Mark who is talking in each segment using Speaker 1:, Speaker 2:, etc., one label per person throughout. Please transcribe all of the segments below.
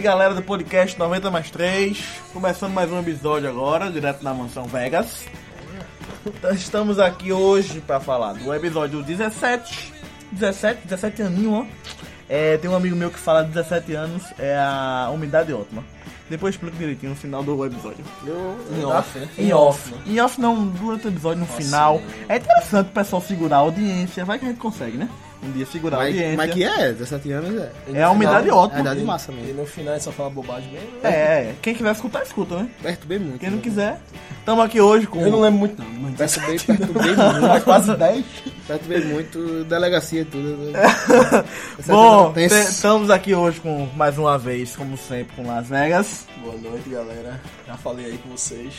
Speaker 1: galera do podcast 90 mais 3, começando mais um episódio agora, direto na mansão Vegas. Estamos aqui hoje para falar do episódio 17. 17, 17 aninho, ó. É, tem um amigo meu que fala 17 anos, é a umidade ótima. Depois eu explico direitinho no final do episódio.
Speaker 2: Em
Speaker 1: Em
Speaker 2: off,
Speaker 1: off,
Speaker 2: né?
Speaker 1: Em off. Em off não, durante o episódio, no final. É interessante o pessoal segurar a audiência, vai que a gente consegue, né? Um dia segurar a audiência.
Speaker 3: Mas, mas que é, 17 anos é.
Speaker 1: É a umidade
Speaker 3: É a
Speaker 1: ótima.
Speaker 3: idade massa
Speaker 2: E
Speaker 3: mesmo.
Speaker 2: no final é só falar bobagem mesmo.
Speaker 1: É,
Speaker 2: né?
Speaker 1: é. quem quiser escutar, escuta, né?
Speaker 3: Perturbei muito.
Speaker 1: Quem não quiser, estamos aqui hoje com.
Speaker 2: Eu não lembro muito não, mas
Speaker 3: Perturbei, perturbei muito.
Speaker 2: quase 10.
Speaker 3: Perturbei muito. Delegacia e tudo.
Speaker 2: é
Speaker 1: Bom,
Speaker 3: Tem-
Speaker 1: estamos aqui hoje com, mais uma vez, como sempre, com Las Vegas.
Speaker 2: Boa noite, galera. Já falei aí com vocês.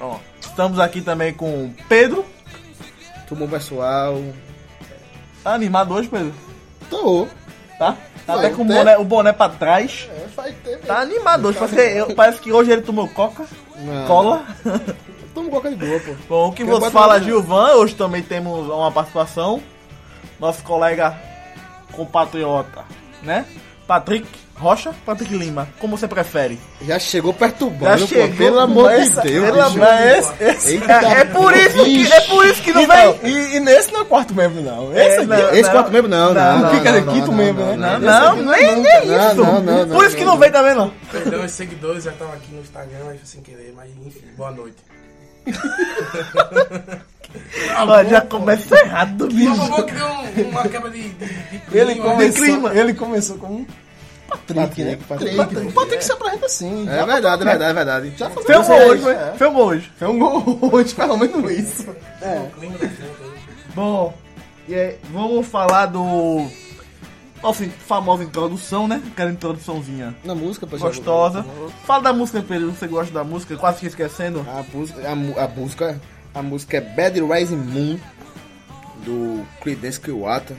Speaker 1: Ó, estamos aqui também com Pedro.
Speaker 3: Tomou pessoal.
Speaker 1: Tá animado hoje, Pedro?
Speaker 3: Tô.
Speaker 1: Tá? Tá
Speaker 3: Vai
Speaker 1: até com o
Speaker 3: ter.
Speaker 1: boné, o boné pra trás.
Speaker 3: É, faz tempo.
Speaker 1: Tá animado hoje, parece que, eu- parece que hoje ele tomou coca,
Speaker 2: Ah.
Speaker 3: Não.
Speaker 1: cola.
Speaker 3: Tomo coca de boa, pô.
Speaker 1: Bom, o que
Speaker 3: Eu
Speaker 1: você
Speaker 3: boto
Speaker 1: fala,
Speaker 2: um-
Speaker 3: na-
Speaker 1: Gilvan? Hoje também temos uma participação. Nosso colega compatriota, né? Patrick Rocha, Patrick Lima, como você prefere?
Speaker 3: Já chegou perturbando, pô.
Speaker 1: chegou,
Speaker 3: Pelo amor de
Speaker 1: mas-
Speaker 3: Deus.
Speaker 1: pelo
Speaker 3: bicho.
Speaker 1: amor- é, esse- esse-
Speaker 3: Eita,
Speaker 1: é- é por isso que,
Speaker 3: bicho.
Speaker 1: é por isso que não
Speaker 2: Então,
Speaker 1: vem.
Speaker 2: e, e nesse não é quarto membro, não.
Speaker 1: É,
Speaker 2: Esse aqui.
Speaker 1: não.
Speaker 3: Esse quarto membro não,
Speaker 1: Não,
Speaker 3: não.
Speaker 1: não,
Speaker 2: fica aqui, tu membro, né?
Speaker 1: Não,
Speaker 3: esse
Speaker 1: não, é
Speaker 3: aqui
Speaker 1: nem, nem
Speaker 3: não,
Speaker 1: isso.
Speaker 3: não, não, não,
Speaker 1: por isso que não vem também, não.
Speaker 4: Perdão, os seguidores já estavam aqui no Instagram, mas sem querer, mas enfim, boa noite.
Speaker 1: Ó, já começa errado,
Speaker 4: Por
Speaker 1: bicho.
Speaker 4: favor, que deu um- uma quebra de, de, de clima,
Speaker 2: Ele
Speaker 4: né?
Speaker 2: começou, ele começou com um Patrick, né?
Speaker 3: Patrick, Patrick.
Speaker 2: O Patrick se apresenta assim.
Speaker 3: É verdade, é verdade, é verdade. Já foi.
Speaker 1: Filmou
Speaker 2: Vocês,
Speaker 1: um hoje,
Speaker 2: é.
Speaker 1: foi- filmou hoje.
Speaker 2: Foi um gol hoje, pelo menos isso.
Speaker 4: O clima da gente aí.
Speaker 1: Bom, e aí, vamos falar do. Nossa famosa introdução, né? Aquela introduçãozinha
Speaker 3: Na música, é. pô. já-
Speaker 1: gostosa. Fala da música, Pedro. Você gosta da música? Quase que esquecendo.
Speaker 3: A música, a, mu- a música, a música é Bad Rising Moon do Creedence Clearwater.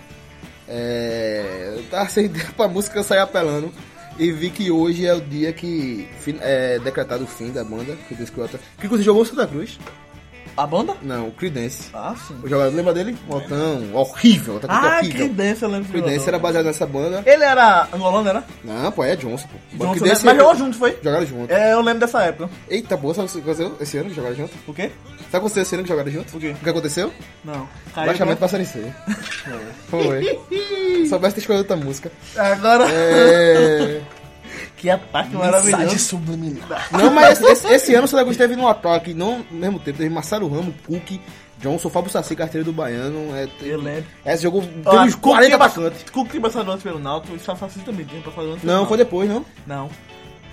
Speaker 3: É, eu tava sem ideia pra música sair apelando e vi que hoje é o dia que fin- é decretado o fim da banda Creedence Clearwater. Que inclusive jogou o Santa Cruz?
Speaker 1: A banda?
Speaker 3: Não, o Creedence.
Speaker 1: Ah, sim.
Speaker 3: O jogador lembra dele? Motão, horrível, tá tudo
Speaker 1: Ah,
Speaker 3: horrível.
Speaker 1: Creedence, eu lembro.
Speaker 3: O
Speaker 1: desse
Speaker 3: Creedence era
Speaker 1: jogador.
Speaker 3: baseado nessa banda.
Speaker 1: Ele era angolano, era?
Speaker 3: Não, pô, é Johnson, pô.
Speaker 1: Johnson,
Speaker 3: Creedence-
Speaker 1: né? Mas jogou junto, foi?
Speaker 3: Jogaram junto.
Speaker 1: É, eu lembro dessa época.
Speaker 3: Eita, boa, sabe o que aconteceu esse ano que jogaram junto?
Speaker 1: O quê?
Speaker 3: Sabe o que aconteceu esse ano que jogaram junto?
Speaker 1: O quê? Tá né?
Speaker 3: que aconteceu?
Speaker 1: Não.
Speaker 3: Baixamento passando em C. Foi. Soubesse ter escolhido outra música.
Speaker 1: Agora.
Speaker 3: É...
Speaker 1: Que ataque
Speaker 2: Mensagem
Speaker 1: maravilhoso.
Speaker 2: subliminar.
Speaker 3: Não, mas esse, esse- esse ano o Santa Cruz teve no ataque, não no mesmo tempo, teve Massaro Ramos, Cook, Johnson, Fábio Saci, carteiro do Baiano. É,
Speaker 1: Eu lembro.
Speaker 3: esse jogo teve uns
Speaker 1: é
Speaker 3: 40 bacantes.
Speaker 1: Cucri passou antes pelo Náutico e Safaci também tinha passado antes pelo
Speaker 3: Não,
Speaker 1: Náutico.
Speaker 3: foi depois, não?
Speaker 1: Não.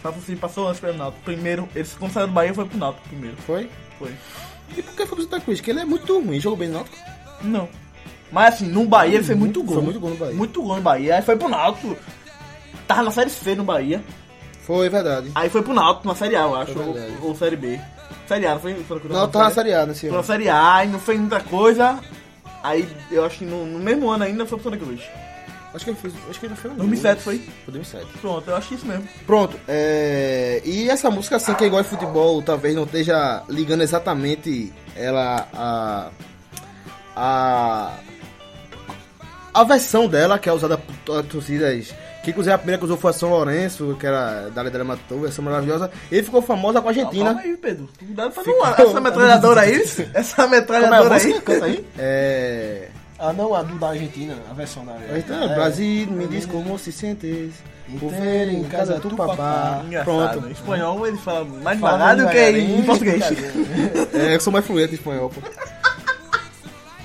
Speaker 1: Safaci passou antes pelo Náutico. Primeiro, eles quando saiu do Bahia foi pro Náutico primeiro.
Speaker 3: Foi?
Speaker 1: Foi.
Speaker 3: E por que foi pro Santa Cruz? Porque ele é muito ruim, jogou bem no Náutico.
Speaker 1: Não. Mas assim, no Bahia ele fez muito
Speaker 3: Foi
Speaker 1: gol.
Speaker 3: muito gol no Bahia.
Speaker 1: Muito gol no Bahia. Aí foi pro Náutico. Tava na Série C no Bahia.
Speaker 3: Foi, verdade.
Speaker 1: Aí foi pro Náutico na Série A, eu acho.
Speaker 3: Foi
Speaker 1: Ou,
Speaker 3: verdade.
Speaker 1: ou Série B. Série A, não foi? foi
Speaker 3: O Náutico tá tava seriado esse
Speaker 1: Foi na
Speaker 3: ano.
Speaker 1: Série A e não fez muita coisa. Aí eu acho que no, no mesmo ano ainda foi pro Santa Cruz.
Speaker 3: Acho que ele fez, acho que ele não fez um
Speaker 1: 2007
Speaker 3: gol.
Speaker 1: foi.
Speaker 3: Foi 2007.
Speaker 1: Pronto, eu acho que isso mesmo.
Speaker 3: Pronto, é... e essa música, assim, quem gosta de futebol talvez não esteja ligando exatamente ela a. a. a versão dela, que é usada por to- torcidas. Que inclusive a primeira que usou foi a São Lourenço, que era da Letra Matou, versão maravilhosa. Ele ficou famosa com a
Speaker 1: Calma
Speaker 3: Argentina.
Speaker 1: aí, Pedro. Cuidado pra não. Essa metralhadora aí. Essa metralhadora aí.
Speaker 3: É.
Speaker 2: Ah, não, a do da Argentina, a versão da
Speaker 3: Então,
Speaker 2: Argentina.
Speaker 3: Brasil, me diz como se sentes.
Speaker 2: Então,
Speaker 3: Viver em casa do papá.
Speaker 1: Engraçado.
Speaker 3: Pronto.
Speaker 1: Em espanhol ele fala mais
Speaker 2: Fala
Speaker 1: devagar do que
Speaker 2: devagarinho,
Speaker 1: em português.
Speaker 3: É, eu sou mais fluente em espanhol, pô.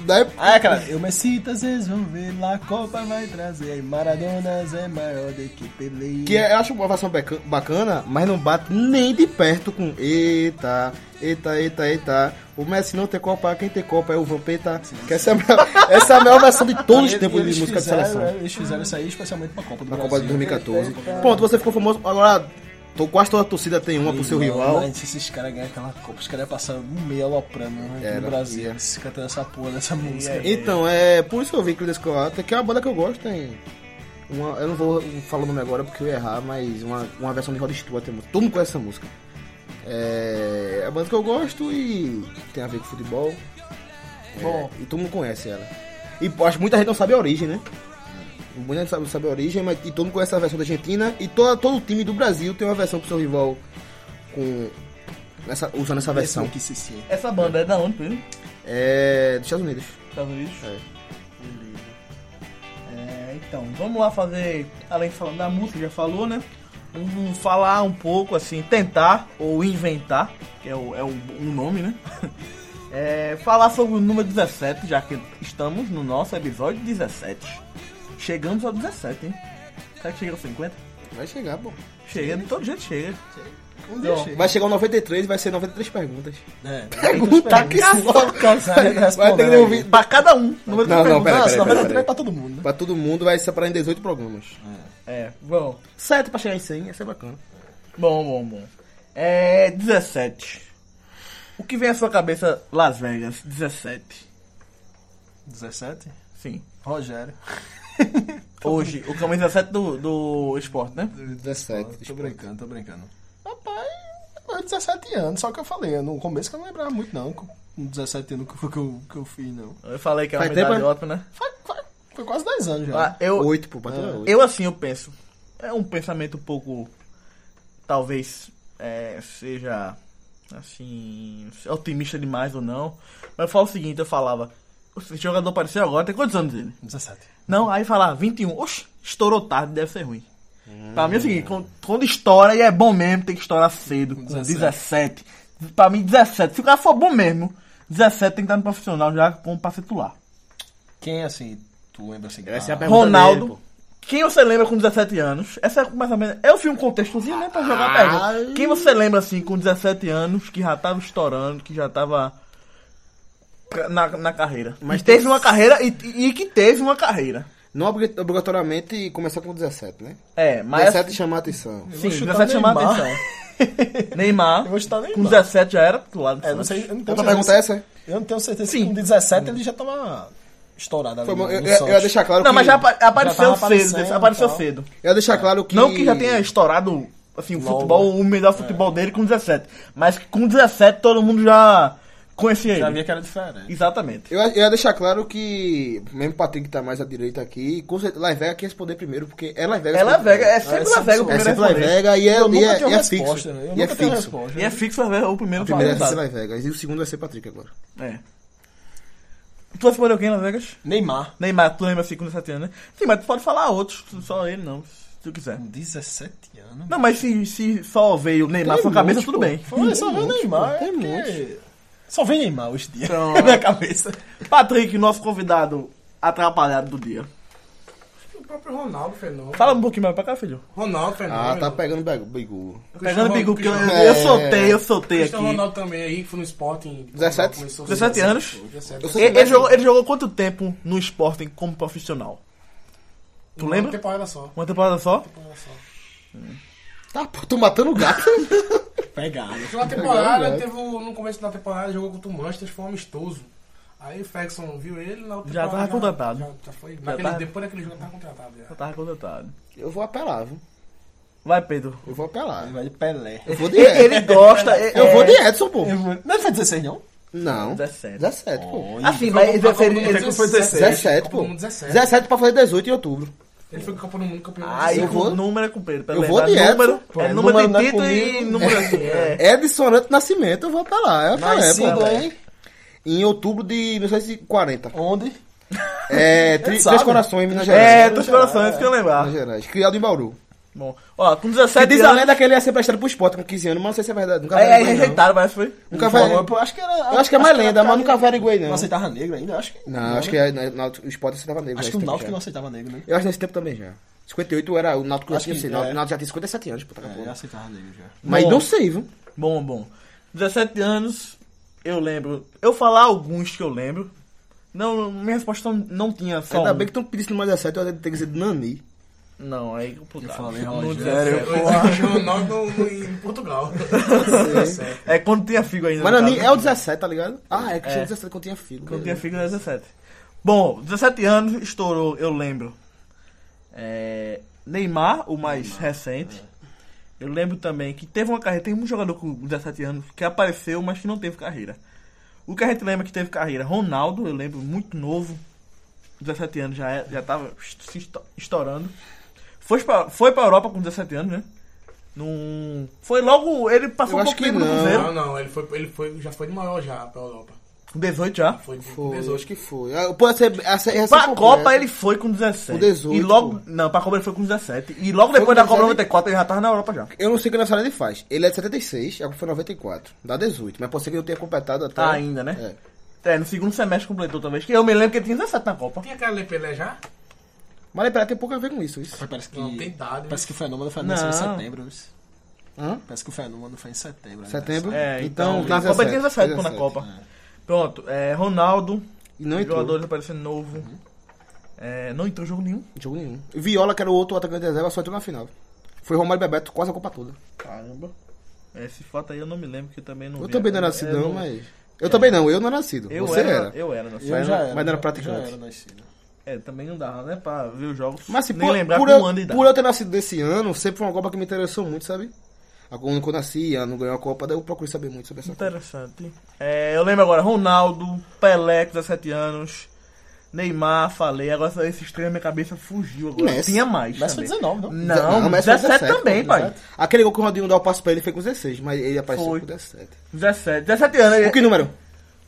Speaker 3: Daí,
Speaker 1: Ah, cara.
Speaker 2: É, Eu me cito, vocês vão ver lá, a Copa vai trazer. Maradona é maior do que Pelé.
Speaker 3: Que é eu acho uma versão beca- bacana, mas não bate nem de perto com Eita, eita, eita, eita. O Messi não tem Copa, quem tem Copa é o Vampeta. Que essa, é a maior, essa é a maior versão de todos os tempos de música de seleção.
Speaker 2: Eles fizeram é. isso aí especialmente pra Copa do
Speaker 3: Na
Speaker 2: Brasil. né?
Speaker 3: Copa de 2014. Pronto, você ficou famoso. Agora, tô, quase toda a torcida tem uma pro seu
Speaker 2: Mano,
Speaker 3: rival.
Speaker 2: mas se esses caras ganharem aquela Copa, os caras iam passar um meio aloprando né, aqui
Speaker 3: Era,
Speaker 2: no Brasil.
Speaker 3: ia.
Speaker 2: Eles cantando essa porra dessa música.
Speaker 3: Então, é por isso que eu vi Creedence Clearwater, que é uma banda que eu gosto, tem... Uma, eu não vou falar o nome agora porque eu ia errar, mas uma, uma versão de Rod Stewart, tem, mu- todo mundo conhece essa música. É, é a banda que eu gosto e tem a ver com futebol. É,
Speaker 1: Bom.
Speaker 3: E todo mundo conhece ela. E pô, acho que muita gente não sabe a origem, né? O Bueno não sabe, sabe a origem, mas e todo mundo conhece a versão da Argentina. E toda, todo time do Brasil tem uma versão pro seu rival com, essa, usando essa versão.
Speaker 2: Que se sim.
Speaker 1: Essa banda é da onde, Pedro?
Speaker 3: É dos Estados Unidos.
Speaker 1: Estados Unidos?
Speaker 3: É.
Speaker 1: Beleza. É, então, vamos lá fazer, além de falar da música, já falou, né? Vamos falar um pouco, assim, tentar ou inventar, que é, o, é o, um nome, né? É, falar sobre o número 17, já que estamos no nosso episódio 17. Chegamos ao 17, hein? Será que chega aos 50?
Speaker 3: Vai chegar, pô.
Speaker 1: Chega, de todo jeito chega. Então,
Speaker 2: Um dia
Speaker 1: Não,
Speaker 2: chega.
Speaker 3: Vai chegar o 93, vai ser 93 perguntas. Então,
Speaker 2: É,
Speaker 1: Tá
Speaker 3: Pergunta que só. Vai ter que
Speaker 2: responder
Speaker 3: ouvir.
Speaker 1: Pra cada um. Número
Speaker 3: Não,
Speaker 1: de perguntas.
Speaker 3: não, pera, pera, pera,
Speaker 2: é
Speaker 3: pera.
Speaker 2: pra todo mundo, né?
Speaker 3: Pra todo mundo vai separar em 18 programas.
Speaker 1: É, bom.
Speaker 3: 7 pra chegar em 100, ia ser é bacana.
Speaker 1: Bom, bom, bom. É. 17. O que vem à sua cabeça, Las Vegas? 17.
Speaker 2: 17?
Speaker 1: Sim.
Speaker 2: Rogério.
Speaker 1: Hoje, o caminho 17 do, do esporte, né?
Speaker 3: 17.
Speaker 2: Tô brincando, tô brincando. Rapaz, eu tinha 17 anos, só que eu falei, no começo que eu não lembrava muito, não. Com 17 anos que foi que eu, que eu fiz, não.
Speaker 1: Eu falei que é uma
Speaker 3: Faz tempo,
Speaker 1: idade
Speaker 3: né?
Speaker 1: ótima, né?
Speaker 2: Foi, foi- foi quase 10 anos já.
Speaker 1: Ah, Eu,
Speaker 3: 8, pô, pra
Speaker 2: Ah.
Speaker 3: 8.
Speaker 1: eu assim, eu penso. É um pensamento um pouco. Talvez é, seja. Assim. Otimista demais ou não. Mas eu falo o seguinte: eu falava. Esse jogador apareceu agora, tem quantos anos ele?
Speaker 2: 17.
Speaker 1: Não, aí falar 21. Oxe, estourou tarde, deve ser ruim. Pra mim é o seguinte, quando, quando estoura, e é bom mesmo, tem que estourar cedo, com 17.
Speaker 2: 17.
Speaker 1: Pra mim, 17. Se o cara for bom mesmo, 17 tem que estar no profissional já como pra titular.
Speaker 2: Quem assim, tu lembra assim?
Speaker 3: Essa é a
Speaker 2: ah,
Speaker 3: Pergunta
Speaker 1: Ronaldo,
Speaker 3: dele, pô.
Speaker 1: quem você lembra com 17 anos? Essa é mais ou menos... Eu fiz um contextozinho, né, pra jogar a pergunta. Quem você lembra, assim, com 17 anos, que já tava estourando, que já tava... pra- Na, na carreira. Mas teve uma carreira e, e que teve uma carreira.
Speaker 3: Não obri- obrigatoriamente começar com 17, né?
Speaker 1: É, mas.
Speaker 3: 17 chamar a atenção.
Speaker 1: Sim,
Speaker 2: vou chutar
Speaker 1: 17 chamava
Speaker 2: Neymar.
Speaker 1: atenção. Neymar,
Speaker 2: Eu vou chutar Neymar.
Speaker 1: com 17 já era titular do
Speaker 2: É, não
Speaker 1: Santos.
Speaker 2: sei, eu não tenho
Speaker 3: Outra pergunta é essa? é?
Speaker 2: Eu não tenho certeza
Speaker 1: Sim.
Speaker 2: se com 17 ele já tava estourado ali.
Speaker 3: Foi bom,
Speaker 2: no-
Speaker 3: eu,
Speaker 2: no
Speaker 3: eu- eu ia
Speaker 2: Santos.
Speaker 3: deixar claro
Speaker 1: Não,
Speaker 3: que...
Speaker 1: mas já apa- apareceu
Speaker 2: tava
Speaker 1: cedo,
Speaker 2: aparecendo
Speaker 1: desse- apareceu
Speaker 2: e tal.
Speaker 1: cedo.
Speaker 3: Eu ia deixar claro que...
Speaker 1: Não que já tenha estourado assim, o
Speaker 2: Logo.
Speaker 1: futebol, o melhor futebol dele com 17. Mas que com 17 todo mundo já conhecia
Speaker 2: Já
Speaker 1: ele.
Speaker 2: via que era diferente.
Speaker 1: Exatamente.
Speaker 3: Eu, eu ia deixar claro que, mesmo o Patrick tá mais à direita aqui, com certeza, Las Vegas quer responder primeiro, porque é Las Vegas.
Speaker 1: É Las
Speaker 3: que responde.
Speaker 1: Vegas, é sempre
Speaker 2: é
Speaker 1: Las Vegas o
Speaker 3: É
Speaker 1: primeiro
Speaker 3: sempre Las
Speaker 1: responder.
Speaker 3: Vegas e é,
Speaker 2: eu
Speaker 3: e
Speaker 2: nunca
Speaker 3: é,
Speaker 2: tinha
Speaker 3: e é
Speaker 2: resposta,
Speaker 3: fixo.
Speaker 2: né? Eu
Speaker 3: E é
Speaker 2: nunca tinha
Speaker 3: fixo.
Speaker 2: resposta.
Speaker 1: E é fixo Las Vegas, o primeiro
Speaker 3: O primeiro vai ser
Speaker 1: perguntado.
Speaker 3: Las Vegas e o segundo vai ser Patrick agora.
Speaker 1: É. Tu respondeu quem, Las Vegas?
Speaker 2: Neymar.
Speaker 1: Neymar, tu lembra assim com 17 anos, né? Sim, mas tu pode falar outros, só ele não, se tu quiser.
Speaker 2: Com 17 anos.
Speaker 1: Não, mas se, se só veio o Neymar na
Speaker 3: Tem
Speaker 1: sua
Speaker 3: um
Speaker 1: cabeça,
Speaker 3: monte,
Speaker 1: tudo
Speaker 3: pô.
Speaker 1: bem.
Speaker 2: Foi, só vem Neymar.
Speaker 3: tem
Speaker 2: é que-
Speaker 3: muito.
Speaker 2: Só vem Neymar hoje em dia.
Speaker 1: Então,
Speaker 2: na
Speaker 3: é.
Speaker 2: minha cabeça.
Speaker 1: Patrick, nosso convidado atrapalhado do dia.
Speaker 4: O próprio Ronaldo Fenômeno.
Speaker 1: Fala um pouquinho mais pra cá, filho.
Speaker 4: Ronaldo Fenômeno.
Speaker 3: Ah, tá pegando begu- bigu.
Speaker 1: Pegando
Speaker 4: Cristiano-
Speaker 1: bigu, porque eu,
Speaker 4: Cristiano-
Speaker 3: É.
Speaker 1: eu soltei, eu soltei aqui.
Speaker 4: Cristiano Ronaldo também aí, que foi no Sporting.
Speaker 3: 17?
Speaker 4: começou-
Speaker 1: 17 anos.
Speaker 4: 17.
Speaker 3: Eu sou-
Speaker 1: Ele, ele jogou, ele jogou quanto tempo no Sporting como profissional? Tu
Speaker 4: Uma
Speaker 1: lembra?
Speaker 4: temporada só.
Speaker 1: Uma temporada só?
Speaker 4: Olha só.
Speaker 3: Tá, pô, tô matando o gato.
Speaker 2: Pegado.
Speaker 4: Naquela
Speaker 3: É
Speaker 4: temporada, teve o- no começo da temporada, jogou contra o Manchester, foi um amistoso. Aí o Ferguson viu ele na outra
Speaker 1: Já
Speaker 4: temporada,
Speaker 1: tava contratado.
Speaker 4: Já, já foi. Naquele,
Speaker 1: tava-
Speaker 4: Depois daquele jogo, já tava contratado. Já.
Speaker 1: Eu tava contratado.
Speaker 3: Eu vou apelar, viu?
Speaker 1: Vai, Pedro.
Speaker 3: Eu vou apelar.
Speaker 2: Vai de Pelé.
Speaker 3: Eu vou de
Speaker 1: Ele, ele
Speaker 3: Edson.
Speaker 1: gosta. é-
Speaker 3: Eu vou
Speaker 1: é-
Speaker 3: de Edson, pô.
Speaker 2: Eu vou- Não foi 16, não?
Speaker 3: Não.
Speaker 1: 17.
Speaker 3: 17, pô.
Speaker 1: Assim,
Speaker 4: Foi
Speaker 1: mas
Speaker 4: pra Copa
Speaker 1: ele-
Speaker 4: do Mundo,
Speaker 1: ele-
Speaker 4: até que
Speaker 2: foi 16.
Speaker 3: 17,
Speaker 4: Copa do
Speaker 3: pô.
Speaker 4: Mundo, 17.
Speaker 3: 17 pra fazer 18 em outubro.
Speaker 4: Ele foi Copa do Mundo, campeão.
Speaker 1: Aí
Speaker 3: Eu
Speaker 1: o
Speaker 3: vou-
Speaker 1: número é com o Pedro. pra
Speaker 3: eu vou
Speaker 1: lembrar.
Speaker 3: de
Speaker 1: número,
Speaker 3: Edson.
Speaker 1: é,
Speaker 2: Pô,
Speaker 1: número,
Speaker 2: número não
Speaker 1: de
Speaker 2: é
Speaker 1: título e
Speaker 2: comigo.
Speaker 1: número assim. É.
Speaker 3: Edson Arantes Nascimento, eu vou apelar. Eu apelei,
Speaker 2: Mas
Speaker 3: pô.
Speaker 2: sim, né?
Speaker 3: Em outubro de 1940.
Speaker 2: Onde?
Speaker 3: É, tri,
Speaker 2: sabe.
Speaker 3: Três Corações, Minas Gerais.
Speaker 1: É, dos corações, que eu lembrar.
Speaker 3: Minas Gerais. Criado em Bauru.
Speaker 1: Bom, ó, com
Speaker 3: Você
Speaker 1: 17
Speaker 3: É. diz a
Speaker 1: anos.
Speaker 3: lenda que ele ia ser prestado pro esporte com 15 anos, mas não sei se é verdade. Nunca
Speaker 1: Aí, aí
Speaker 3: averiguei, não.
Speaker 1: rejeitaram, parece que foi.
Speaker 3: Nunca vai-
Speaker 2: Não, eu acho que era.
Speaker 3: Eu acho que é mais lenda,
Speaker 2: era
Speaker 3: mas nunca
Speaker 2: cara-
Speaker 3: averiguei, não.
Speaker 2: Não aceitava negro ainda? eu Acho que.
Speaker 3: Não, acho que
Speaker 2: né?
Speaker 3: é, na- na- o esporte aceitava negro.
Speaker 2: tá- Acho
Speaker 3: nesse
Speaker 2: que o
Speaker 3: tempo
Speaker 2: Náutico
Speaker 3: já.
Speaker 2: não aceitava negro, né?
Speaker 3: Eu acho que nesse tempo também já. 58 era o Náutico,
Speaker 2: Acho
Speaker 3: tinha
Speaker 2: que
Speaker 3: sido-
Speaker 2: é.
Speaker 3: o Náutico já tinha 57 anos, puta
Speaker 2: É,
Speaker 3: porra.
Speaker 2: eu aceitava negro já.
Speaker 3: Mas
Speaker 1: Bom.
Speaker 3: não sei, viu?
Speaker 1: Bom, bom. 17 anos, eu lembro. Eu falar alguns que eu lembro. Não, minha resposta não- não tinha só.
Speaker 3: Ainda
Speaker 1: um.
Speaker 3: bem que estão pedindo mais 17, eu ia ter que dizer do Nani.
Speaker 1: Não, aí é complicado.
Speaker 2: falei
Speaker 1: No
Speaker 2: Rogério,
Speaker 1: 17.
Speaker 3: É,
Speaker 4: Eu acho o Ronaldo no- em Portugal. 17.
Speaker 1: É quando tinha figo ainda.
Speaker 3: Mas
Speaker 1: no
Speaker 3: Nani
Speaker 1: caso.
Speaker 3: é o 17, tá ligado? Ah, é que
Speaker 1: É.
Speaker 3: tinha 17 quando tinha filho.
Speaker 1: Quando tinha
Speaker 3: beleza.
Speaker 1: figo era 17. Bom, 17 anos, estourou, eu lembro. É, Neymar, o mais recente.
Speaker 3: é.
Speaker 1: Eu lembro também que teve uma carreira, tem um jogador com 17 anos que apareceu, mas que não teve carreira. O que a gente lembra que teve carreira? Ronaldo, eu lembro, muito novo. 17 anos, já, é- já tava se esto- estourando. Foi pra, foi pra Europa com 17 anos, né? Num... Foi logo. Ele passou
Speaker 3: Eu
Speaker 1: um
Speaker 3: acho
Speaker 1: pouco
Speaker 3: que
Speaker 1: tempo no
Speaker 3: não.
Speaker 1: Cruzeiro.
Speaker 4: Não, não, ele, foi, ele foi, já foi de maior já pra Europa.
Speaker 1: Com 18 já.
Speaker 4: Foi de
Speaker 3: Foi,
Speaker 4: 18.
Speaker 3: acho que foi. Ah, Pô, essa, essa, essa
Speaker 1: Pra
Speaker 3: completa.
Speaker 1: Copa ele foi com 17.
Speaker 3: Com 18,
Speaker 1: E logo.
Speaker 3: pô.
Speaker 1: Não, pra Copa ele foi com 17. E logo
Speaker 3: Foi
Speaker 1: depois da
Speaker 3: com
Speaker 1: Copa
Speaker 3: 17?
Speaker 1: 94 ele já tava na Europa já.
Speaker 3: Eu não sei que nessa ele faz. Ele é de 76, a Copa foi 94. Dá 18, mas pode ser que eu tenha completado até.
Speaker 1: Tá ainda, né?
Speaker 3: É.
Speaker 1: É, no segundo semestre completou talvez. Que eu me lembro que ele tinha 17 na Copa.
Speaker 4: Tinha aquela Lei Pelé já?
Speaker 3: Mas lembrar tem pouco a ver com isso. isso.
Speaker 2: Mas Parece que,
Speaker 4: Não, tem dado,
Speaker 2: parece
Speaker 4: né?
Speaker 2: que o fenômeno foi nasceu em
Speaker 1: Não.
Speaker 2: setembro. isso.
Speaker 3: Hã?
Speaker 2: Parece que o fenômeno foi em setembro. né?
Speaker 3: Setembro?
Speaker 1: É,
Speaker 3: Então,
Speaker 1: então. na Copa ele tinha 17,
Speaker 3: 17,
Speaker 1: pô, na Copa.
Speaker 2: é.
Speaker 1: Pronto, é, Ronaldo.
Speaker 3: E não entrou. Uhum.
Speaker 1: jogadores aparecendo novo. É, não entrou em jogo nenhum.
Speaker 3: Jogo nenhum. Viola, que era o outro atacante de reserva, só entrou na final. Foi Romário e Bebeto, quase a Copa toda.
Speaker 1: Caramba. Esse fato É, aí eu não me lembro, que eu também não
Speaker 3: Eu
Speaker 1: vi.
Speaker 3: também não era nascido,
Speaker 1: É,
Speaker 3: não, mas. Eu também não, eu não era nascido.
Speaker 1: Eu
Speaker 3: Você
Speaker 1: era,
Speaker 3: era.
Speaker 1: Eu era, não sei.
Speaker 2: Eu já
Speaker 3: Mas
Speaker 2: era.
Speaker 3: não era
Speaker 2: já-
Speaker 3: praticante.
Speaker 2: Já era nascido.
Speaker 1: É, também não dava, né, pra ver os jogos.
Speaker 3: Mas se
Speaker 1: nem
Speaker 3: por,
Speaker 1: lembrar
Speaker 3: por,
Speaker 1: com
Speaker 3: eu,
Speaker 1: um ano de idade.
Speaker 3: por eu ter nascido desse ano, sempre foi uma Copa que me interessou muito, sabe? A- Quando eu nasci, ano ganhou a Copa, daí eu procurei saber muito sobre essa Copa.
Speaker 1: Interessante. É, eu lembro agora, Ronaldo, Pelé, com 17 anos, Neymar, falei. Agora só esses três na minha cabeça fugiu agora.
Speaker 3: Messi.
Speaker 1: Tinha mais
Speaker 2: Mas foi
Speaker 1: também.
Speaker 2: 19, não?
Speaker 1: Não,
Speaker 3: mas foi
Speaker 1: 17, também,
Speaker 3: pô,
Speaker 1: pai.
Speaker 3: 17. Aquele gol que o Rodinho dá o passo pra ele foi com 16, mas ele apareceu
Speaker 1: Foi.
Speaker 3: com 17.
Speaker 1: 17. 17 anos,
Speaker 3: O
Speaker 1: ele...
Speaker 3: que número?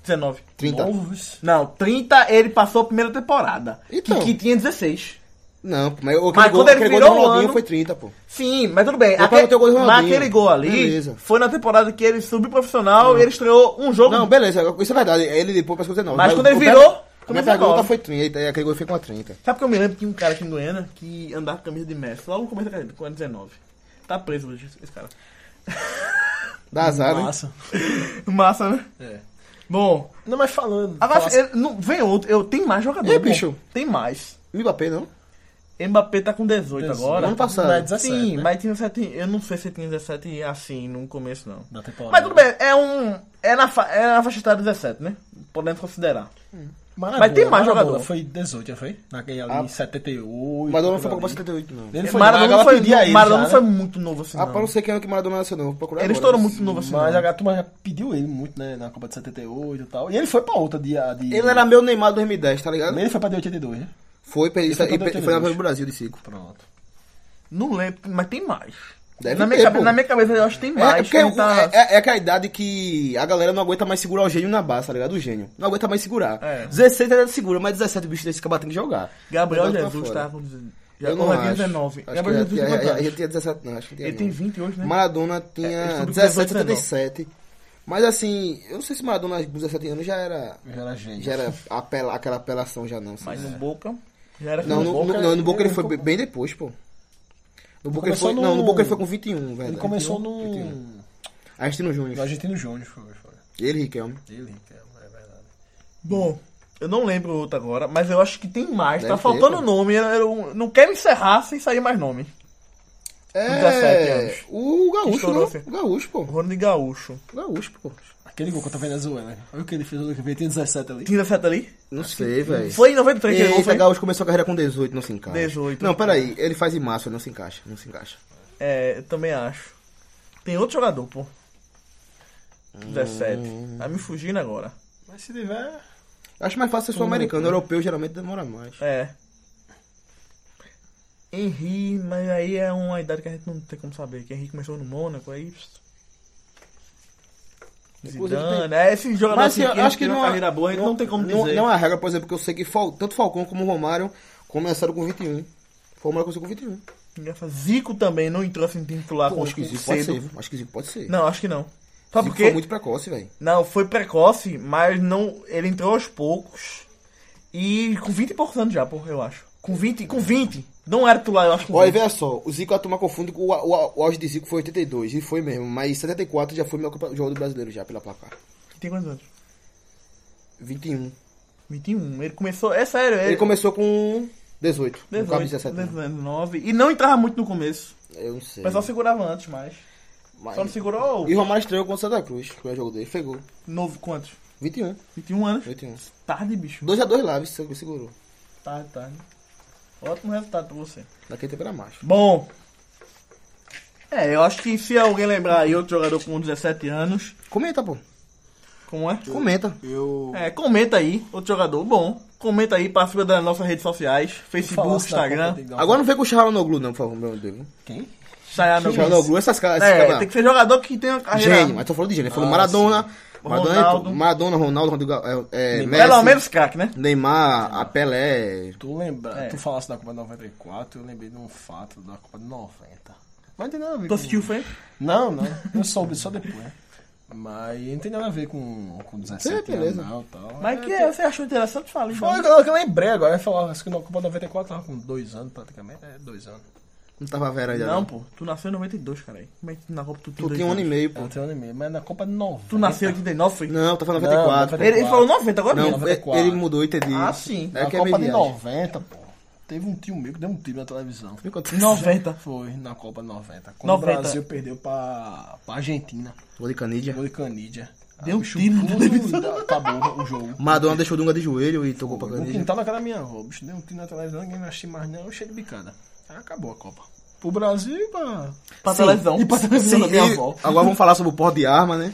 Speaker 1: 19.
Speaker 3: 30.
Speaker 2: Novos.
Speaker 1: Não, 30 ele passou a primeira temporada.
Speaker 3: Então.
Speaker 1: Que, que tinha 16.
Speaker 3: Não, pô, mas aquele
Speaker 1: Mas
Speaker 3: gol,
Speaker 1: quando ele
Speaker 3: aquele gol do
Speaker 1: virou o
Speaker 3: Ronaldinho
Speaker 1: ano-
Speaker 3: foi 30, pô.
Speaker 1: Sim, mas tudo bem.
Speaker 3: Eu
Speaker 1: Aquele,
Speaker 3: perguntei o gol do
Speaker 1: mas
Speaker 3: Ronaldinho.
Speaker 1: aquele gol ali
Speaker 3: Beleza. Ah.
Speaker 1: foi na temporada que ele subiu profissional e ele estreou um jogo.
Speaker 3: Não, beleza, isso é verdade. Ele depois passou 19.
Speaker 1: Mas quando ele
Speaker 3: o-
Speaker 1: virou,
Speaker 3: a minha
Speaker 1: começou a
Speaker 3: pergunta
Speaker 1: bola.
Speaker 3: foi 30, e aquele gol foi com a 30.
Speaker 1: Sabe que eu me lembro que tinha um cara aqui em Goiânia que andava com a camisa de Messi logo no começo da carreira, com a 19. Tá preso hoje esse cara.
Speaker 3: Dá azar, né?
Speaker 2: Massa.
Speaker 1: Massa, né?
Speaker 2: É.
Speaker 1: Bom, assim-
Speaker 2: Não, mas falando.
Speaker 1: agora
Speaker 2: falar-
Speaker 1: eu- não, vem outro. Eu, tem mais jogador.
Speaker 3: Ih,
Speaker 1: bom.
Speaker 3: bicho.
Speaker 1: Tem mais.
Speaker 3: Mbappé, não?
Speaker 1: Mbappé tá com 18, agora.
Speaker 3: Ano passado.
Speaker 2: Não, é 17,
Speaker 1: Sim,
Speaker 2: né?
Speaker 1: mas tinha 17. Eu não sei se tinha 17 assim no começo, não.
Speaker 2: Da temporada.
Speaker 1: Mas tudo bem, é um. É na, fa- é na faixa etária 17, né? Podemos considerar.
Speaker 2: Maradona,
Speaker 1: Mas tem mais
Speaker 2: Maradona
Speaker 1: jogador.
Speaker 2: Foi 18, já foi? Naquele ali, um,
Speaker 3: Ah.
Speaker 2: em 78.
Speaker 3: Maradona não foi pra Copa
Speaker 2: ali.
Speaker 3: 78, não.
Speaker 2: um. Ele foi
Speaker 1: Maradona,
Speaker 2: Maradona
Speaker 1: não foi,
Speaker 2: pedia ele
Speaker 1: Maradona
Speaker 2: já,
Speaker 1: não foi
Speaker 2: né?
Speaker 1: muito novo assim.
Speaker 3: Ah,
Speaker 1: não.
Speaker 3: pô, eu não sei quem é que Maradona nasceu, não. Vou procurar
Speaker 1: Ele
Speaker 3: agora.
Speaker 1: estourou muito novo assim.
Speaker 2: Mas
Speaker 1: não.
Speaker 2: a turma já pediu ele muito, né? Na Copa de 78 e tal. E ele foi pra outra de. a de-
Speaker 3: Ele era meu Neymar 2010, tá ligado?
Speaker 2: Ele foi pra de 82, né?
Speaker 3: Foi, perdi,
Speaker 2: Ele foi
Speaker 3: e
Speaker 2: pra
Speaker 3: per- foi,
Speaker 2: 82.
Speaker 3: na Copa do Brasil de 5.
Speaker 2: Pronto.
Speaker 1: Não lembro, mas tem mais.
Speaker 3: Deve
Speaker 1: na, minha
Speaker 3: ter,
Speaker 1: cabe-
Speaker 3: pô.
Speaker 1: na minha cabeça eu acho que tem
Speaker 3: É, é,
Speaker 1: mais.
Speaker 3: porque
Speaker 1: ele
Speaker 3: o-
Speaker 1: tá-
Speaker 3: é, é, é que a idade que a galera não aguenta mais segurar o gênio na base, tá ligado? O gênio. Não aguenta mais segurar.
Speaker 1: É.
Speaker 3: 16 ainda segura, mas 17 o bicho desse acaba tendo que jogar.
Speaker 1: Gabriel
Speaker 3: Então, tá
Speaker 1: Jesus
Speaker 3: fora.
Speaker 1: tá com 19. Já-
Speaker 3: Eu
Speaker 1: ou
Speaker 3: não
Speaker 1: já tinha
Speaker 3: acho.
Speaker 1: 19.
Speaker 3: Acho
Speaker 1: Gabriel
Speaker 3: que é-
Speaker 1: Jesus tem
Speaker 3: ele,
Speaker 1: quantos
Speaker 3: ele,
Speaker 1: anos?
Speaker 3: ele tinha 17, não, acho que não tinha
Speaker 1: Ele tem
Speaker 3: não.
Speaker 1: 20 hoje, né?
Speaker 3: Maradona
Speaker 1: É,
Speaker 3: tinha
Speaker 1: ele subiu com
Speaker 3: 17,
Speaker 1: 19.
Speaker 3: 77. Mas assim, eu não sei se Maradona com 17 anos já era.
Speaker 2: Já era gente.
Speaker 3: Já era apela- aquela apelação já não.
Speaker 1: Mas
Speaker 3: sabe?
Speaker 1: no um Boca. Já era
Speaker 3: Não,
Speaker 1: com
Speaker 3: no,
Speaker 1: Boca.
Speaker 3: no- não, no Boca ele foi bem- bem depois, pô. No Boca ele
Speaker 2: começou
Speaker 3: foi. Não,
Speaker 2: no-
Speaker 3: no Boca ele foi com 21, velho.
Speaker 2: Ele começou
Speaker 3: 21,
Speaker 2: no.
Speaker 3: Argentino Júnior.
Speaker 2: No Argentino Júnior, foi. foi.
Speaker 3: Ele, Riquelme.
Speaker 2: Ele, que é é verdade.
Speaker 1: Bom, eu não lembro outro agora, mas eu acho que tem mais.
Speaker 3: Deve
Speaker 1: tá
Speaker 3: ter,
Speaker 1: faltando
Speaker 3: pô.
Speaker 1: nome. Eu, eu não quero encerrar sem sair mais nome. 17 anos.
Speaker 3: É, O Gaúcho,
Speaker 1: Estourou, assim. filho.
Speaker 3: não? O Gaúcho, pô.
Speaker 1: Rony Gaúcho.
Speaker 3: O Gaúcho, pô.
Speaker 2: Aquele gol contra a Venezuela. Olha o que ele fez no ano que veio, tem 17 ali.
Speaker 1: Tinha 17 ali?
Speaker 3: Não sei, velho.
Speaker 1: Foi em 93 que ele
Speaker 3: Eita,
Speaker 1: foi.
Speaker 3: Assim, Gaúcho começou a carreira com 18, não se encaixa.
Speaker 1: 18.
Speaker 3: Não, peraí. Ele faz em março, não se encaixa. Não se encaixa.
Speaker 1: É, eu também acho. Tem outro jogador, pô.
Speaker 3: Hum.
Speaker 1: 17. Tá me fugindo agora.
Speaker 2: Mas se tiver.
Speaker 3: Acho mais fácil ser sul-americano. Europeu geralmente demora mais.
Speaker 1: É. Henry, mas aí é uma idade que a gente não tem como saber. Que Henry começou no Mônaco, aí. pss.
Speaker 3: Inclusive,
Speaker 1: Zidane, é esse jogador
Speaker 3: Mas assim,
Speaker 1: assim,
Speaker 3: eu acho que
Speaker 1: tem
Speaker 3: não
Speaker 1: uma carreira boa, a gente não, tem como
Speaker 3: não,
Speaker 1: dizer.
Speaker 3: Não é uma regra, por exemplo, que eu sei que Fal- tanto Falcão como Romário começaram com 21. Romário começou com 21.
Speaker 1: Engraçado. Zico também não entrou assim titular
Speaker 3: Pô,
Speaker 1: com
Speaker 3: acho que Zico pode
Speaker 1: cedo.
Speaker 3: ser. viu? Acho que Zico pode ser.
Speaker 1: Não, acho que não. Sabe
Speaker 3: Zico
Speaker 1: por quê?
Speaker 3: foi muito precoce, velho.
Speaker 1: Não, foi precoce, mas não. Ele entrou aos poucos. E com 20 e poucos anos já, porra, eu acho. Com 20, com 20. Não era titular, eu acho. Com
Speaker 3: Olha,
Speaker 1: 20.
Speaker 3: veja só, o Zico a turma confunde com o, o, o auge de Zico foi 82, e foi mesmo, mas 74 já foi o melhor campe- jogador brasileiro já pela placar.
Speaker 1: Tem quantos anos?
Speaker 3: 21.
Speaker 1: 21. Ele começou. É sério, ele,
Speaker 3: Ele começou com 18. no
Speaker 1: 18,
Speaker 3: cabo de 17. né?
Speaker 1: 19. E não entrava muito no começo.
Speaker 3: Eu não sei.
Speaker 1: O pessoal segurava antes mais.
Speaker 3: mas-
Speaker 1: Só não segurou
Speaker 3: E o Romário estreou contra o Santa Cruz, que foi o jogo dele, foi gol.
Speaker 1: novo quantos?
Speaker 3: 21,
Speaker 1: 21 anos.
Speaker 3: 21.
Speaker 1: Tarde, bicho.
Speaker 3: 2x2 lá, viu, se- segurou.
Speaker 1: Tarde, tarde. Ótimo resultado pra você.
Speaker 3: Naquele tempo era macho.
Speaker 1: Bom. É, eu acho que se alguém lembrar aí outro jogador com 17 anos,
Speaker 3: Comenta, pô.
Speaker 1: como é?
Speaker 3: Comenta.
Speaker 2: Eu.
Speaker 1: É, comenta aí, outro jogador bom. Comenta aí, participa das nossas redes sociais,
Speaker 2: Falar
Speaker 1: Facebook,
Speaker 2: se dá conta,
Speaker 1: Instagram.
Speaker 2: tem que dar um-
Speaker 3: Agora não vem com o Charanoglu, não, por favor, meu Deus.
Speaker 2: Quem?
Speaker 1: Chayanoglu.
Speaker 3: Charanoglu, essas caras. esses
Speaker 1: É,
Speaker 3: caras-
Speaker 1: tem que ser jogador que tenha carreira.
Speaker 3: Gênio, mas tô falando de gênio. Ele falou Maradona, Maradona,
Speaker 1: Ronaldo.
Speaker 3: Maradona, Ronaldo, Rodrigo, é, é,
Speaker 1: Pelo
Speaker 3: Messi,
Speaker 1: menos craque, né?
Speaker 3: Neymar, a Pelé.
Speaker 2: Tu lembra,
Speaker 1: É.
Speaker 2: tu falasse da Copa de 94, eu lembrei de um fato da Copa de 90. Mas não tem nada a ver
Speaker 1: Tu
Speaker 2: com...
Speaker 1: assistiu, foi?
Speaker 2: Não, não. Eu soube só depois. Mas não tem nada a ver com, com 17
Speaker 3: É, beleza.
Speaker 2: anos, não, tal.
Speaker 1: Mas que é, você achou interessante, fala. então.
Speaker 2: Foi o que eu lembrei agora. Eu ia falar, acho que na Copa 94 tava com dois anos praticamente. É, dois anos.
Speaker 3: Não tava velho ainda.
Speaker 1: Não, pô, tu nasceu em 92, cara. aí. Como é que na Copa tu tem
Speaker 3: Tu
Speaker 1: dois
Speaker 3: tinha um ano e
Speaker 1: anos?
Speaker 3: meio, pô.
Speaker 2: Eu tenho um ano e meio, mas na Copa 90.
Speaker 1: Tu nasceu em 89, foi?
Speaker 3: Não, tá tava em
Speaker 2: Não,
Speaker 3: 94.
Speaker 1: Ele, ele falou 90 agora
Speaker 3: Não, é,
Speaker 1: mesmo.
Speaker 2: 94.
Speaker 3: ele mudou, entendi.
Speaker 1: Ah, sim.
Speaker 3: É
Speaker 2: Na
Speaker 3: que é
Speaker 2: Copa de
Speaker 3: mediagem.
Speaker 2: 90, pô. Teve um tio meu que deu um tiro na televisão.
Speaker 3: Me conta.
Speaker 1: 90.
Speaker 2: Foi na Copa 90. Quando
Speaker 1: 90.
Speaker 2: o Brasil perdeu pra, pra Argentina.
Speaker 3: Gol de Canídia.
Speaker 2: Gol de Canídia.
Speaker 1: Deu um
Speaker 2: bicho,
Speaker 1: tiro na
Speaker 2: puto,
Speaker 1: televisão.
Speaker 2: Acabou o jogo.
Speaker 3: Maradona deixou o Dunga de joelho e tocou pra
Speaker 2: No
Speaker 3: Canídia.
Speaker 2: quintal da casa da minha avó. O bicho deu um tiro na televisão, ninguém não achei mais não, cheio de bicada. Aí acabou a Copa. Pro Brasil e pra...
Speaker 1: Pra televisão.
Speaker 2: E pra televisão da
Speaker 3: Sim,
Speaker 2: minha
Speaker 3: e
Speaker 2: avó.
Speaker 3: agora vamos falar sobre o porte de arma, né?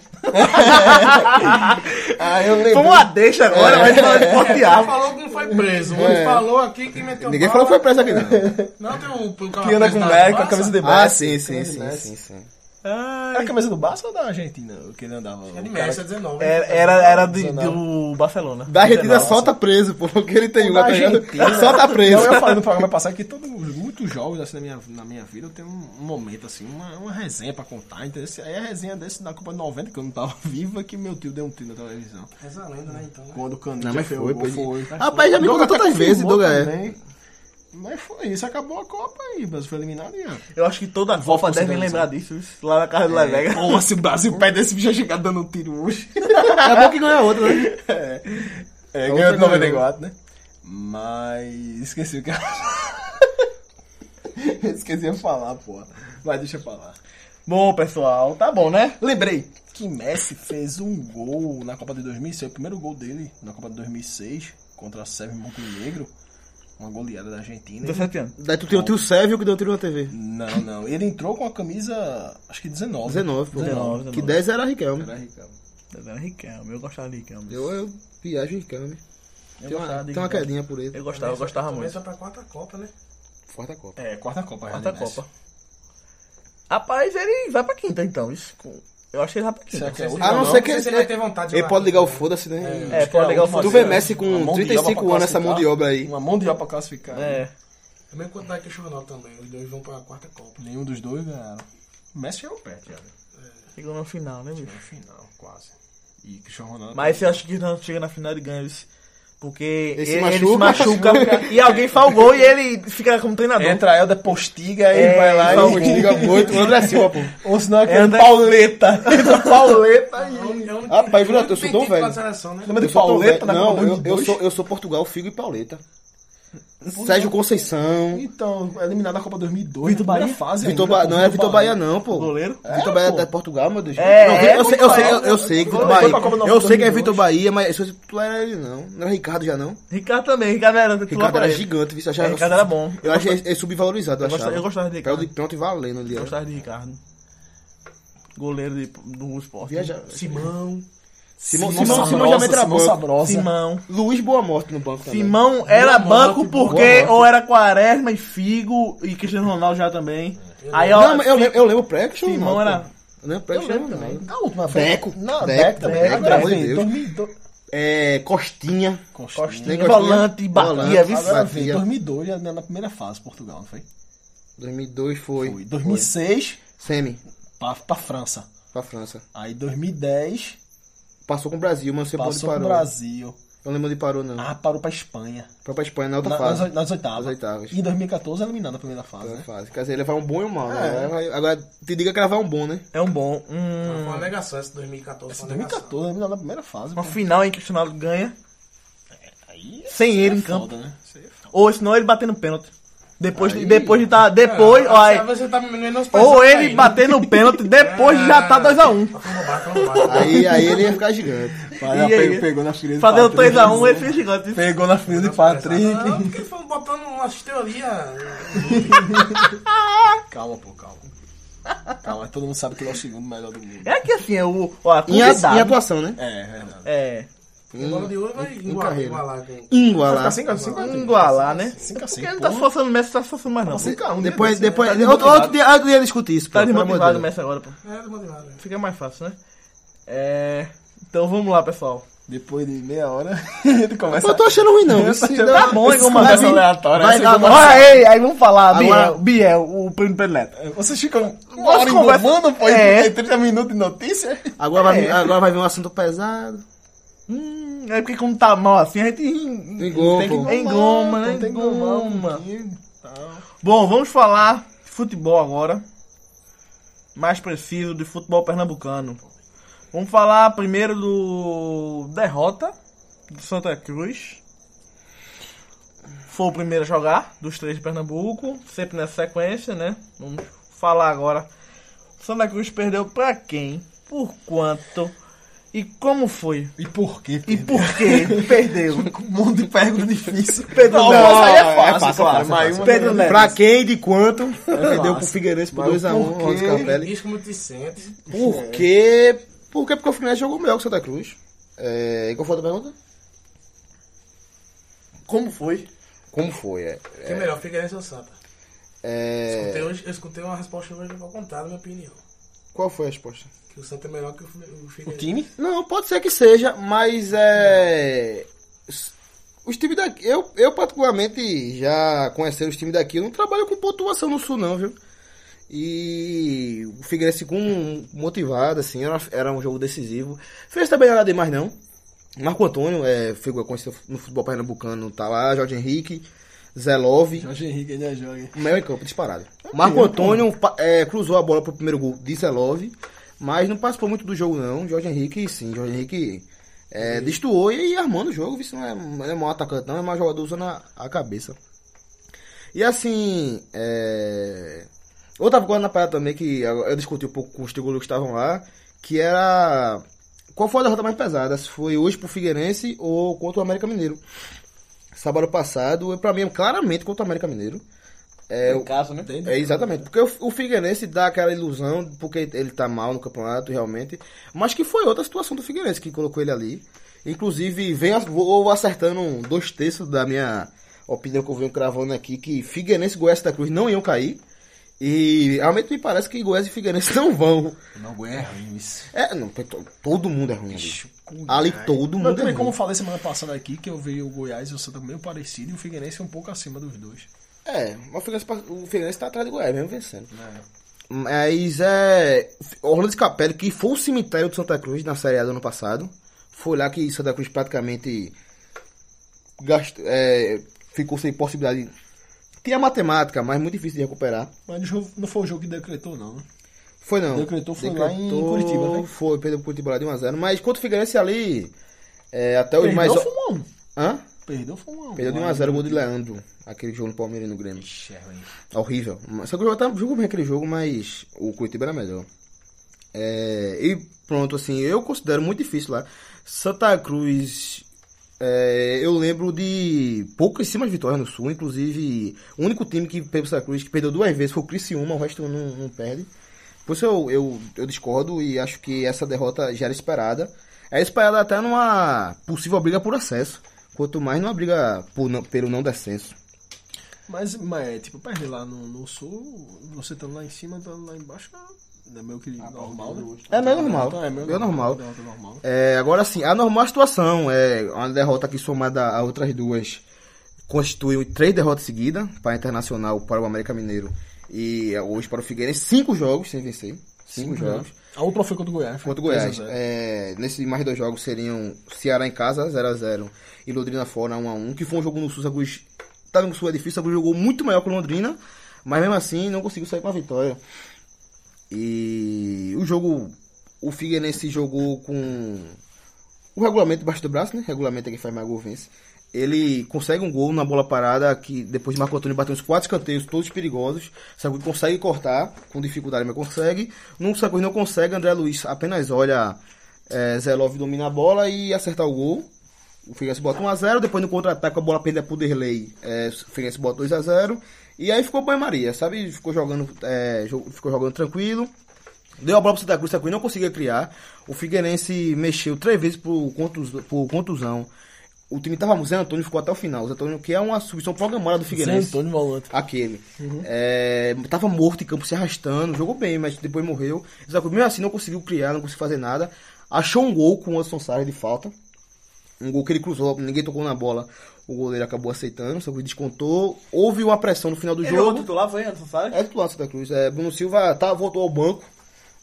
Speaker 3: ah, eu
Speaker 1: Foi uma deixa agora, mas não é forte de
Speaker 4: Ela
Speaker 1: arma.
Speaker 4: falou que não foi preso. Ele falou aqui que meteu
Speaker 3: Ninguém falou
Speaker 4: bala.
Speaker 3: que foi preso aqui, não.
Speaker 4: Não, tem o, o cara
Speaker 2: Que anda
Speaker 4: preso
Speaker 2: com
Speaker 4: da
Speaker 2: o Mary, com a
Speaker 4: Barça.
Speaker 2: camisa de Ah, Barça.
Speaker 3: Ah, sim, sim,
Speaker 2: Camisa de
Speaker 3: sim,
Speaker 2: Messi.
Speaker 3: sim, sim.
Speaker 2: Era É a camisa do Barça ou da Argentina? O que ele andava?
Speaker 4: É de
Speaker 2: O cara-
Speaker 4: Messi, é 19.
Speaker 1: Era, era, era de- do Barcelona.
Speaker 3: Da Argentina só tá preso, pô, porque ele tem
Speaker 2: O
Speaker 3: uma,
Speaker 2: da
Speaker 3: tá ligado?
Speaker 2: Argentina.
Speaker 3: Só tá preso.
Speaker 2: Não, eu falei no programa passado que todo, muitos jogos assim, na, minha, na minha vida eu tenho um, um momento assim, uma, uma resenha pra contar. Então, esse, aí a resenha desse da Copa 90, que eu não tava viva, que meu tio deu um tiro na televisão.
Speaker 4: Essa lenda, né, então. né?
Speaker 2: Quando o Canidia
Speaker 3: Não, mas
Speaker 2: fez o
Speaker 3: foi,
Speaker 2: gol,
Speaker 3: pô.
Speaker 2: foi. Ah,
Speaker 3: Rapaz, já me
Speaker 2: Douglas
Speaker 3: contou
Speaker 2: até
Speaker 3: tantas vezes,
Speaker 2: filmou
Speaker 3: Douglas. é.
Speaker 2: também. Mas foi isso, acabou a Copa aí, o Brasil foi eliminado e é. ó.
Speaker 1: Eu acho que toda a Copa deve lembrar disso, isso, lá na casa
Speaker 2: É.
Speaker 1: do Levega.
Speaker 2: Ou se o Brasil perde esse bicho ia chegar dando um tiro hoje.
Speaker 3: É bom que ganha outra, né?
Speaker 2: É,
Speaker 3: Outra
Speaker 2: ganhou de
Speaker 3: ganhou.
Speaker 2: 94, né? Mas. Esqueci o que. Esqueci de falar, porra. Mas deixa eu falar.
Speaker 1: Bom, pessoal, tá bom, né?
Speaker 2: Lembrei que Messi fez um gol na Copa de 2006, o primeiro gol dele na Copa de 2006 contra a Sérvia e Montenegro. Uma goleada da Argentina.
Speaker 1: 17 anos.
Speaker 3: Daí tu tem o tio Sérvio que deu um tiro na TV.
Speaker 2: Não, não. Ele entrou com a camisa, acho que né? 19.
Speaker 3: 19, pô.
Speaker 1: 19, 19.
Speaker 3: Que 10 era Riquelme.
Speaker 2: Era Ricão.
Speaker 1: Era Riquelme, eu gostava de Riquelme.
Speaker 3: Eu, eu viajo em Riquelme.
Speaker 1: Eu
Speaker 3: Tem
Speaker 1: gostava
Speaker 3: uma,
Speaker 1: de
Speaker 3: tem uma
Speaker 1: Riquelme.
Speaker 3: quedinha por ele.
Speaker 1: Eu gostava, eu gostava
Speaker 4: Também
Speaker 1: muito.
Speaker 4: tá pra quarta Copa, né?
Speaker 3: Forte a Copa.
Speaker 2: É, quarta Copa. né? já
Speaker 1: Quarta
Speaker 2: do Messi.
Speaker 1: Copa. Rapaz, ele vai pra quinta então. Isso, com- eu acho que ele vai pra quinta.
Speaker 2: Será que é a última?
Speaker 3: A não
Speaker 2: Não.
Speaker 3: ser que
Speaker 4: sei se ele vai ter
Speaker 3: ele,
Speaker 4: vontade de
Speaker 3: ele
Speaker 4: jogar
Speaker 3: pode
Speaker 4: aqui,
Speaker 3: ligar o
Speaker 4: né?
Speaker 3: foda-se, né?
Speaker 1: É, pode ligar o
Speaker 3: Tu
Speaker 1: foda.
Speaker 3: vê Messi com
Speaker 2: Uma mão de obra
Speaker 3: 35
Speaker 2: pra
Speaker 3: anos, essa mão de
Speaker 2: classificar.
Speaker 3: obra aí.
Speaker 2: Ah, Uma mão de obra pra classificar.
Speaker 1: É.
Speaker 4: Também quando tá dá questionado também. Os dois vão pra quarta Copa.
Speaker 2: Nenhum dos dois ganharam. O Messi chegou perto, já, né?
Speaker 1: Chegou no final, né, bicho?
Speaker 2: No final, quase. E Cristiano Ronaldo.
Speaker 1: Mas você acha que não chega na final e ganha isso? Porque
Speaker 3: Ele se
Speaker 1: ele, ele se
Speaker 3: machuca.
Speaker 1: machuca e alguém faz o gol e ele fica como treinador.
Speaker 2: Entra a Helder Postiga e
Speaker 1: É,
Speaker 2: vai lá
Speaker 1: não,
Speaker 2: e.
Speaker 3: um Liga muito, o André Silva, pô.
Speaker 2: Ou senão é aquele
Speaker 1: Entra-
Speaker 2: Pauleta. Entra Pauleta
Speaker 4: É o único- é o único-
Speaker 3: Rapaz, Bruno,
Speaker 4: é o único
Speaker 3: eu sou tão
Speaker 4: título da
Speaker 3: velho.
Speaker 4: seleção, né?
Speaker 2: Lembra de
Speaker 3: sou tão velho.
Speaker 2: Pauleta na
Speaker 3: Não,
Speaker 2: Copa
Speaker 3: eu, eu
Speaker 2: 2002?
Speaker 3: sou, eu sou Portugal, Figo e Pauleta. Sérgio Conceição.
Speaker 2: Então, eliminado na Copa 2002.
Speaker 1: Vitor
Speaker 2: na primeira
Speaker 1: Bahia?
Speaker 2: Fase
Speaker 3: Vitor
Speaker 2: ainda,
Speaker 3: Ba...
Speaker 2: pô,
Speaker 3: Não é Vitor Bahia, não, pô.
Speaker 1: Goleiro.
Speaker 3: Vitor Bahia é da Portugal, meu Deus.
Speaker 1: É,
Speaker 3: não,
Speaker 1: é,
Speaker 3: eu, sei, eu, sei, eu, eu
Speaker 1: Portugal.
Speaker 3: sei que Vitor
Speaker 2: Goleiro
Speaker 3: Bahia.
Speaker 2: pra Copa do
Speaker 3: Eu
Speaker 2: Mundo
Speaker 3: sei que é
Speaker 2: 2002.
Speaker 3: Vitor Bahia, mas se tu era ele, não. Não era Ricardo já, não.
Speaker 1: Ricardo também, Ricardo era titular
Speaker 3: Ricardo
Speaker 1: pra
Speaker 3: era
Speaker 1: ele.
Speaker 3: gigante, viu? Eu achava-
Speaker 1: É, Ricardo era bom.
Speaker 3: Eu achei ele subvalorizado, eu
Speaker 1: Eu gostava,
Speaker 3: achava.
Speaker 1: eu gostava de
Speaker 3: Pegou de
Speaker 1: Ricardo.
Speaker 3: pronto e valendo ali. ó.
Speaker 1: Eu gostava de Ricardo. Goleiro de, do esporte.
Speaker 3: Viajava.
Speaker 1: Simão.
Speaker 3: Simão,
Speaker 2: Simão
Speaker 3: Simão,
Speaker 2: Sabrosa,
Speaker 3: Simão já me
Speaker 2: Simão
Speaker 3: trabou.
Speaker 2: Sabrosa.
Speaker 1: Simão.
Speaker 3: Luiz Boa Morte no banco também.
Speaker 1: Simão era
Speaker 4: Boa
Speaker 1: banco
Speaker 4: morte,
Speaker 1: porque
Speaker 2: boa morte.
Speaker 1: ou era Quaresma e Figo e Cristiano Ronaldo já também. Aí, ó,
Speaker 3: Não, mas eu, lembro- eu lembro o pré-Cristiano
Speaker 1: Simão
Speaker 3: Ronaldo,
Speaker 1: era-
Speaker 3: pô. Eu lembro o
Speaker 1: Eu lembro
Speaker 3: pré-Cristiano
Speaker 1: também.
Speaker 3: Ronaldo.
Speaker 2: A última
Speaker 3: Deco.
Speaker 2: Não,
Speaker 3: Deco,
Speaker 2: Deco, também.
Speaker 3: Deco,
Speaker 2: Agora Hum.
Speaker 3: pelo amor de né?
Speaker 2: vem,
Speaker 3: Deus.
Speaker 2: 2002.
Speaker 3: É, Costinha.
Speaker 1: Costinha,
Speaker 3: Nem
Speaker 1: Costinha, volante, batia,
Speaker 3: volante,
Speaker 1: viu?
Speaker 2: Agora vem,
Speaker 3: batia.
Speaker 2: 2002, já né, na primeira fase, Portugal, não foi?
Speaker 3: 2002 foi.
Speaker 2: Foi. 2006,
Speaker 3: Semi,
Speaker 2: pra, pra França.
Speaker 3: pra França.
Speaker 2: Aí 2010,
Speaker 3: Passou com o Brasil, mas não sei por onde
Speaker 2: passou pro
Speaker 3: parou.
Speaker 2: Brasil.
Speaker 3: Eu lembro onde parou, não.
Speaker 2: Ah, parou pra Espanha.
Speaker 3: Foi pra Espanha na outra
Speaker 2: Na- nas,
Speaker 3: fase.
Speaker 2: oi- nas oitavas.
Speaker 3: Nas oitavas.
Speaker 2: E em 2014, eliminado na primeira fase,
Speaker 3: Outra
Speaker 2: né? É.
Speaker 3: fase. Quer dizer, levar um bom e um mal. né? Vai- Agora, te diga que ela vai um bom, né?
Speaker 1: É um bom. Hum,
Speaker 4: Foi uma negação esse 2014. Foi uma negação.
Speaker 2: 2014, eliminado na primeira fase.
Speaker 1: uma
Speaker 2: pô.
Speaker 1: final em que o Cristiano Ronaldo ganha.
Speaker 2: Aí
Speaker 1: Sem ele em
Speaker 2: é
Speaker 1: campo.
Speaker 2: foda, né? Isso aí é foda.
Speaker 1: Ou senão ele batendo pênalti. Depois,
Speaker 3: Aí-
Speaker 1: depois de tá. Depois. ó, aí-
Speaker 4: Aí Você tá diminuindo as
Speaker 1: ou
Speaker 4: pessoas
Speaker 1: ele
Speaker 4: aí, né?
Speaker 1: batendo o pênalti depois de já tá 2x1.
Speaker 4: Vamos lá, vamos lá.
Speaker 3: Aí, aí ele ia ficar gigante.
Speaker 2: Vai,
Speaker 1: E aí?
Speaker 2: pegou, pegou na frente.
Speaker 1: Fazer o 3x1, ele fica gigante.
Speaker 2: Pegou na frente de
Speaker 4: Não,
Speaker 2: Patrick.
Speaker 4: porque eles foram botando umas teorias.
Speaker 2: Calma, pô, calma. Calma, todo mundo sabe que ele é o segundo melhor do mundo.
Speaker 1: É que assim, é o. Ó,
Speaker 3: Em, a- em
Speaker 1: convidado.
Speaker 3: atuação, né?
Speaker 2: É, é verdade.
Speaker 1: É.
Speaker 4: O bola de ouro
Speaker 3: um
Speaker 4: vai igual-
Speaker 3: carreira.
Speaker 4: igualar com.
Speaker 3: Igualar.
Speaker 2: Vai ficar 5 Tá a 5
Speaker 1: Igualar, né?
Speaker 2: Cinco a cinco,
Speaker 1: Porque ele não tá se
Speaker 2: porra.
Speaker 1: forçando o Messi, tá se forçando mais não. pô.
Speaker 2: Cinco a um,
Speaker 3: Depois,
Speaker 2: né?
Speaker 3: depois,
Speaker 1: tá de
Speaker 3: outro,
Speaker 1: motivado.
Speaker 3: outro dia, outro dia discutir isso. Pô,
Speaker 1: Tá
Speaker 3: pelo amor de
Speaker 1: desmotivado o
Speaker 3: Deus.
Speaker 1: Messi agora, pô.
Speaker 4: É, desmotivado. é.
Speaker 1: Fica mais fácil, né? É... Então vamos lá, pessoal.
Speaker 2: Depois de meia hora, ele começa.
Speaker 3: Eu tô achando ruim, não. Isso,
Speaker 1: Tá bom, hein,
Speaker 3: isso
Speaker 1: vamos mandar
Speaker 3: vai
Speaker 1: essa
Speaker 3: vir-
Speaker 2: aleatória,
Speaker 3: Vai
Speaker 2: essa
Speaker 3: dar
Speaker 2: eu vou
Speaker 3: uma-
Speaker 1: Olha aí, aí vamos falar,
Speaker 2: Agora-
Speaker 1: Biel, Biel, o primo Peleto.
Speaker 2: Vocês ficam uma
Speaker 1: Nossa,
Speaker 2: hora
Speaker 1: conversa-
Speaker 2: engomando, pô,
Speaker 1: É.
Speaker 2: é. 30 minutos de notícia.
Speaker 3: Agora vai, vir- agora vai vir um assunto pesado.
Speaker 1: Hum, é porque como tá mal assim, a gente en-
Speaker 3: Engoma,
Speaker 1: tem que
Speaker 3: pô.
Speaker 1: engoma, né?
Speaker 2: Tem que engomar um
Speaker 1: Engoma.
Speaker 2: pouquinho, tal.
Speaker 1: Bom, vamos falar de futebol agora. Mais preciso, de futebol pernambucano. Vamos falar primeiro do derrota do Santa Cruz. Foi o primeiro a jogar dos três de Pernambuco, sempre nessa sequência, né? Vamos falar agora. Santa Cruz perdeu pra quem? Por quanto? E como foi?
Speaker 2: E por quê?
Speaker 1: E por que perdeu?
Speaker 2: Um monte de pergunta difícil.
Speaker 1: Pedro
Speaker 2: Não,
Speaker 1: Neto.
Speaker 2: essa aí
Speaker 1: Não,
Speaker 2: é fácil,
Speaker 1: é fácil, é
Speaker 2: claro.
Speaker 1: fácil, é
Speaker 2: mas
Speaker 1: fácil.
Speaker 2: uma-
Speaker 1: Pedro Neto.
Speaker 3: Pra quem, de quanto? Perdeu pro Figueirense por
Speaker 2: Mas
Speaker 3: 2x1,
Speaker 2: por quê?
Speaker 3: Ronaldo Capelli.
Speaker 4: Diz como te sente.
Speaker 3: Por quê? Por quê? Porque o Fluminense jogou melhor que o Santa Cruz. É, e qual foi a outra pergunta?
Speaker 1: Como foi?
Speaker 3: Como foi? É,
Speaker 4: Que é melhor, Figueirense ou Santa?
Speaker 3: é,
Speaker 4: Escutei hoje- Eu escutei uma resposta hoje ao contrário, na minha opinião.
Speaker 3: qual foi a resposta?
Speaker 4: Que o Santa é melhor que o Flumin- o
Speaker 2: O
Speaker 4: Figueirense.
Speaker 2: time?
Speaker 3: Não, pode ser que seja, mas é. os- Os times daqui. Eu, eu particularmente, já conhecendo os times daqui, eu não trabalho com pontuação no Sul, não, viu? E o Figueirense com motivado, assim, era, era um jogo decisivo. Fez também nada demais, não. Marco Antônio, é, figura conhecida no futebol pernambucano, tá lá, Jorge Henrique, Zé Love.
Speaker 2: Jorge Henrique ainda joga. hein?
Speaker 3: O melhor em campo, disparado. um Marco Antônio pa- é, cruzou a bola pro primeiro gol de Zelov, mas não participou muito do jogo, não. Jorge Henrique, sim, Jorge Henrique é, destoou e armando o jogo. Isso não é, não é mau atacante, não, é mau jogador usando a, a cabeça. E assim, é... outra coisa na parada também que eu eu discuti um pouco com os trigolos que estavam lá, que era. Qual foi a derrota mais pesada? Se foi hoje pro Figueirense ou contra o América Mineiro? Sábado passado, e pra mim, claramente contra o América Mineiro. É, o-
Speaker 2: caso, né? Tem,
Speaker 3: é, exatamente. Porque o, o Figueirense dá aquela ilusão, porque ele tá mal no campeonato, realmente. Mas que foi outra situação do Figueirense que colocou ele ali. Inclusive, vem, as- vou acertando um, dois terços da minha opinião que eu venho cravando aqui, que Figueirense, Goiás e Santa Cruz não iam cair. E realmente me parece que Goiás e Figueirense não vão.
Speaker 2: Não é ruim isso.
Speaker 3: É, não, to- todo mundo é ruim ali. Ali todo
Speaker 2: Eu
Speaker 3: mundo é
Speaker 2: também, como
Speaker 3: ruim.
Speaker 2: eu falei semana passada aqui, que eu vi o Goiás e o Santa meio parecido e o Figueirense um pouco acima dos dois.
Speaker 3: É, mas o Figueirense, pa- o Figueirense tá atrás do Goiás, mesmo vencendo. É. Mas é. Orlando Capelli, que foi o cemitério do Santa Cruz na Série A do ano passado. Foi lá que Santa Cruz praticamente gastou, é, ficou sem possibilidade. Tinha matemática, mas muito difícil de recuperar.
Speaker 2: Mas o jogo- não foi o jogo que decretou, não. né?
Speaker 3: Foi não.
Speaker 2: Decretou, foi lá em Curitiba, né?
Speaker 3: Foi, perdeu pro Curitiba lá de 1x0. Mas contra o Figueirense ali. é, até os
Speaker 2: Perdeu
Speaker 3: mais.
Speaker 2: foi um a um.
Speaker 3: Hã?
Speaker 2: Perdeu foi um a um.
Speaker 3: Perdeu de 1x0 o gol de Leandro. Aquele jogo no Palmeiras e no Grêmio.
Speaker 2: Ixi, é ruim.
Speaker 3: Horrível. Mas- Só que o jogo, tá, jogo bem aquele jogo, mas o Curitiba era melhor. É, e pronto, assim, eu considero muito difícil lá. Santa Cruz, é, eu lembro de pouquíssimas vitórias no Sul, inclusive o único time que perdeu pro Santa Cruz, que perdeu duas vezes, foi o Criciúma, o resto não, não perde. Por isso eu, eu, eu discordo e acho que essa derrota já era esperada. É esperada até numa possível briga por acesso, quanto mais numa briga por não- pelo não descenso.
Speaker 2: Mas, mas, tipo, perder lá no, no sul, você estando lá em cima, estando lá embaixo, é meio
Speaker 1: Ah,
Speaker 2: que normal, né?
Speaker 3: É meio normal.
Speaker 2: Então, é meio
Speaker 3: Meio normal.
Speaker 2: derrota normal.
Speaker 3: É, agora sim, a normal situação é uma derrota que somada a outras duas constitui três derrotas seguidas para a Internacional, para o América Mineiro e é, hoje para o Figueirense, cinco jogos sem vencer, cinco, jogos.
Speaker 2: A outra foi contra o Goiás. foi
Speaker 3: Contra o Goiás.
Speaker 2: 3 né? a 0.
Speaker 3: É, nesses mais dois jogos seriam Ceará em casa, 0x0, e Londrina fora, 1x1, que foi um jogo no Sul, Sagus, tá no Sul é difícil, Sagus jogou muito melhor que o Londrina, mas mesmo assim não conseguiu sair com a vitória. E o jogo, o Figueirense jogou com o regulamento debaixo do braço, né? Regulamento é quem faz mais gol vence. Ele consegue um gol na bola parada, que depois de Marco Antônio bater uns quatro escanteios, todos perigosos. Sagui consegue cortar, com dificuldade, mas consegue. No Sagui não consegue, André Luiz apenas olha é, Zé Love domina a bola e acertar o gol. O Figueirense bota 1x0, depois no contra-ataque a bola perdeu pro Derlei, é, o Figueirense bota 2x0. E aí ficou banho-maria, sabe? Ficou jogando, é, jo- ficou jogando tranquilo. Deu a bola pro Santa Cruz, Santa Cruz não conseguia criar. O Figueirense mexeu três vezes por, contus, por contusão. O time tava. O Zé Antônio ficou até o final. O Zé Antônio, que é uma substituição programada do Figueirense.
Speaker 2: Antônio Malandro.
Speaker 3: Aquele. É, tava morto em campo, se arrastando. Jogou bem, mas depois morreu. O Santa Cruz, mesmo assim, não conseguiu criar, não conseguiu fazer nada. Achou um gol com o Anderson Salles de falta. Um gol que ele cruzou, ninguém tocou na bola. O goleiro acabou aceitando, o Santa Cruz descontou. Houve uma pressão no final do
Speaker 1: Ele
Speaker 3: jogo.
Speaker 1: jogou titular, foi Anderson, sabe?
Speaker 3: É titular do Santa Cruz. É, Bruno Silva tá, voltou ao banco,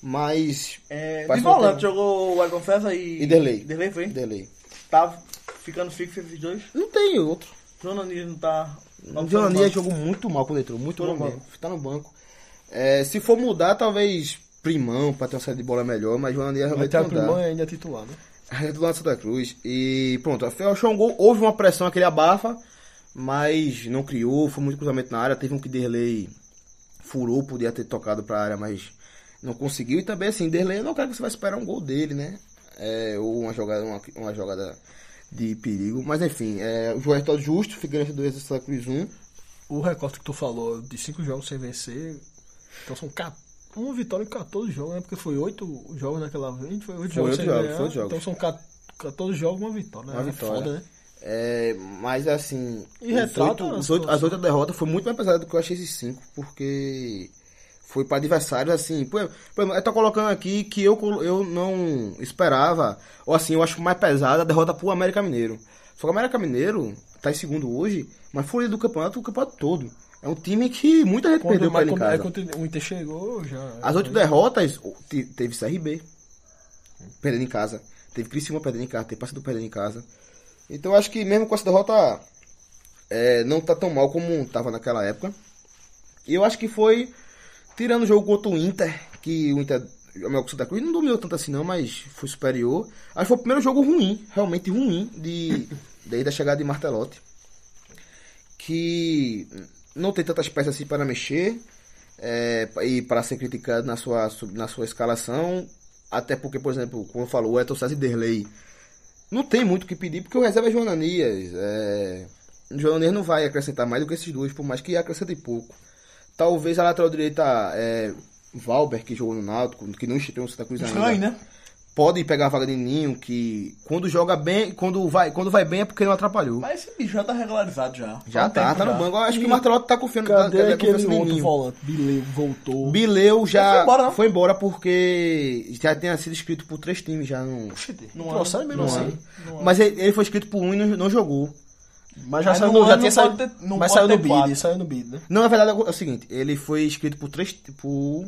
Speaker 3: mas.
Speaker 1: É, de
Speaker 3: Faz né?
Speaker 1: volante
Speaker 3: tempo.
Speaker 1: jogou o Ayrton César e...
Speaker 3: E Derlei.
Speaker 1: Derlei foi?
Speaker 3: Delay.
Speaker 1: Tá ficando fixo esses dois.
Speaker 3: Não tem outro.
Speaker 1: Jonani não tá...
Speaker 3: O
Speaker 1: não tá no
Speaker 3: Diolania
Speaker 1: banco.
Speaker 3: jogou muito mal quando entrou, muito
Speaker 1: Tá no
Speaker 3: mal mesmo.
Speaker 1: banco.
Speaker 3: Tá no banco. É, se for mudar, talvez primão pra ter uma saída de bola melhor, mas o Diolania
Speaker 2: Mas
Speaker 3: realmente
Speaker 2: Thiago
Speaker 3: não dá.
Speaker 2: Primão é ainda titular, né?
Speaker 3: Aí do lado do Santa Cruz. E pronto, achou um gol, houve uma pressão, aquele abafa, mas não criou, foi muito cruzamento na área, teve um que Derlei furou, podia ter tocado pra área, mas não conseguiu. E também assim, Derlei eu não quero que você vai esperar um gol dele, né? É, ou uma jogada, uma, uma jogada de perigo. Mas enfim, é, o João Hertório Justo, Figueirense 2, Santa Cruz 1.
Speaker 2: O recorte que tu falou de 5 jogos sem vencer, então são 14 uma vitória em 14 jogos, né? Porque foi 8 jogos naquela vez, foi 8 jogos
Speaker 3: oito
Speaker 2: sem
Speaker 3: jogos,
Speaker 2: ganhar,
Speaker 3: foi oito jogos.
Speaker 2: então são 14 jogos, uma vitória, né?
Speaker 3: Uma
Speaker 2: É
Speaker 3: vitória.
Speaker 2: Foda, né?
Speaker 3: É, mas assim,
Speaker 2: E
Speaker 3: os
Speaker 2: retrata
Speaker 3: oito-
Speaker 2: a
Speaker 3: os oito- as
Speaker 2: situação.
Speaker 3: oito derrotas foi muito mais pesada do que eu achei esses cinco, porque foi para adversários assim. Por exemplo, por exemplo, eu tô colocando aqui que eu, colo- eu não esperava, ou assim, eu acho mais pesada a derrota pro América Mineiro. Só que o América Mineiro tá em segundo hoje, mas foi líder do campeonato o campeonato todo. É um time que muita gente
Speaker 2: Quando,
Speaker 3: perdeu pra
Speaker 2: mas
Speaker 3: ele em
Speaker 2: quando, aí
Speaker 3: casa.
Speaker 2: quando o Inter chegou, já...
Speaker 3: As oito derrotas o- te- teve CRB perdendo em casa, teve Criciúma perdendo em casa, teve Paysandu perdendo em casa. Então eu acho que mesmo com essa derrota é, não tá tão mal como tava naquela época. E eu acho que foi tirando o jogo contra o Inter, que o Inter o Melco Santa Cruz não dominou tanto assim não, mas foi superior. Acho que foi o primeiro jogo ruim, realmente ruim, de daí da chegada de Martelotti que não tem tantas peças assim para mexer é, e para ser criticado na sua, na sua escalação. Até porque, por exemplo, como eu falo, o Elton Sass e Derlei não tem muito o que pedir, porque o reserva é Joananias. É... Joananias não vai acrescentar mais do que esses dois, por mais que acrescente pouco. Talvez a lateral direita, é, Valber, que jogou no Náutico, que não estreou no Santa
Speaker 2: Tá
Speaker 3: Cruz ainda
Speaker 1: Estranho, né?
Speaker 3: pode pegar a vaga de Ninho, que quando joga bem, quando vai, quando vai bem é porque não atrapalhou.
Speaker 1: Mas esse bicho já tá regularizado já.
Speaker 3: já
Speaker 1: Faz
Speaker 3: tá,
Speaker 1: tempo
Speaker 3: tá no
Speaker 1: já.
Speaker 3: banco. Eu acho que o Martelotti tá confiando, tá,
Speaker 2: Cadê
Speaker 3: tá
Speaker 2: aquele
Speaker 3: confiando
Speaker 2: outro
Speaker 3: Ninho.
Speaker 2: volante? Bileu voltou.
Speaker 3: Bileu já
Speaker 1: Ele foi embora, não?
Speaker 3: foi embora porque já tinha sido escrito por três times já no,
Speaker 2: Não trouxeram mesmo
Speaker 3: no
Speaker 2: assim.
Speaker 3: ano. Mas ele, ele foi escrito por um e não, não jogou.
Speaker 2: Mas já
Speaker 1: Mas
Speaker 2: saiu
Speaker 1: no
Speaker 2: no já
Speaker 1: ano
Speaker 2: tinha
Speaker 1: não
Speaker 2: saído-
Speaker 1: pode ter- não
Speaker 2: Mas
Speaker 1: pode
Speaker 2: saiu no
Speaker 1: ter
Speaker 2: bid,
Speaker 1: quatro.
Speaker 2: saiu no bid, né?
Speaker 3: Não, na verdade é o seguinte, ele foi escrito por três por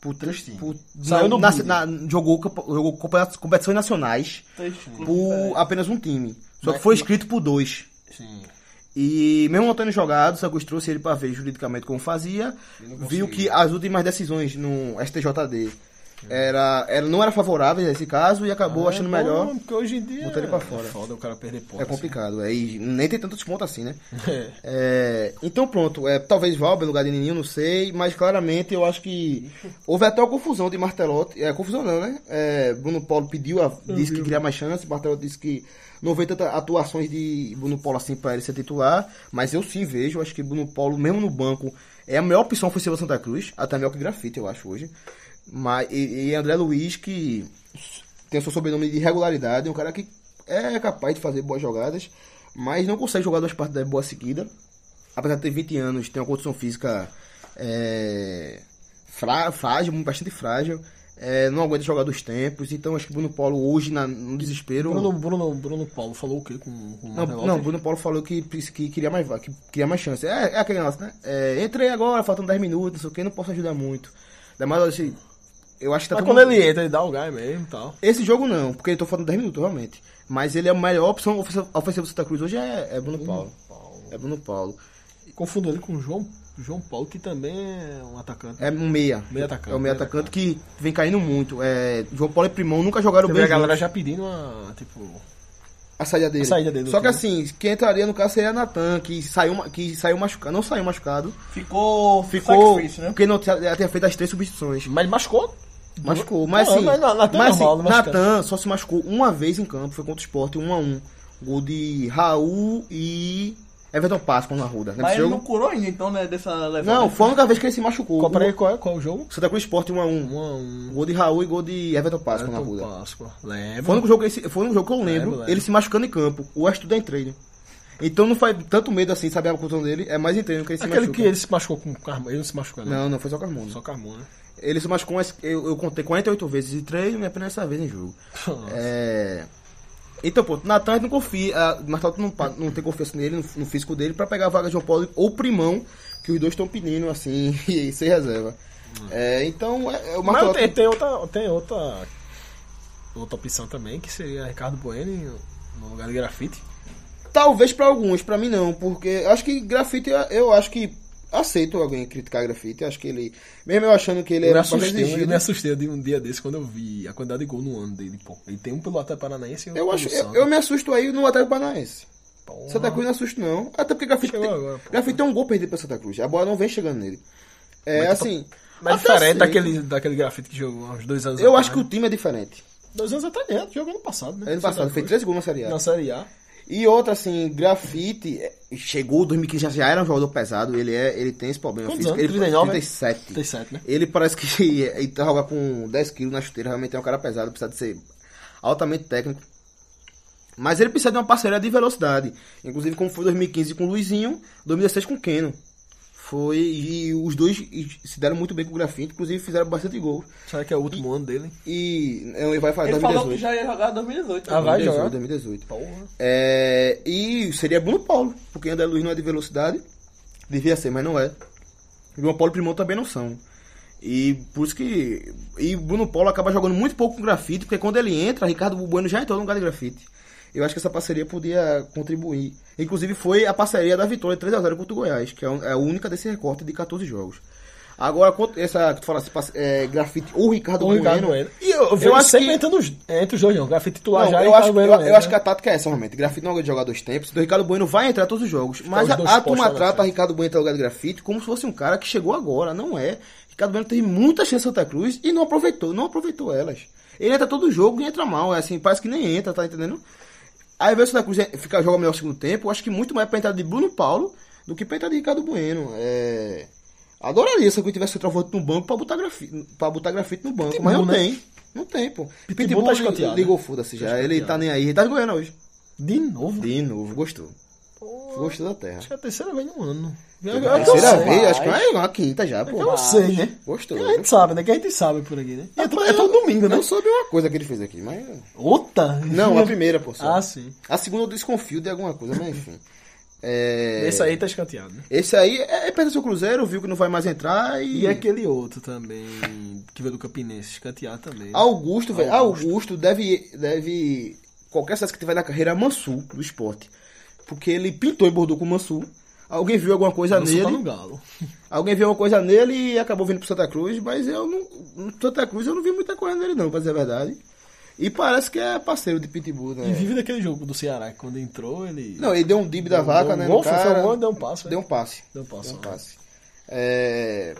Speaker 3: por três times. Por,
Speaker 2: Saiu
Speaker 3: não,
Speaker 2: no
Speaker 3: na-
Speaker 2: bid.
Speaker 3: na- jogou campe- jogou competi- competições nacionais
Speaker 1: Três clubes, é.
Speaker 3: por
Speaker 2: é
Speaker 1: velho.
Speaker 3: apenas um time. Só que
Speaker 2: Mas-
Speaker 3: foi escrito por dois.
Speaker 2: Sim.
Speaker 3: E mesmo não tendo jogado, Santos trouxe ele para ver juridicamente como fazia. Viu que as últimas decisões no STJD era, era, não eram favoráveis nesse caso e acabou achando melhor.
Speaker 2: Ah, é Porque hoje em dia...
Speaker 3: botar ele pra fora.
Speaker 2: É foda o cara perder ponto.
Speaker 3: É complicado. É, e nem tem tantos pontos assim, né?
Speaker 2: assim. É.
Speaker 3: É, então pronto, é, talvez Valber no lugar de Ninho, não sei, mas claramente eu acho que houve até uma confusão de Martelotti, é, confusão não, né? É, Bruno Paulo pediu, a- disse que queria mais chance, Martelotti disse que não vê tantas atuações de Bruno Paulo assim para ele ser titular, mas eu sim vejo, acho que Bruno Paulo, mesmo no banco, é a melhor opção foi o Santa Cruz, até melhor que Grafite, eu acho, hoje. Mas, e, e André Luiz, que tem o seu sobrenome de regularidade, é um cara que é capaz de fazer boas jogadas, mas não consegue jogar duas partidas boas seguidas. Apesar de ter 20 anos, tem uma condição física é, frá- frágil, bastante frágil. é, não aguenta jogar dos tempos, então acho que Bruno Paulo hoje, na- no desespero.
Speaker 2: Bruno, né, Bruno, Bruno Paulo falou o quê com, com o
Speaker 3: Não,
Speaker 2: Martelotti?
Speaker 3: não, Bruno Paulo falou que, que queria mais va- que queria mais chance. É, é aquele negócio, né? É, entrei agora, faltam 10 minutos, não sei o que, não posso ajudar muito. Ainda mais assim, eu acho que tá
Speaker 2: Mas
Speaker 3: todo
Speaker 2: quando
Speaker 3: mundo-
Speaker 2: ele entra, ele dá o gás mesmo e tal.
Speaker 3: Esse jogo não, porque eu tô falando 10 minutos, realmente. Mas ele é a melhor opção ofensiva ofensiva do Santa Cruz hoje é, é Bruno Paulo. É Bruno Paulo.
Speaker 2: Confundo ele com o João, João Paulo, que também é um atacante.
Speaker 3: É um meia.
Speaker 2: Meia
Speaker 3: É
Speaker 2: atacante,
Speaker 3: um meia
Speaker 2: meia
Speaker 3: atacante que vem caindo muito. É, João Paulo e Primão nunca jogaram
Speaker 2: Você vê
Speaker 3: bem
Speaker 2: É, a galera
Speaker 3: juntos.
Speaker 2: já pedindo uma, tipo...
Speaker 3: a saída dele.
Speaker 2: a saída dele do
Speaker 3: Só que
Speaker 2: time.
Speaker 3: assim, quem entraria no caso seria Natan, que saiu, ma- que saiu machucado. Não saiu machucado.
Speaker 1: Ficou...
Speaker 3: Ficou.
Speaker 1: Sacrifício, né?
Speaker 3: Porque não tinha ela tinha feito as três substituições.
Speaker 2: Mas machucou.
Speaker 3: Machucou. Mas
Speaker 2: Não,
Speaker 3: assim,
Speaker 2: mas na- Natan é
Speaker 3: mas, assim,
Speaker 2: normal, não machuca.
Speaker 3: Natan só se um machucou uma vez em campo, foi contra o Sport, 1 a 1 Gol de Raul e Everton Páscoa na Ruda. Lembra
Speaker 1: Mas
Speaker 3: desse
Speaker 1: ele não
Speaker 3: jogo?
Speaker 1: curou ainda, então, né? Dessa levada.
Speaker 3: Não, foi a única vez que ele se machucou.
Speaker 2: Qual, peraí,
Speaker 3: O
Speaker 2: qual é qual é o jogo?
Speaker 3: Santa Cruz Sport 1x1.
Speaker 2: 1x1.
Speaker 3: Gol de Raul e gol de Everton Páscoa na Ruda.
Speaker 2: Páscoa. Lembra?
Speaker 3: Foi um jogo, que ele se- foi um jogo que eu lembro,
Speaker 2: Lembro, lembro.
Speaker 3: ele se machucando em campo. O resto tudo é em treino. Então não faz tanto medo assim, saber a condição dele. É mais em treino que ele se
Speaker 2: Aquele
Speaker 3: machuca.
Speaker 2: que ele se machucou com o Carmo. Ele não se machucou, não.
Speaker 3: Não, não foi só Carmona.
Speaker 2: Só Carmo, né?
Speaker 3: Ele se machucou, mas eu, eu contei 48 vezes em treino e apenas essa vez em jogo. É... Então, pô, Natan não confia, ah, Martal não, pa- não tem confiança nele, no, no físico dele, pra pegar a vaga de João Paulo ou Primão, que os dois estão pedindo, assim, e sem reserva. É, então, é, é, o Martal...
Speaker 2: Mas tem, tem outra, tem outra, outra opção também, que seria Ricardo Bueno no lugar de grafite.
Speaker 3: Talvez pra alguns, pra mim não, porque acho que grafite, eu acho que aceito alguém criticar grafite, acho que ele, mesmo eu achando que ele é
Speaker 2: Eu me,
Speaker 3: era bastante
Speaker 2: assustei, eu me
Speaker 3: exigido,
Speaker 2: assustei de um dia desse quando eu vi a quantidade de gol no ano dele, pô. Ele tem um pelo Atlético Paranaense e um
Speaker 3: eu, acho,
Speaker 2: pelo
Speaker 3: eu,
Speaker 2: Santos.
Speaker 3: eu me assusto aí no Atlético Paranaense.
Speaker 2: Porra.
Speaker 3: Santa Cruz não assusta, não. Até porque Grafite
Speaker 2: Chegou
Speaker 3: tem,
Speaker 2: agora, pô.
Speaker 3: Grafite tem um gol perdido pra Santa Cruz. A bola não vem chegando nele. É
Speaker 2: Mas tá-
Speaker 3: assim.
Speaker 2: Mas
Speaker 3: até
Speaker 2: diferente
Speaker 3: aceito.
Speaker 2: daquele, daquele grafite que jogou há uns dois anos
Speaker 3: Eu
Speaker 2: atrás.
Speaker 3: acho que o time é diferente.
Speaker 2: Dois anos atrás, né? Jogou ano passado, né?
Speaker 3: Ano passado fez três gols na Série A.
Speaker 2: Na Série A.
Speaker 3: E outra, assim, Grafite é, chegou 2015, já, já era um jogador pesado. Ele, é, ele tem esse problema
Speaker 2: Quantos
Speaker 3: físico.
Speaker 2: anos?
Speaker 3: Ele
Speaker 2: 39,
Speaker 3: 37.
Speaker 2: 37, né?
Speaker 3: Ele parece que ele tá jogando com 10 quilos na chuteira, realmente é um cara pesado, precisa de ser altamente técnico. Mas ele precisa de uma parceria de velocidade. Inclusive, como foi 2015 com o Luizinho, 2016 com o Keno. Foi, e os dois se deram muito bem com o Grafite, inclusive fizeram bastante gols.
Speaker 2: Será que é o último ano dele?
Speaker 3: E é, ele vai fazer
Speaker 1: Ele falou que
Speaker 3: 2018.
Speaker 1: já ia jogar 2018.
Speaker 2: Ah, vai?
Speaker 3: 2018,
Speaker 2: jogar?
Speaker 3: 2018.
Speaker 2: Porra.
Speaker 3: É, e seria Bruno Paulo, porque André Luiz não é de velocidade. Devia ser, mas não é. E Bruno Paulo e Primão também não são. E por isso que. E Bruno Paulo acaba jogando muito pouco com grafite, porque quando ele entra, Ricardo Bueno já entrou no lugar de grafite. Eu acho que essa parceria podia contribuir. Inclusive foi a parceria da vitória 3x0 contra o Goiás, que é a única desse recorte de 14 jogos. Agora, quanto- essa que tu fala assim, passe- é, grafite ou Ricardo
Speaker 2: O
Speaker 3: Bueno.
Speaker 2: Ricardo Bueno. E eu, eu,
Speaker 3: acho
Speaker 2: sempre
Speaker 3: que-
Speaker 2: entra nos, entre os dois, não. Grafite titular
Speaker 3: Não,
Speaker 2: já e
Speaker 3: eu, acho,
Speaker 2: Ricardo Bueno
Speaker 3: eu- eu
Speaker 2: entra,
Speaker 3: acho que
Speaker 2: né?
Speaker 3: a tática é essa, realmente. Grafite não é jogar dois tempos. Então, Ricardo Bueno vai entrar todos os jogos. Mas
Speaker 2: os
Speaker 3: a,
Speaker 2: dois
Speaker 3: a
Speaker 2: postos
Speaker 3: turma
Speaker 2: lá na
Speaker 3: trata
Speaker 2: frente.
Speaker 3: Ricardo Bueno entrar no lugar de grafite como se fosse um cara que chegou agora. Não é. Ricardo Bueno teve muita chance em Santa Cruz e não aproveitou. Não aproveitou elas. Ele entra todo jogo e entra mal. É assim, parece que nem entra, tá entendendo? Aí vê o Santa Cruz é, fica, joga melhor no segundo tempo. Eu acho que muito mais pra entrada de Bruno Paulo do que pra entrada de Ricardo Bueno. É... Adoraria se eu tivesse centroavante no banco pra botar grafite, pra botar grafite no banco, mas não
Speaker 2: né?
Speaker 3: tem. Não tem, pô.
Speaker 2: Pitbull tá escanteado, né?
Speaker 3: ligou foda-se já. Ele tá nem aí. Ele tá de Goiânia hoje.
Speaker 2: De novo?
Speaker 3: De novo, gostou. Gostou da terra.
Speaker 2: Acho que é a terceira vez no ano. Eu, é eu, eu
Speaker 3: Terceira
Speaker 2: sei.
Speaker 3: vez, acho que é uma quinta já,
Speaker 2: Eu não
Speaker 3: pô.
Speaker 2: sei, né?
Speaker 3: Gostou.
Speaker 2: A gente sabe, né? Que a gente sabe por aqui, né? E é, to- é todo domingo, né?
Speaker 3: Não soube uma coisa que ele fez aqui, mas.
Speaker 2: Outra?
Speaker 3: Não, a primeira, pô. só.
Speaker 2: Ah, sim.
Speaker 3: A segunda eu desconfio de alguma coisa, mas enfim. É...
Speaker 2: Esse aí tá escanteado, né?
Speaker 3: Esse aí é, é perto do Cruzeiro, viu que não vai mais entrar e. é
Speaker 2: E aquele outro também, que veio do Campinense, escanteado também.
Speaker 3: Augusto, velho. Augusto. deve. deve qualquer sucesso que tiver na carreira é Mansu do esporte. Porque ele pintou e bordou com o Mansu. Alguém viu alguma coisa
Speaker 2: Não,
Speaker 3: nele.
Speaker 2: só tá no Galo.
Speaker 3: Alguém viu alguma coisa nele e acabou vindo pro Santa Cruz, mas eu não. No Santa Cruz eu não vi muita coisa nele, não, pra dizer a verdade. E parece que é parceiro de Pitbull, né?
Speaker 2: E vive daquele jogo do Ceará, que quando entrou, ele.
Speaker 3: Não, ele deu um dib da
Speaker 2: Deu-
Speaker 3: vaca,
Speaker 2: deu um
Speaker 3: né?
Speaker 2: gol,
Speaker 3: no
Speaker 2: foi- foi
Speaker 3: cara.
Speaker 2: um gol, deu um passo,
Speaker 3: Deu um
Speaker 2: né?
Speaker 3: passe.
Speaker 2: Deu um passo,
Speaker 3: Deu um
Speaker 2: né?
Speaker 3: passe. É,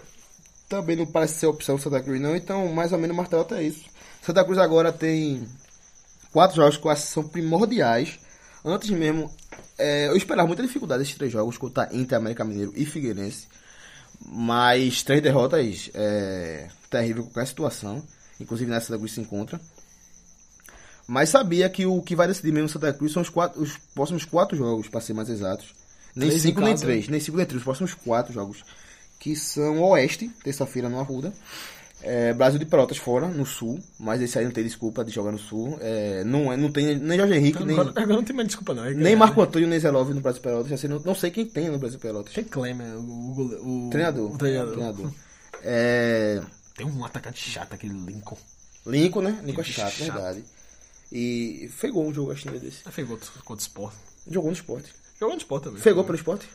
Speaker 3: Também não parece ser opção do Santa Cruz, não. Então, mais ou menos, o Martelota é isso. Santa Cruz agora tem quatro jogos que eu acho que são primordiais. Antes mesmo, é, eu esperava muita dificuldade esses três jogos contra Inter, América Mineiro e Figueirense. Mas três derrotas é terrível qualquer situação. Inclusive nessa Santa Cruz se encontra. Mas sabia que o que vai decidir mesmo Santa Cruz são os, quatro, os próximos quatro jogos, para ser mais exatos. Nem
Speaker 2: Três em
Speaker 3: cinco, nem
Speaker 2: casa,
Speaker 3: três. Nem cinco, nem três. Os próximos quatro jogos. Que são Oeste, terça-feira no Arruda. É, Brasil de Pelotas fora, no Sul. Mas esse aí não tem desculpa de jogar no Sul. É, não, é- não tem nem Jorge Henrique, nem,
Speaker 2: Agora, agora não tem mais desculpa, não. É,
Speaker 3: nem
Speaker 2: é,
Speaker 3: Marco Antônio, nem Zé Love no Brasil de Pelotas. Assim, não, não sei quem tem no Brasil de Pelotas.
Speaker 2: Tem Klemer, o, gole- o,
Speaker 3: Treinador.
Speaker 2: o treinador.
Speaker 3: Treinador. É...
Speaker 2: Tem um atacante chato, aquele Lincoln.
Speaker 3: Lincoln, né? Lincoln é
Speaker 2: Bicho
Speaker 3: chato,
Speaker 2: chato.
Speaker 3: verdade. E fegou um jogo, acho que desse.
Speaker 2: Ah, Fegou contra o Sport.
Speaker 3: Jogou no esporte.
Speaker 2: Jogou no Sport também.
Speaker 3: Fegou pelo esporte?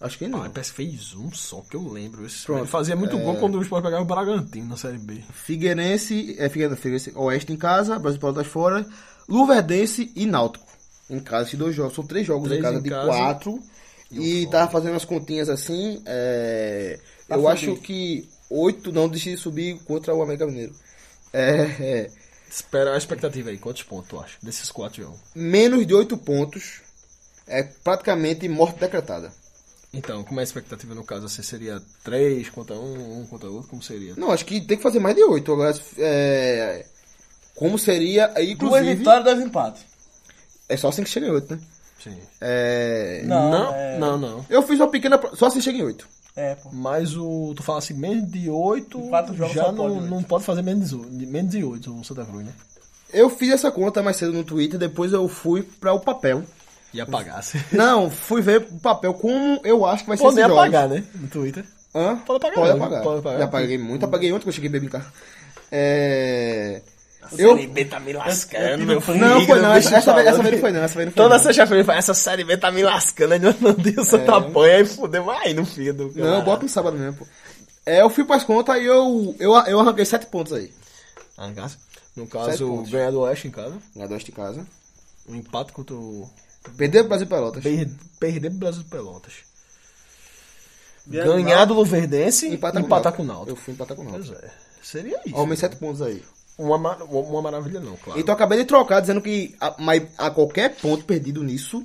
Speaker 3: Acho que não.
Speaker 2: Ah, parece que fez um só, que eu lembro. Esse
Speaker 3: Pronto. É.
Speaker 2: ele fazia muito gol quando o Sport pegava o Bragantino na Série B.
Speaker 3: Figueirense, é, Figueirense, Figueirense Oeste em casa, Brasil de Pelotas fora, Luverdense e Náutico. Em casa, esses dois jogos. São três jogos
Speaker 2: Três
Speaker 3: em casa
Speaker 2: em
Speaker 3: de
Speaker 2: casa. um
Speaker 3: quatro. E tava fazendo as continhas assim. é, eu
Speaker 2: Tá fudido.
Speaker 3: acho que oito não deixe de subir contra o América Mineiro. É, é,
Speaker 2: Espera a expectativa aí, quantos pontos tu acha? Desses quatro jogos.
Speaker 3: menos de oito pontos é praticamente morte decretada.
Speaker 2: Então, como é a expectativa no caso? Assim, seria 3 contra 1, 1 contra outro? Como seria?
Speaker 3: Não, acho que tem que fazer mais de oito. Agora, é, como seria, é,
Speaker 1: Duas
Speaker 3: inclusive,
Speaker 1: vitórias, dois empates.
Speaker 3: é só assim que chega em oito, né?
Speaker 2: Sim.
Speaker 3: É,
Speaker 1: Não,
Speaker 2: não,
Speaker 1: é-
Speaker 2: não, não.
Speaker 3: Eu fiz uma pequena, pro- só assim chega em oito.
Speaker 1: É, pô.
Speaker 2: Mas o. Tu fala assim, menos de 8.
Speaker 1: Em quatro jogos
Speaker 2: já
Speaker 1: só
Speaker 2: não
Speaker 1: pode oito.
Speaker 2: não pode fazer menos de 8, menos de 8 o Santa Cruz, né?
Speaker 3: Eu fiz essa conta mais cedo no Twitter, depois eu fui pra o papel.
Speaker 2: E apagasse.
Speaker 3: Não, fui ver o papel como eu acho que vai ser
Speaker 2: Pode
Speaker 3: esse
Speaker 2: nem
Speaker 3: jogo.
Speaker 2: apagar, né? No Twitter.
Speaker 3: Hã?
Speaker 2: Pode apagar,
Speaker 3: Pode
Speaker 2: não.
Speaker 3: apagar.
Speaker 2: Pode apagar.
Speaker 3: Já apaguei muito, apaguei ontem que eu cheguei bebendo em casa. É... Eu...
Speaker 2: B tá me
Speaker 1: eu tive um print.
Speaker 3: Não, foi não,
Speaker 2: Deixa
Speaker 3: essa,
Speaker 2: eu
Speaker 3: essa, vez-
Speaker 2: falar.
Speaker 3: essa vez não foi não, essa vez não foi
Speaker 2: Toda
Speaker 3: não.
Speaker 2: sexta-feira ele fala, essa série B tá me lascando, aí no outro dia o Santa apanha e fudeu aí no fim do
Speaker 3: É. Não,
Speaker 2: campeonato.
Speaker 3: eu boto no sábado mesmo, pô. É, eu fui pras contas e eu, eu, eu arranquei sete pontos aí.
Speaker 2: Ah, no caso- No
Speaker 3: Sete
Speaker 2: caso,
Speaker 3: pontos.
Speaker 2: ganhar do Oeste em casa,
Speaker 3: Ganhador de casa.
Speaker 2: um empate contra o
Speaker 3: Perder pro Brasil e Pelotas.
Speaker 2: Per- Perder pro Brasil de Pelotas.
Speaker 1: Ganhar
Speaker 2: Ganhar
Speaker 1: Náutico.
Speaker 2: do Luverdense e
Speaker 3: Empatar,
Speaker 2: empatar, com o
Speaker 3: Eu
Speaker 2: Náutico.
Speaker 3: fui empatar com o Náutico.
Speaker 2: Pois é. Seria isso.
Speaker 3: Arrumei sete pontos aí.
Speaker 2: Uma, ma- uma maravilha não, claro.
Speaker 3: Então eu acabei de trocar, dizendo que a, mas a qualquer ponto perdido nisso,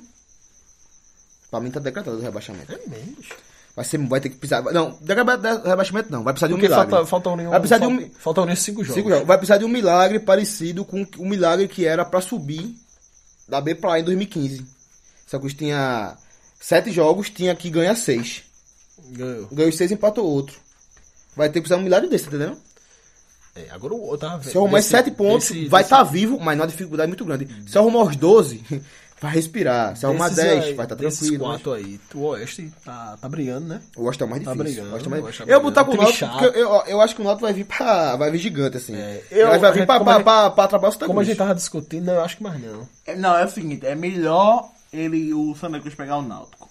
Speaker 3: pra mim tá decretado o rebaixamento.
Speaker 2: é menos.
Speaker 3: Vai, ser, vai ter que precisar. Não, decretado rebaixamento não, vai precisar de um
Speaker 2: Porque
Speaker 3: milagre.
Speaker 2: falta, falta um,
Speaker 3: vai precisar de um,
Speaker 2: falta, faltam uns cinco jogos.
Speaker 3: cinco jogos. Vai precisar de um milagre parecido com o milagre que era pra subir da B pra A em 2015. Só que tinha sete jogos, tinha que ganhar seis.
Speaker 2: Ganhou.
Speaker 3: Ganhou seis, empatou outro. Vai ter que precisar de um milagre desse, entendeu?
Speaker 2: É, agora o outro tava vendo.
Speaker 3: Se eu arrumar esses
Speaker 2: Desse-
Speaker 3: 7 pontos,
Speaker 2: desse-
Speaker 3: vai
Speaker 2: desse- Uhum.
Speaker 3: estar vivo, mas numa dificuldade muito grande. Se eu arrumar os 12, vai respirar. Se eu arrumar
Speaker 2: desses
Speaker 3: 10,
Speaker 2: aí-
Speaker 3: vai estar
Speaker 2: desses
Speaker 3: tranquilo. né? mas-
Speaker 2: quatro aí, o Oeste tá, tá brigando, né?
Speaker 3: Eu acho que é o mais
Speaker 2: Tá
Speaker 3: difícil.
Speaker 2: brigando,
Speaker 3: eu, acho que é o
Speaker 2: eu
Speaker 3: mais...
Speaker 2: acho
Speaker 3: eu,
Speaker 2: que é
Speaker 3: vou estar com o
Speaker 2: muito
Speaker 3: Náutico, porque
Speaker 2: chato.
Speaker 3: eu, eu acho que o Náutico vai vir pra. Vai vir gigante, assim.
Speaker 2: É, eu-
Speaker 3: eu, vai
Speaker 2: a gente-
Speaker 3: vir pra,
Speaker 2: como
Speaker 3: pra,
Speaker 2: a gente-
Speaker 3: pra, pra trabalhar o Santa
Speaker 2: Como a
Speaker 3: Cruz.
Speaker 2: gente tava discutindo, eu acho que mais não.
Speaker 1: É, Não, é o seguinte, é melhor ele o Santa Cruz pegar o Náutico.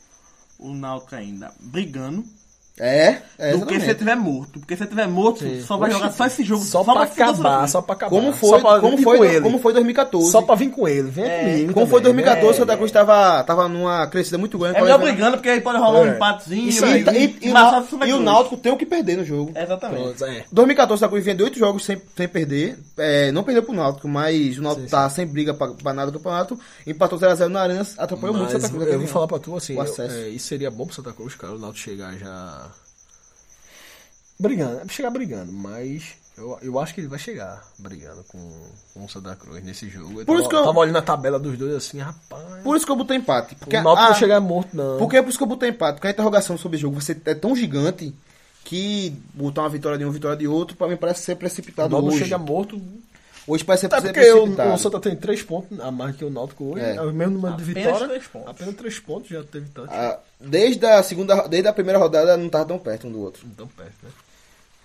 Speaker 1: O Náutico ainda brigando.
Speaker 2: tá
Speaker 3: É, é
Speaker 1: do que se ele
Speaker 3: exatamente.
Speaker 1: tiver morto. Porque se ele tiver morto, só vai jogar só esse jogo.
Speaker 2: Só, pra
Speaker 1: segurar essa
Speaker 2: acabar,
Speaker 1: vida.
Speaker 2: só pra acabar.
Speaker 3: Como
Speaker 2: só
Speaker 3: foi,
Speaker 2: pra
Speaker 3: como,
Speaker 2: vir
Speaker 3: foi,
Speaker 2: com ele.
Speaker 3: como foi 2014.
Speaker 2: Só pra vir com ele, vem comigo.
Speaker 3: É, Como foi
Speaker 2: também, né?
Speaker 3: 2014, o Santa Cruz tava, tava numa crescida muito grande.
Speaker 1: É melhor brigando, porque aí pode rolar um
Speaker 2: É.
Speaker 1: empatezinho.
Speaker 3: E,
Speaker 1: aí,
Speaker 3: e- e o
Speaker 1: mas só
Speaker 3: Nau-
Speaker 1: Santa
Speaker 3: e o
Speaker 1: Cruz.
Speaker 3: Náutico tem o que perder no jogo.
Speaker 1: Exatamente.
Speaker 2: Pronto, é.
Speaker 3: 2014 o Santa Cruz vende 8 jogos sem, sem perder. É, não perdeu pro Náutico, mas o Náutico tá sem briga pra, pra nada do campeonato. Empatou 0x0 na Arena, atrapalhou muito o
Speaker 2: Mas
Speaker 3: Santa Cruz.
Speaker 2: eu
Speaker 3: naquele
Speaker 2: vou
Speaker 3: jogo.
Speaker 2: falar pra tu assim,
Speaker 3: O
Speaker 2: eu-
Speaker 3: acesso.
Speaker 2: é, isso seria bom pro Santa Cruz, cara, o Náutico chegar já brigando, é chegar brigando, mas eu, eu acho que ele vai chegar brigando com, com o Santa Cruz nesse jogo.
Speaker 3: Por
Speaker 2: Eu tava,
Speaker 3: isso que eu-
Speaker 2: tava olhando a tabela dos dois assim, rapaz.
Speaker 3: Por isso que eu botei empate. Porque
Speaker 2: o Náutico
Speaker 3: a-
Speaker 2: não chegar morto não.
Speaker 3: Porque é por isso que eu botei empate. Porque a interrogação sobre o jogo você é tão gigante que botar uma vitória de um, uma vitória de outro, pra mim parece ser
Speaker 2: o
Speaker 3: precipitado
Speaker 2: Náutico
Speaker 3: hoje.
Speaker 2: chega morto.
Speaker 3: Hoje parece ser
Speaker 2: Até
Speaker 3: ser
Speaker 2: É porque o,
Speaker 3: precipitado.
Speaker 2: o Santa tem três pontos a mais que o Náutico hoje,
Speaker 3: É.
Speaker 2: é o mesmo número de
Speaker 1: Apenas
Speaker 2: vitórias.
Speaker 1: três pontos.
Speaker 2: Apenas três pontos já teve tanto.
Speaker 3: Ah, desde a segunda, desde a primeira rodada não tava tão perto um do outro.
Speaker 2: Então perto, né?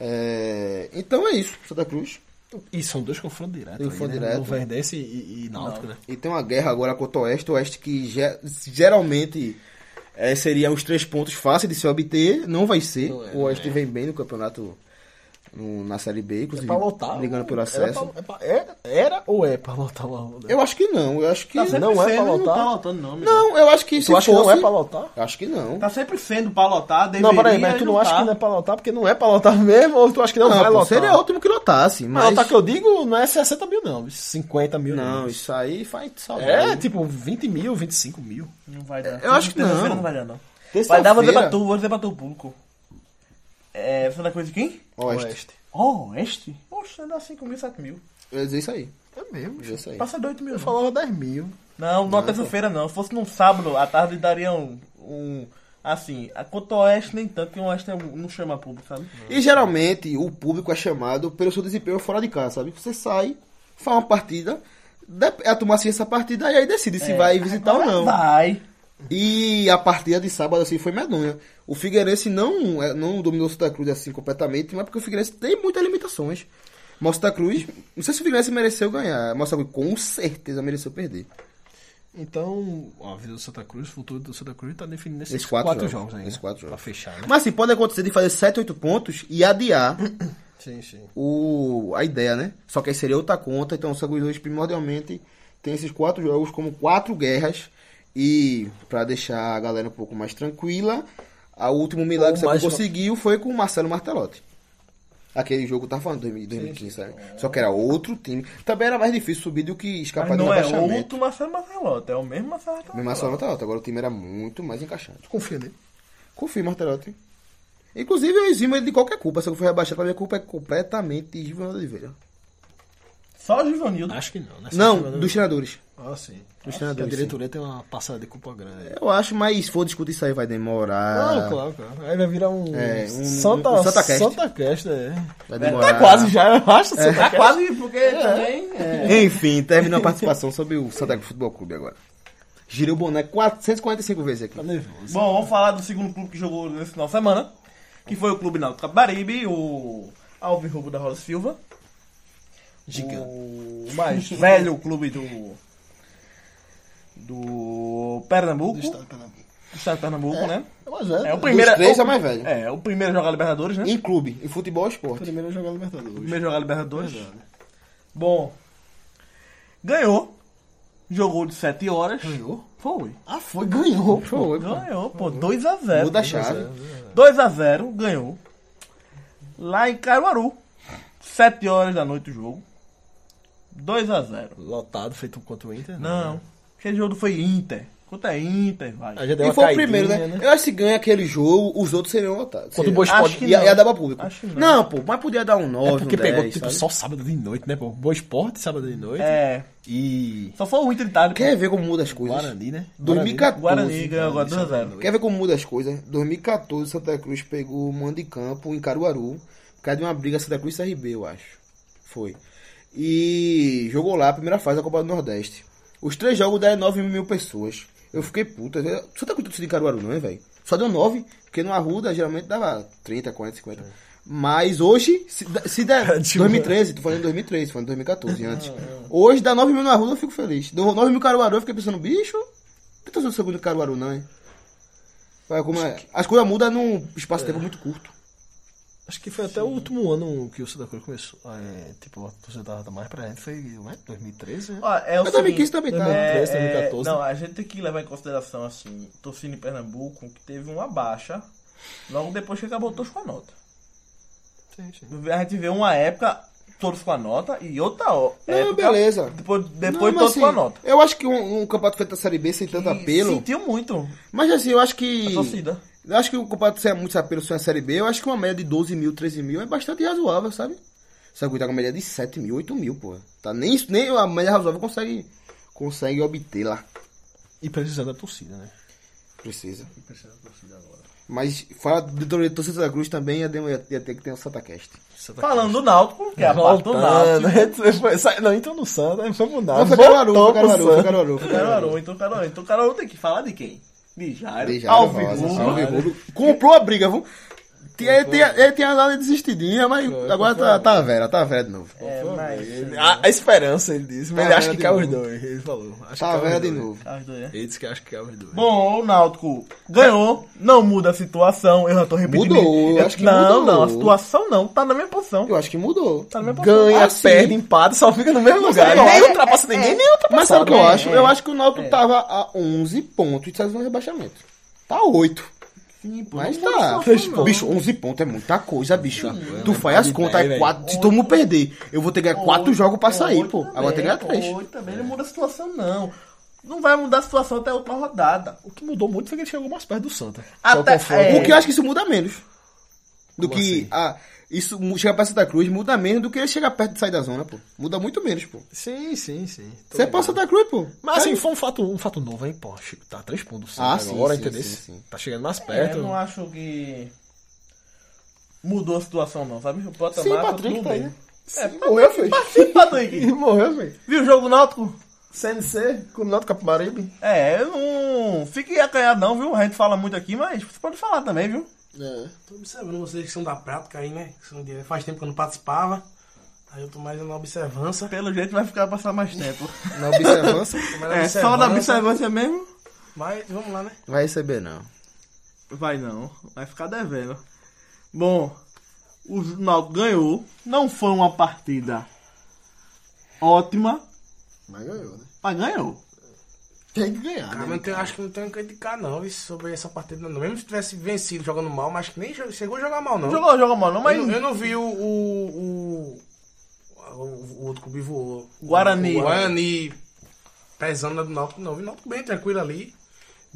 Speaker 3: É, então é isso, Santa Cruz.
Speaker 2: E são dois confrontos diretos. aí,
Speaker 3: Confronto
Speaker 2: né?
Speaker 3: direto.
Speaker 2: Luverdense e, e Náutico, né?
Speaker 3: E tem uma guerra agora contra o Oeste, o Oeste que ge- geralmente é, seria os três pontos fáceis de se obter, não vai ser.
Speaker 2: Não é,
Speaker 3: o Oeste
Speaker 2: não é.
Speaker 3: vem bem no campeonato no- na Série B,
Speaker 2: É
Speaker 3: inclusive
Speaker 2: pra lotar.
Speaker 3: brigando pelo
Speaker 2: Era
Speaker 3: acesso.
Speaker 2: pra- é pra- era, era ou é pra lotar uma onda?
Speaker 3: Eu acho que não, eu acho que
Speaker 1: Tá sempre
Speaker 2: não é pra
Speaker 1: sendo,
Speaker 2: lotar?
Speaker 1: Não tá lotando, não, meu irmão.
Speaker 3: não, eu acho que se
Speaker 2: tu acha
Speaker 3: fosse,
Speaker 2: que não é pra lotar?
Speaker 3: eu acho que não.
Speaker 1: Tá sempre sendo pra lotar, deveria,
Speaker 2: não, peraí, mas tu não acha
Speaker 1: tá.
Speaker 2: que não é pra lotar porque não é pra lotar mesmo? Ou tu acha que não,
Speaker 3: Não,
Speaker 2: vai
Speaker 3: pô,
Speaker 2: lotar?
Speaker 3: seria ótimo que lotasse,
Speaker 2: Mas
Speaker 3: mas
Speaker 2: lotar que eu digo não é 60 mil, não. 50 mil.
Speaker 3: não, isso aí faz saudade.
Speaker 2: É, tipo 20 mil, 25 mil.
Speaker 1: Não vai dar.
Speaker 3: Eu acho que não.
Speaker 1: Terça-feira não vai dar, não. Vai
Speaker 3: Terça-feira-
Speaker 1: dar, vou dizer pra tu, vou dizer pra tu, público. É, Santa Cruz de quem?
Speaker 3: Oeste.
Speaker 1: Oh, Oeste? Poxa, dá 5 mil, 7 mil.
Speaker 3: Eu ia dizer isso aí.
Speaker 2: É
Speaker 3: Eu
Speaker 2: mesmo.
Speaker 3: ia dizer isso aí.
Speaker 1: Passa de 8 mil.
Speaker 2: Eu falava 10 mil.
Speaker 1: Não, é numa terça-feira não. Se fosse num sábado, à tarde daria um. um assim, a quanto ao Oeste nem tanto, porque o Oeste é um- não chama público, sabe?
Speaker 3: E geralmente o público é chamado pelo seu desempenho fora de casa, sabe? Você sai, faz uma partida, dep- a turma assiste essa partida e aí decide se
Speaker 1: É,
Speaker 3: vai visitar ou
Speaker 1: agora
Speaker 3: não.
Speaker 1: Vai.
Speaker 3: E a partida de sábado assim foi medonha. O Figueirense não, é, não dominou o Santa Cruz assim completamente, mas porque o Figueirense tem muitas limitações. Mas o Santa Cruz, não sei se o Figueirense mereceu ganhar, mas o Santa Cruz com certeza mereceu perder.
Speaker 2: Então, a vida do Santa Cruz, o futuro do Santa Cruz tá definido nesses
Speaker 3: Esses quatro
Speaker 2: quatro,
Speaker 3: jogos,
Speaker 2: jogos, ainda.
Speaker 3: esses quatro jogos.
Speaker 2: Pra fechar, né?
Speaker 3: Mas assim, pode acontecer de fazer 7, 8 pontos e adiar
Speaker 2: Sim, sim.
Speaker 3: o, a ideia, né? Só que aí seria outra conta, então o Santa Cruz hoje primordialmente tem esses quatro jogos como quatro guerras e pra deixar a galera um pouco mais tranquila, a último milagre que o Santa
Speaker 2: Ou mais-
Speaker 3: Cruz conseguiu foi com o Marcelo Martelotti. Aquele jogo tava falando de 2015, sabe? Só que era outro time. Também era mais difícil subir do que escapar
Speaker 1: Mas
Speaker 3: de um
Speaker 1: não é
Speaker 3: rebaixamento.
Speaker 1: outro Marcelo Martelotti, é o mesmo Marcelo Martelotti.
Speaker 3: Mesmo assim, Martelotti. Agora o time era muito mais encaixado.
Speaker 2: Confia nele.
Speaker 3: Confio em Martelotti. Inclusive, eu eximo ele de qualquer culpa. Se eu for rebaixado, a minha culpa é completamente de Giovanni Oliveira.
Speaker 1: Só o Givanildo.
Speaker 2: Acho que não, né?
Speaker 3: Não, dos treinadores.
Speaker 2: Ah,
Speaker 3: Dos
Speaker 2: sim. Acho que a
Speaker 3: treinadores,
Speaker 2: diretoria tem uma passada de culpa grande. aí.
Speaker 3: Eu acho, mas se for discutir isso aí, vai demorar.
Speaker 2: Não, claro, claro. Aí vai virar um.
Speaker 3: Ah. É, um-
Speaker 2: Santa,
Speaker 3: um
Speaker 2: Santa
Speaker 3: Santacast.
Speaker 2: Cast. Santa Cast, é.
Speaker 3: Vai demorar.
Speaker 2: Tá quase já, né? eu acho.
Speaker 1: Tá
Speaker 3: É.
Speaker 2: Santa Cast.
Speaker 1: quase, porque também. é.
Speaker 3: Enfim, termina a participação sobre o Santa Cruz Futebol Clube agora. Girei o boné 445 vezes aqui.
Speaker 2: Tá nervoso.
Speaker 1: Bom, vamos falar do segundo clube que jogou nesse final de semana, que foi o Clube Náutico Capibaribe, o Alves Rubro da Rosa Silva.
Speaker 2: Gigante.
Speaker 1: O mais velho clube do. Do Pernambuco.
Speaker 2: Do estado de Pernambuco.
Speaker 1: do estado de Pernambuco, né?
Speaker 2: Mas é,
Speaker 1: É o primeiro.
Speaker 3: Dos três
Speaker 1: o,
Speaker 3: é o mais velho.
Speaker 1: É, o primeiro a jogar Libertadores, né?
Speaker 3: Em clube, em futebol e esporte.
Speaker 2: primeiro a jogar Libertadores.
Speaker 1: Primeiro a jogar Libertadores. Bom. Ganhou. Jogou de 7 horas.
Speaker 2: Ganhou?
Speaker 1: Foi.
Speaker 2: Ah, foi, ganhou. Foi,
Speaker 1: Ganhou, pô. 2x0.
Speaker 3: Muda a
Speaker 2: É,
Speaker 3: chave.
Speaker 1: 2x0, ganhou. Lá em Caruaru. 7 horas da noite o jogo. 2x0.
Speaker 2: Lotado, feito um contra o Inter. né?
Speaker 1: Não. Aquele jogo foi Inter. Quanto é Inter, vai.
Speaker 2: Aí já deu
Speaker 3: E
Speaker 2: uma
Speaker 3: foi o
Speaker 2: caidinha,
Speaker 3: primeiro, né? Eu acho que se ganha aquele jogo, os outros seriam lotados.
Speaker 2: Contra o
Speaker 3: Seria.
Speaker 2: Boa
Speaker 1: Acho que
Speaker 3: Ia,
Speaker 1: não.
Speaker 3: ia dar pra público.
Speaker 1: Acho que não.
Speaker 3: não. pô, mas podia dar um 9,
Speaker 2: É porque
Speaker 3: um 10,
Speaker 2: pegou tipo,
Speaker 3: sabe?
Speaker 2: só sábado de noite, né? Pô? Boa Esporte, sábado de noite.
Speaker 1: É.
Speaker 2: E.
Speaker 1: Só foi o Inter de tarde.
Speaker 3: Quer ver como muda as coisas?
Speaker 2: Guarani, né?
Speaker 3: 2014.
Speaker 1: Guarani ganhou agora 2x0.
Speaker 3: Quer ver como muda as coisas? 2014, Santa Cruz pegou o mando de campo em Caruaru. Por causa de uma briga Santa Cruz e CRB, eu acho. Foi. E jogou lá a primeira fase da Copa do Nordeste. Os três jogos deram 9 mil pessoas. Eu fiquei puta. Santa Cruz torcida em Caruaru, não é, velho? Só deu 9, porque no Arruda geralmente dava 30, 40, 50. Mas hoje, se, da- se
Speaker 2: É
Speaker 3: der. 2013, tô falando em 2013, tô falando em 2014 antes. Hoje dá 9 mil no Arruda, eu fico feliz. Deu 9 mil Caruaru, eu fiquei pensando, bicho, tá não tem torcida de Caruaru, não, hein? Vai, como é? As coisas mudam num espaço de tempo muito curto.
Speaker 2: Acho que foi até o último ano que o Santa Cruz começou. É, tipo, a torcida tava mais pra gente, foi né? 2013, né?
Speaker 1: Ó, é o
Speaker 3: Mas 2015
Speaker 1: seguinte,
Speaker 3: também tá.
Speaker 1: É,
Speaker 2: 2013, 2014.
Speaker 1: é, não, a gente tem que levar em consideração, assim, torcida em Pernambuco, que teve uma baixa logo depois que acabou todos com a nota.
Speaker 2: Sim, sim.
Speaker 1: A gente vê uma época todos com a nota e outra ó,
Speaker 3: Não,
Speaker 1: época,
Speaker 3: beleza.
Speaker 1: Depois,
Speaker 3: Não,
Speaker 1: depois
Speaker 3: mas
Speaker 1: todos
Speaker 3: assim,
Speaker 1: com a nota.
Speaker 3: Eu acho que um, um campeonato feito da Série B sem tanto
Speaker 1: E
Speaker 3: apelo.
Speaker 1: Sentiu muito
Speaker 3: Mas assim, eu acho que.
Speaker 1: a É torcida.
Speaker 3: Eu acho que o campeonato sem muito apelo sem a Série B, eu acho que uma média de 12 mil, 13 mil é bastante razoável, sabe? Você aguentar com uma média de 7 mil, 8 mil, pô. Tá, nem, isso- nem a média razoável consegue, consegue obter lá.
Speaker 2: E precisando da torcida, né?
Speaker 3: Precisa. Mas fala do torcida da Cruz também ia, ter- ia ter que ter um Satacast.
Speaker 2: Santa
Speaker 1: Falando do Náutico, que é a parte do
Speaker 3: né?
Speaker 1: Náutico.
Speaker 2: Náutico. Não, então no Santa, foi pro
Speaker 3: Não, foi
Speaker 2: Náutico.
Speaker 3: Caruaru, foi
Speaker 2: Voltou pro
Speaker 3: Caruaru, foi
Speaker 2: Santa.
Speaker 3: Caruaru, foi Caruaru.
Speaker 1: Caruaru, então Caruaru. Então Caruaru tem que falar de quem? De Jairo.
Speaker 3: Beijar,
Speaker 1: Alves
Speaker 3: Rosa,
Speaker 1: Rubro.
Speaker 3: Salve Rubro. né? Comprou a briga, viu? Tem- Ele tem, ele tem andado desistidinha, mas agora tá, tá velha, tá velha de novo.
Speaker 1: É, mas...
Speaker 2: A, a esperança, ele disse.
Speaker 3: Tá
Speaker 2: Mas ele acha que
Speaker 3: vendo
Speaker 2: cai
Speaker 3: de
Speaker 2: os
Speaker 3: novo.
Speaker 2: dois. Ele falou. Acho
Speaker 3: Tá
Speaker 2: que cai os
Speaker 3: velha de
Speaker 2: dois.
Speaker 3: novo.
Speaker 1: as duas, né?
Speaker 3: É.
Speaker 2: Ele disse que acha que cai os dois.
Speaker 1: Bom, o Náutico ganhou, não muda a situação, eu já tô repetindo.
Speaker 3: Mudou, eu
Speaker 1: Eu-
Speaker 3: acho que
Speaker 1: não,
Speaker 3: mudou.
Speaker 1: não, a situação não, tá na mesma posição.
Speaker 3: Eu acho que mudou.
Speaker 1: Tá na mesma
Speaker 2: ganha,
Speaker 3: assim.
Speaker 2: perde, empata, só fica no mesmo lugar.
Speaker 3: sabe, eu
Speaker 2: Nem
Speaker 3: acho-
Speaker 2: ultrapassa ninguém, nem ultrapassa.
Speaker 3: Mas sabe o que eu
Speaker 2: né?
Speaker 3: acho? Eu acho que o Náutico tava a 11 pontos de saída do rebaixamento. Tá 8.
Speaker 1: Sim, pô,
Speaker 3: Mas
Speaker 1: não muda a
Speaker 3: tá.
Speaker 1: situação, não.
Speaker 3: Bicho, 11 pontos é muita coisa, bicho. Tu faz as contas,
Speaker 2: velho.
Speaker 3: é 4. Se todo mundo perder, eu vou ter que ganhar 4
Speaker 1: Oito, é
Speaker 3: jogos pra sair,
Speaker 1: oito
Speaker 3: pô.
Speaker 1: também,
Speaker 3: Agora tem que ganhar
Speaker 1: pô,
Speaker 3: 3.
Speaker 1: oito também não muda a situação, não. Não vai mudar a situação até a última rodada.
Speaker 2: O que mudou muito foi que ele chegou mais perto do Santa.
Speaker 1: Até- é.
Speaker 3: O que eu acho que isso muda menos. Do
Speaker 2: Como
Speaker 3: que
Speaker 2: assim?
Speaker 3: a. Isso mu- chegar pra Santa Cruz muda menos do que ele chegar perto de sair da zona, pô. Muda muito menos, pô.
Speaker 2: Sim, sim, sim. Tô
Speaker 3: Você
Speaker 2: ligado.
Speaker 3: passa Santa Cruz, pô.
Speaker 2: Mas assim, foi um fato, um fato novo, hein, pô. Chico, Tá três pontos do Santa
Speaker 3: Ah,
Speaker 2: agora,
Speaker 3: sim, sim,
Speaker 2: entendeu?
Speaker 3: sim, sim.
Speaker 2: Tá chegando mais
Speaker 1: É,
Speaker 2: perto.
Speaker 1: eu não acho que mudou a situação, não, sabe? O Potamar
Speaker 3: Sim,
Speaker 1: tá
Speaker 3: Patrick
Speaker 1: tudo
Speaker 3: tá
Speaker 1: bem.
Speaker 3: aí.
Speaker 1: É,
Speaker 2: morreu, fez.
Speaker 1: Sim, Patrick.
Speaker 2: morreu, velho.
Speaker 1: Viu o jogo do Náutico?
Speaker 2: CNC, com o Náutico Capibaribe.
Speaker 1: É, eu não fique acanhado não, viu? A gente fala muito aqui, mas você pode falar também, viu?
Speaker 3: É.
Speaker 4: Tô observando vocês que são da prática aí, né? Que são de- Faz tempo que eu não participava. Aí eu tô mais na observança.
Speaker 1: Pelo jeito vai ficar passar mais tempo.
Speaker 3: Na observância,
Speaker 4: Tô mais na
Speaker 1: É, só na
Speaker 4: observança.
Speaker 1: observância mesmo?
Speaker 4: Mas vamos lá, né?
Speaker 3: vai receber, não.
Speaker 1: Vai não, vai ficar devendo. Bom, o Náutico ganhou. Não foi uma partida ótima,
Speaker 2: Mas ganhou, né?
Speaker 1: mas ganhou.
Speaker 3: Tem que ganhar.
Speaker 4: Cara,
Speaker 3: né?
Speaker 4: mas não tenho- acho que não tenho que criticar, não, isso, sobre essa partida. Não. Mesmo se tivesse vencido jogando mal, mas que nem jo- chegou a jogar mal, não.
Speaker 1: Jogou, jogou mal, não, mas.
Speaker 4: Eu, não- eu não vi o. O, o, o- o outro clube voou.
Speaker 1: Guarani.
Speaker 4: O Guarani pesando na do Náutico, não. Vi o Náutico bem tranquilo ali.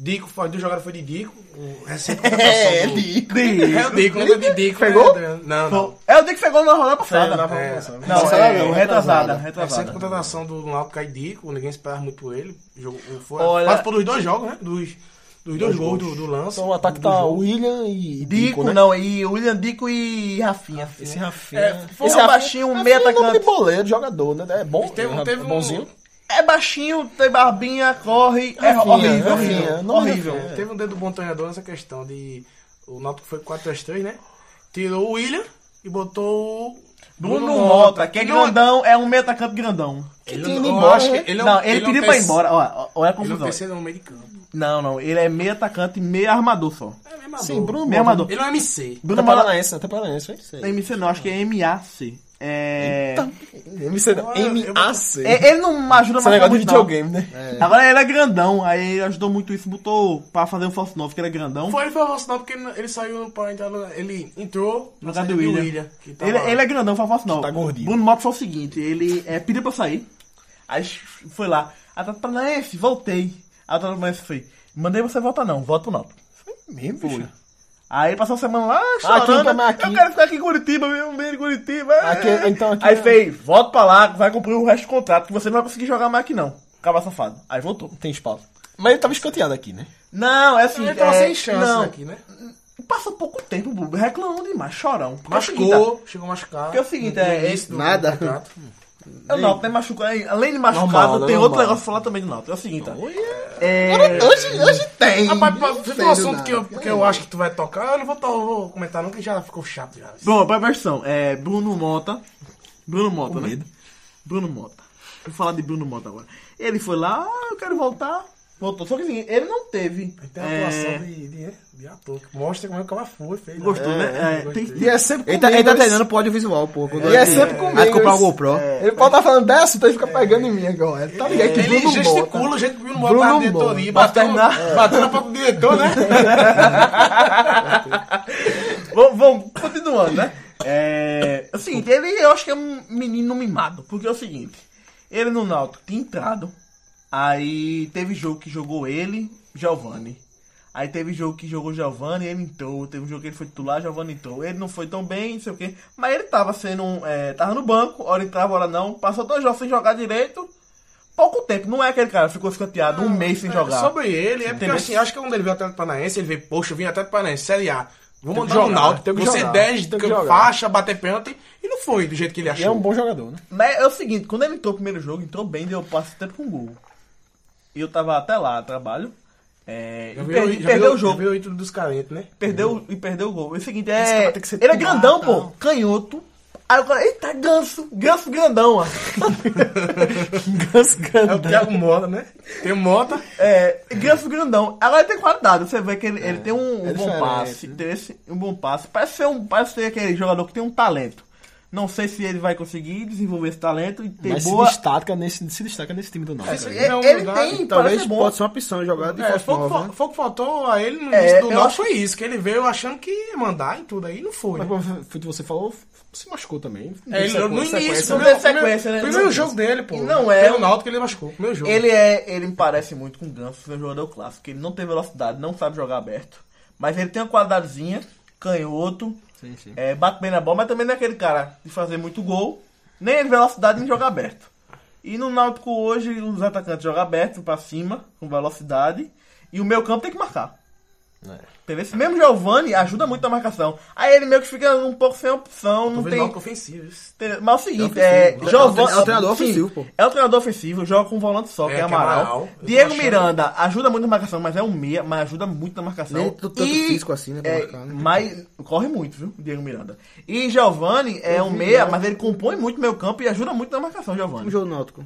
Speaker 4: Dico, foi, do jogador foi de Dico. O recente
Speaker 3: É,
Speaker 4: do...
Speaker 3: Dico.
Speaker 4: É o Dico, lembra de Dico.
Speaker 1: Pegou?
Speaker 4: né? Não, não.
Speaker 1: É o dia que pegou na rodada passada.
Speaker 2: É, na
Speaker 4: É.
Speaker 2: promoção.
Speaker 1: Não,
Speaker 3: Passada
Speaker 1: é, retrasada,
Speaker 3: não, retrasada.
Speaker 4: Recente
Speaker 1: retrasada.
Speaker 4: contratação do Náutico Cai Dico, ninguém esperava muito por ele. Jogou, foi,
Speaker 1: Olha-
Speaker 4: Quase por os dois jogos, né? Dos, dos dois gols do, do lance.
Speaker 2: Então o ataque tá William e
Speaker 1: Dico,
Speaker 2: né?
Speaker 1: não, e William Dico e Rafinha.
Speaker 2: Esse
Speaker 1: filho.
Speaker 2: Rafinha.
Speaker 1: É, foi um
Speaker 2: Rafinha-
Speaker 1: baixinho, um
Speaker 2: Rafinha
Speaker 1: meia
Speaker 2: é nome de
Speaker 1: atacante.
Speaker 2: boleiro, jogador, né? É bom.
Speaker 4: Teve-
Speaker 2: é
Speaker 4: teve um-
Speaker 2: bonzinho.
Speaker 1: É baixinho, tem barbinha, corre. É
Speaker 2: Rafinha,
Speaker 1: horrível,
Speaker 2: Rafinha,
Speaker 1: horrível.
Speaker 2: não
Speaker 1: horrível.
Speaker 2: Rafinha. É.
Speaker 4: Teve um dedo bom treinador nessa questão de. O Náutico foi 4-3-3, né? Tirou o William e botou o.
Speaker 1: Bruno Mota, que é grandão, é um meia atacante grandão.
Speaker 4: Ele
Speaker 2: tinha ido
Speaker 4: não- eu
Speaker 2: embora,
Speaker 4: acho que
Speaker 2: né?
Speaker 4: ele é um-
Speaker 1: não, ele,
Speaker 4: é um
Speaker 1: pediu pra ir
Speaker 4: terce-
Speaker 1: embora. Ó, ó, olha a
Speaker 4: Ele é um
Speaker 1: confusão.
Speaker 4: terceiro no meio de campo.
Speaker 1: Não, não, ele é meia atacante e meia armador só.
Speaker 4: É mesmo
Speaker 2: Sim,
Speaker 4: amador.
Speaker 2: Bruno
Speaker 1: Meia armador.
Speaker 4: Ele é um MC.
Speaker 1: Bruno
Speaker 2: Até
Speaker 1: Mota.
Speaker 2: paranaense, né? até paranaense, hein?
Speaker 1: MC não, acho que é MAC. É.
Speaker 2: MC não,
Speaker 4: Eu- eu-
Speaker 2: MAC.
Speaker 1: é, Ele não ajuda
Speaker 2: Esse
Speaker 1: mais
Speaker 2: negócio de
Speaker 1: muito, não.
Speaker 2: videogame, né?
Speaker 1: Agora ele é grandão, aí ele ajudou muito isso, botou pra fazer um falso novo, que ele é grandão.
Speaker 4: Foi, ele foi avançado porque ele, ele saiu pra entrar. no- então Ele entrou
Speaker 1: No
Speaker 4: na
Speaker 1: lugar
Speaker 4: saída
Speaker 1: do
Speaker 4: de
Speaker 1: William.
Speaker 4: que tava-
Speaker 1: Ele, ele é grandão, foi falso novo.
Speaker 2: Tá gordinho.
Speaker 1: Bruno Mota foi o seguinte, ele é, pediu pra sair, aí foi lá. "Ah, tá, A Tata Paranaense, é voltei. A Tata Paranaense foi, mandei você voltar não, volta pro Náutico.
Speaker 2: Mesmo, bicho.
Speaker 1: Aí passou uma semana lá,
Speaker 2: Aqui, então,
Speaker 1: chorando.
Speaker 2: mas aqui.
Speaker 1: Eu quero ficar aqui em Curitiba, meu bem de Curitiba.
Speaker 2: Aqui, então, aqui
Speaker 1: aí
Speaker 2: é-
Speaker 1: fez, volta pra lá, vai cumprir o resto do contrato, que você não vai conseguir jogar mais aqui não. Acaba safado. Aí voltou.
Speaker 2: Tem espaço. Mas ele tava escanteado aqui, né?
Speaker 1: Não, é assim.
Speaker 4: Ele tava
Speaker 1: é,
Speaker 4: sem chance
Speaker 1: não.
Speaker 4: aqui, né?
Speaker 1: Passa pouco tempo, Bubu, reclamando demais, chorão. Porque é o seguinte,
Speaker 4: Machucou, tá? chegou a machucar.
Speaker 1: Porque é o seguinte, é,
Speaker 4: início do- do
Speaker 3: nada.
Speaker 4: contrato.
Speaker 1: é, o Náutico tem machucado. é, Além de machucado,
Speaker 2: Normal, né,
Speaker 1: tem outro
Speaker 2: normal.
Speaker 1: negócio pra falar também do Náutico. É o seguinte, é...
Speaker 3: Hoje, hoje tem.
Speaker 4: Rapaz, pra-
Speaker 3: Não
Speaker 4: tem
Speaker 3: sei
Speaker 4: um
Speaker 3: do
Speaker 4: assunto
Speaker 3: nada.
Speaker 4: que eu, que eu acho que tu vai tocar, eu não vou, to- eu vou comentar não, que já ficou chato já.
Speaker 1: Bom, pra versão, é Bruno Mota. Bruno Mota, né? Bruno Mota. Vou falar de Bruno Mota agora. Ele foi lá, ah, eu quero voltar. Voltou. Só que assim, ele não teve.
Speaker 4: Tem uma
Speaker 1: é,
Speaker 4: atuação né? de, de, de ator que mostra como é que ela foi, feio.
Speaker 1: Gostou, né? É, tem que
Speaker 2: E é sempre
Speaker 3: Ele tá, ele tá
Speaker 2: comigo,
Speaker 3: treinando pro audiovisual, pô. quando
Speaker 2: E é
Speaker 3: ele-
Speaker 2: sempre comigo,
Speaker 3: Vai comprar o
Speaker 2: esse-
Speaker 3: GoPro.
Speaker 2: esse- Ele pode estar falando dessa, assunto, ele fica pegando em mim agora. Ele Tá ligado? que
Speaker 4: Ele
Speaker 2: Bruno
Speaker 4: gesticula,
Speaker 2: Mota.
Speaker 4: o jeito que o Bruno Mota tá na
Speaker 2: Bruno
Speaker 4: diretoria,
Speaker 1: Mota.
Speaker 4: bateu,
Speaker 1: Pra terminar.
Speaker 4: bateu na porta do diretor, né?
Speaker 1: Vamos, vamos, continuando, né? É, é o seguinte, ele eu acho que é um menino mimado, porque é o seguinte, ele no Náutico tinha entrado, aí teve jogo que jogou ele, Giovanni. Aí teve jogo que jogou Giovanni, ele entrou, teve um jogo que ele foi titular, Giovanni entrou. Ele não foi tão bem, não sei o quê, mas ele tava sendo, é, tava no banco, hora entrava, hora não, passou dois jogos sem jogar direito, pouco tempo, não é aquele cara, que ficou escanteado um mês sem
Speaker 4: É,
Speaker 1: jogar.
Speaker 4: Sobre ele, é porque
Speaker 1: Entendeu?
Speaker 4: assim, acho que quando ele veio até o Paranaense, ele veio, poxa, eu vim até o Paranaense, Série A. Vou mandar
Speaker 2: jogar,
Speaker 4: o Náutico,
Speaker 2: tem que
Speaker 4: vou ser
Speaker 2: jogar,
Speaker 4: 10
Speaker 2: tem que
Speaker 4: de
Speaker 2: jogar.
Speaker 4: faixa, bater pênalti, e não foi do jeito que ele
Speaker 2: E é
Speaker 4: achou.
Speaker 2: um bom jogador, né?
Speaker 1: Mas é o seguinte, quando ele entrou no primeiro jogo, entrou bem, deu passe tempo com gol. E eu tava até lá, trabalho. É,
Speaker 4: Já
Speaker 1: e
Speaker 4: veio-
Speaker 1: perdi-
Speaker 4: já
Speaker 1: perdeu
Speaker 4: veio-
Speaker 1: o jogo.
Speaker 4: Já veio o ídolo dos carentes, né?
Speaker 1: Perdeu e perdeu o gol. É o seguinte,
Speaker 2: Esse
Speaker 1: é.
Speaker 2: cara tem que ser
Speaker 1: Ele é
Speaker 2: pirata,
Speaker 1: grandão, pô.
Speaker 2: ó.
Speaker 1: Canhoto. Aí o cara, eita, ganso, ganso grandão, ó.
Speaker 2: Ganso
Speaker 4: É o Thiago Mola, né? Tem o Mota.
Speaker 1: É, ganso grandão. Agora ele tem qualidade, você vê que ele, ele tem um, um
Speaker 2: é
Speaker 1: bom
Speaker 2: diferente,
Speaker 1: passe,
Speaker 2: né?
Speaker 1: tem esse- um bom passe. Parece ser, um, parece ser aquele jogador que tem um talento. Não sei se ele vai conseguir desenvolver esse talento e ter
Speaker 2: Mas
Speaker 1: boa.
Speaker 2: se, destaca nesse, se um destaca nesse time do Náutico.
Speaker 1: Ele,
Speaker 2: cara.
Speaker 4: Não,
Speaker 1: ele
Speaker 4: não dá.
Speaker 1: tem,
Speaker 3: Talvez
Speaker 1: parece bom.
Speaker 3: possa ser uma opção jogar de
Speaker 4: É,
Speaker 3: falso
Speaker 4: foi, o que
Speaker 3: nova,
Speaker 4: fa-
Speaker 3: né?
Speaker 4: foi o que faltou a ele no
Speaker 1: É,
Speaker 4: início
Speaker 1: eu
Speaker 4: do Náutico
Speaker 1: acho-
Speaker 4: foi isso, que ele veio achando que ia mandar e tudo aí, não foi.
Speaker 2: Mas
Speaker 4: né?
Speaker 2: como foi o que você falou, se machucou também.
Speaker 4: É, ele, no
Speaker 2: Sequência,
Speaker 4: início,
Speaker 2: sequência.
Speaker 1: não
Speaker 4: primeiro-
Speaker 1: teve sequência, né?
Speaker 4: primeiro- Primeiro
Speaker 1: Não
Speaker 4: jogo dele, pô.
Speaker 1: E não é-
Speaker 4: Tem o Náutico que ele machucou. Primeiro jogo.
Speaker 1: Ele é, ele me parece muito com o Ganso, é um jogador clássico. Ele não tem velocidade, não sabe jogar aberto. Mas ele tem uma qualidadezinha, canhoto,
Speaker 2: Sim, sim.
Speaker 1: é, bate bem na bola, mas também não é aquele cara de fazer muito gol, nem de velocidade nem jogar aberto. E no Náutico hoje, os atacantes jogam aberto pra cima, com velocidade, e o meu campo tem que marcar.
Speaker 2: É.
Speaker 1: Entendeu? Esse mesmo Giovanni ajuda muito na marcação. Aí ele meio que fica um pouco sem opção, não
Speaker 4: Talvez
Speaker 1: tem.
Speaker 4: Náutico ofensivo. isso.
Speaker 1: Entendeu? Mas é o seguinte, é,
Speaker 3: ofensivo.
Speaker 1: Giovani-
Speaker 3: É o treinador
Speaker 1: sim,
Speaker 3: ofensivo, pô.
Speaker 1: É o treinador ofensivo, joga com um volante só,
Speaker 4: É,
Speaker 1: que é
Speaker 4: que é
Speaker 1: Amaral.
Speaker 4: Amaral. Eu
Speaker 1: Diego
Speaker 4: tô achando-
Speaker 1: Miranda ajuda muito na marcação, mas é um meia, mas ajuda muito na marcação.
Speaker 3: Nem tanto físico assim, né, pra
Speaker 1: é,
Speaker 3: marcar, né?
Speaker 1: Mas corre muito, viu, o Diego Miranda. E Giovani é um meia, mas ele compõe muito o meio campo e ajuda muito na marcação,
Speaker 3: Tem um
Speaker 1: Giovani.
Speaker 3: né? jogo do Náutico.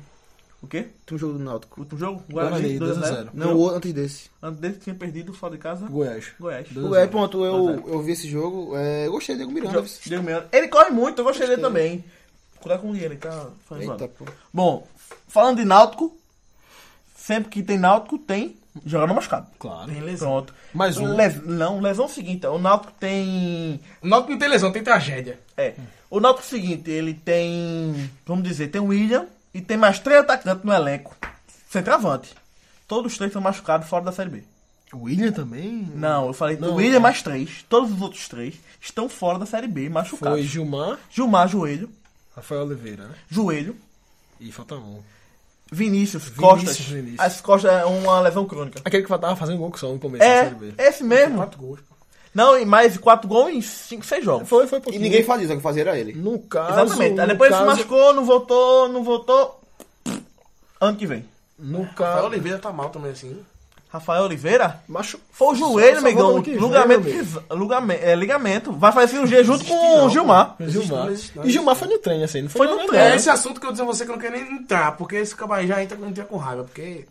Speaker 1: O quê?
Speaker 3: Tem um jogo do Náutico.
Speaker 1: Último jogo?
Speaker 2: Guarani,
Speaker 1: 2 a 0.
Speaker 2: 2 a 0.
Speaker 3: Não, o outro antes desse.
Speaker 1: Antes dele tinha perdido fora de casa,
Speaker 2: Goiás.
Speaker 1: Goiás.
Speaker 2: Dois-
Speaker 3: O- É, pronto, eu, eu vi esse jogo. É, eu gostei do Diego Miranda.
Speaker 1: Diego Miranda. Ele corre muito, eu gostei dele também. Cuidado com ele, tá? fazendo
Speaker 3: Eita,
Speaker 1: nada.
Speaker 3: pô.
Speaker 1: Bom, falando de Náutico, Sempre que tem Náutico, tem jogar no machucado.
Speaker 2: Claro.
Speaker 4: Tem lesão.
Speaker 1: Pronto.
Speaker 2: Mais um.
Speaker 1: Les- Não, lesão é o seguinte, o Náutico tem...
Speaker 4: O Náutico não tem lesão, tem tragédia.
Speaker 1: É. O Náutico é o seguinte, ele tem. Vamos dizer, tem o William e tem mais três atacantes no elenco. Centroavante. Todos os três estão machucados fora da Série B.
Speaker 2: O William também?
Speaker 1: Não, eu falei
Speaker 2: Não,
Speaker 1: o William
Speaker 2: é.
Speaker 1: mais três. Todos os outros três estão fora da Série B, machucados.
Speaker 2: Foi Gilmar,
Speaker 1: Gilmar, joelho.
Speaker 2: Rafael Oliveira, né?
Speaker 1: Joelho.
Speaker 2: E falta um.
Speaker 1: Vinícius, costas.
Speaker 2: Vinícius.
Speaker 1: As costas é uma lesão crônica.
Speaker 2: Aquele que tava fazendo gol que só no começo da
Speaker 1: É,
Speaker 2: Série B.
Speaker 1: esse mesmo.
Speaker 4: Quatro gols. pô.
Speaker 1: Não, e mais quatro gols em cinco, seis jogos.
Speaker 2: Foi, foi
Speaker 3: E
Speaker 2: pouquinho.
Speaker 3: ninguém fazia, só que fazia era ele.
Speaker 2: No caso.
Speaker 1: Exatamente. Aí
Speaker 2: no
Speaker 1: depois
Speaker 2: caso,
Speaker 1: ele se machucou, não voltou, não voltou. Ano que vem.
Speaker 2: No
Speaker 4: Rafael
Speaker 2: caso.
Speaker 4: Oliveira tá mal também, assim.
Speaker 1: Rafael Oliveira?
Speaker 2: Machu...
Speaker 1: Foi o joelho,
Speaker 2: Só- só
Speaker 1: amigão.
Speaker 2: falando que né,
Speaker 1: Ligamento,
Speaker 2: joelho,
Speaker 1: fis- lugame- é, ligamento. Vai fazer cirurgia junto com o Gilmar.
Speaker 2: Gilmar.
Speaker 4: não existe, não.
Speaker 2: E Gilmar foi no treino, assim, não foi,
Speaker 1: Foi no
Speaker 2: nada,
Speaker 1: treino.
Speaker 4: É
Speaker 2: né?
Speaker 4: esse assunto que eu disse a você que eu não quero nem entrar, porque esse cabai já entra, entra com raiva, porque.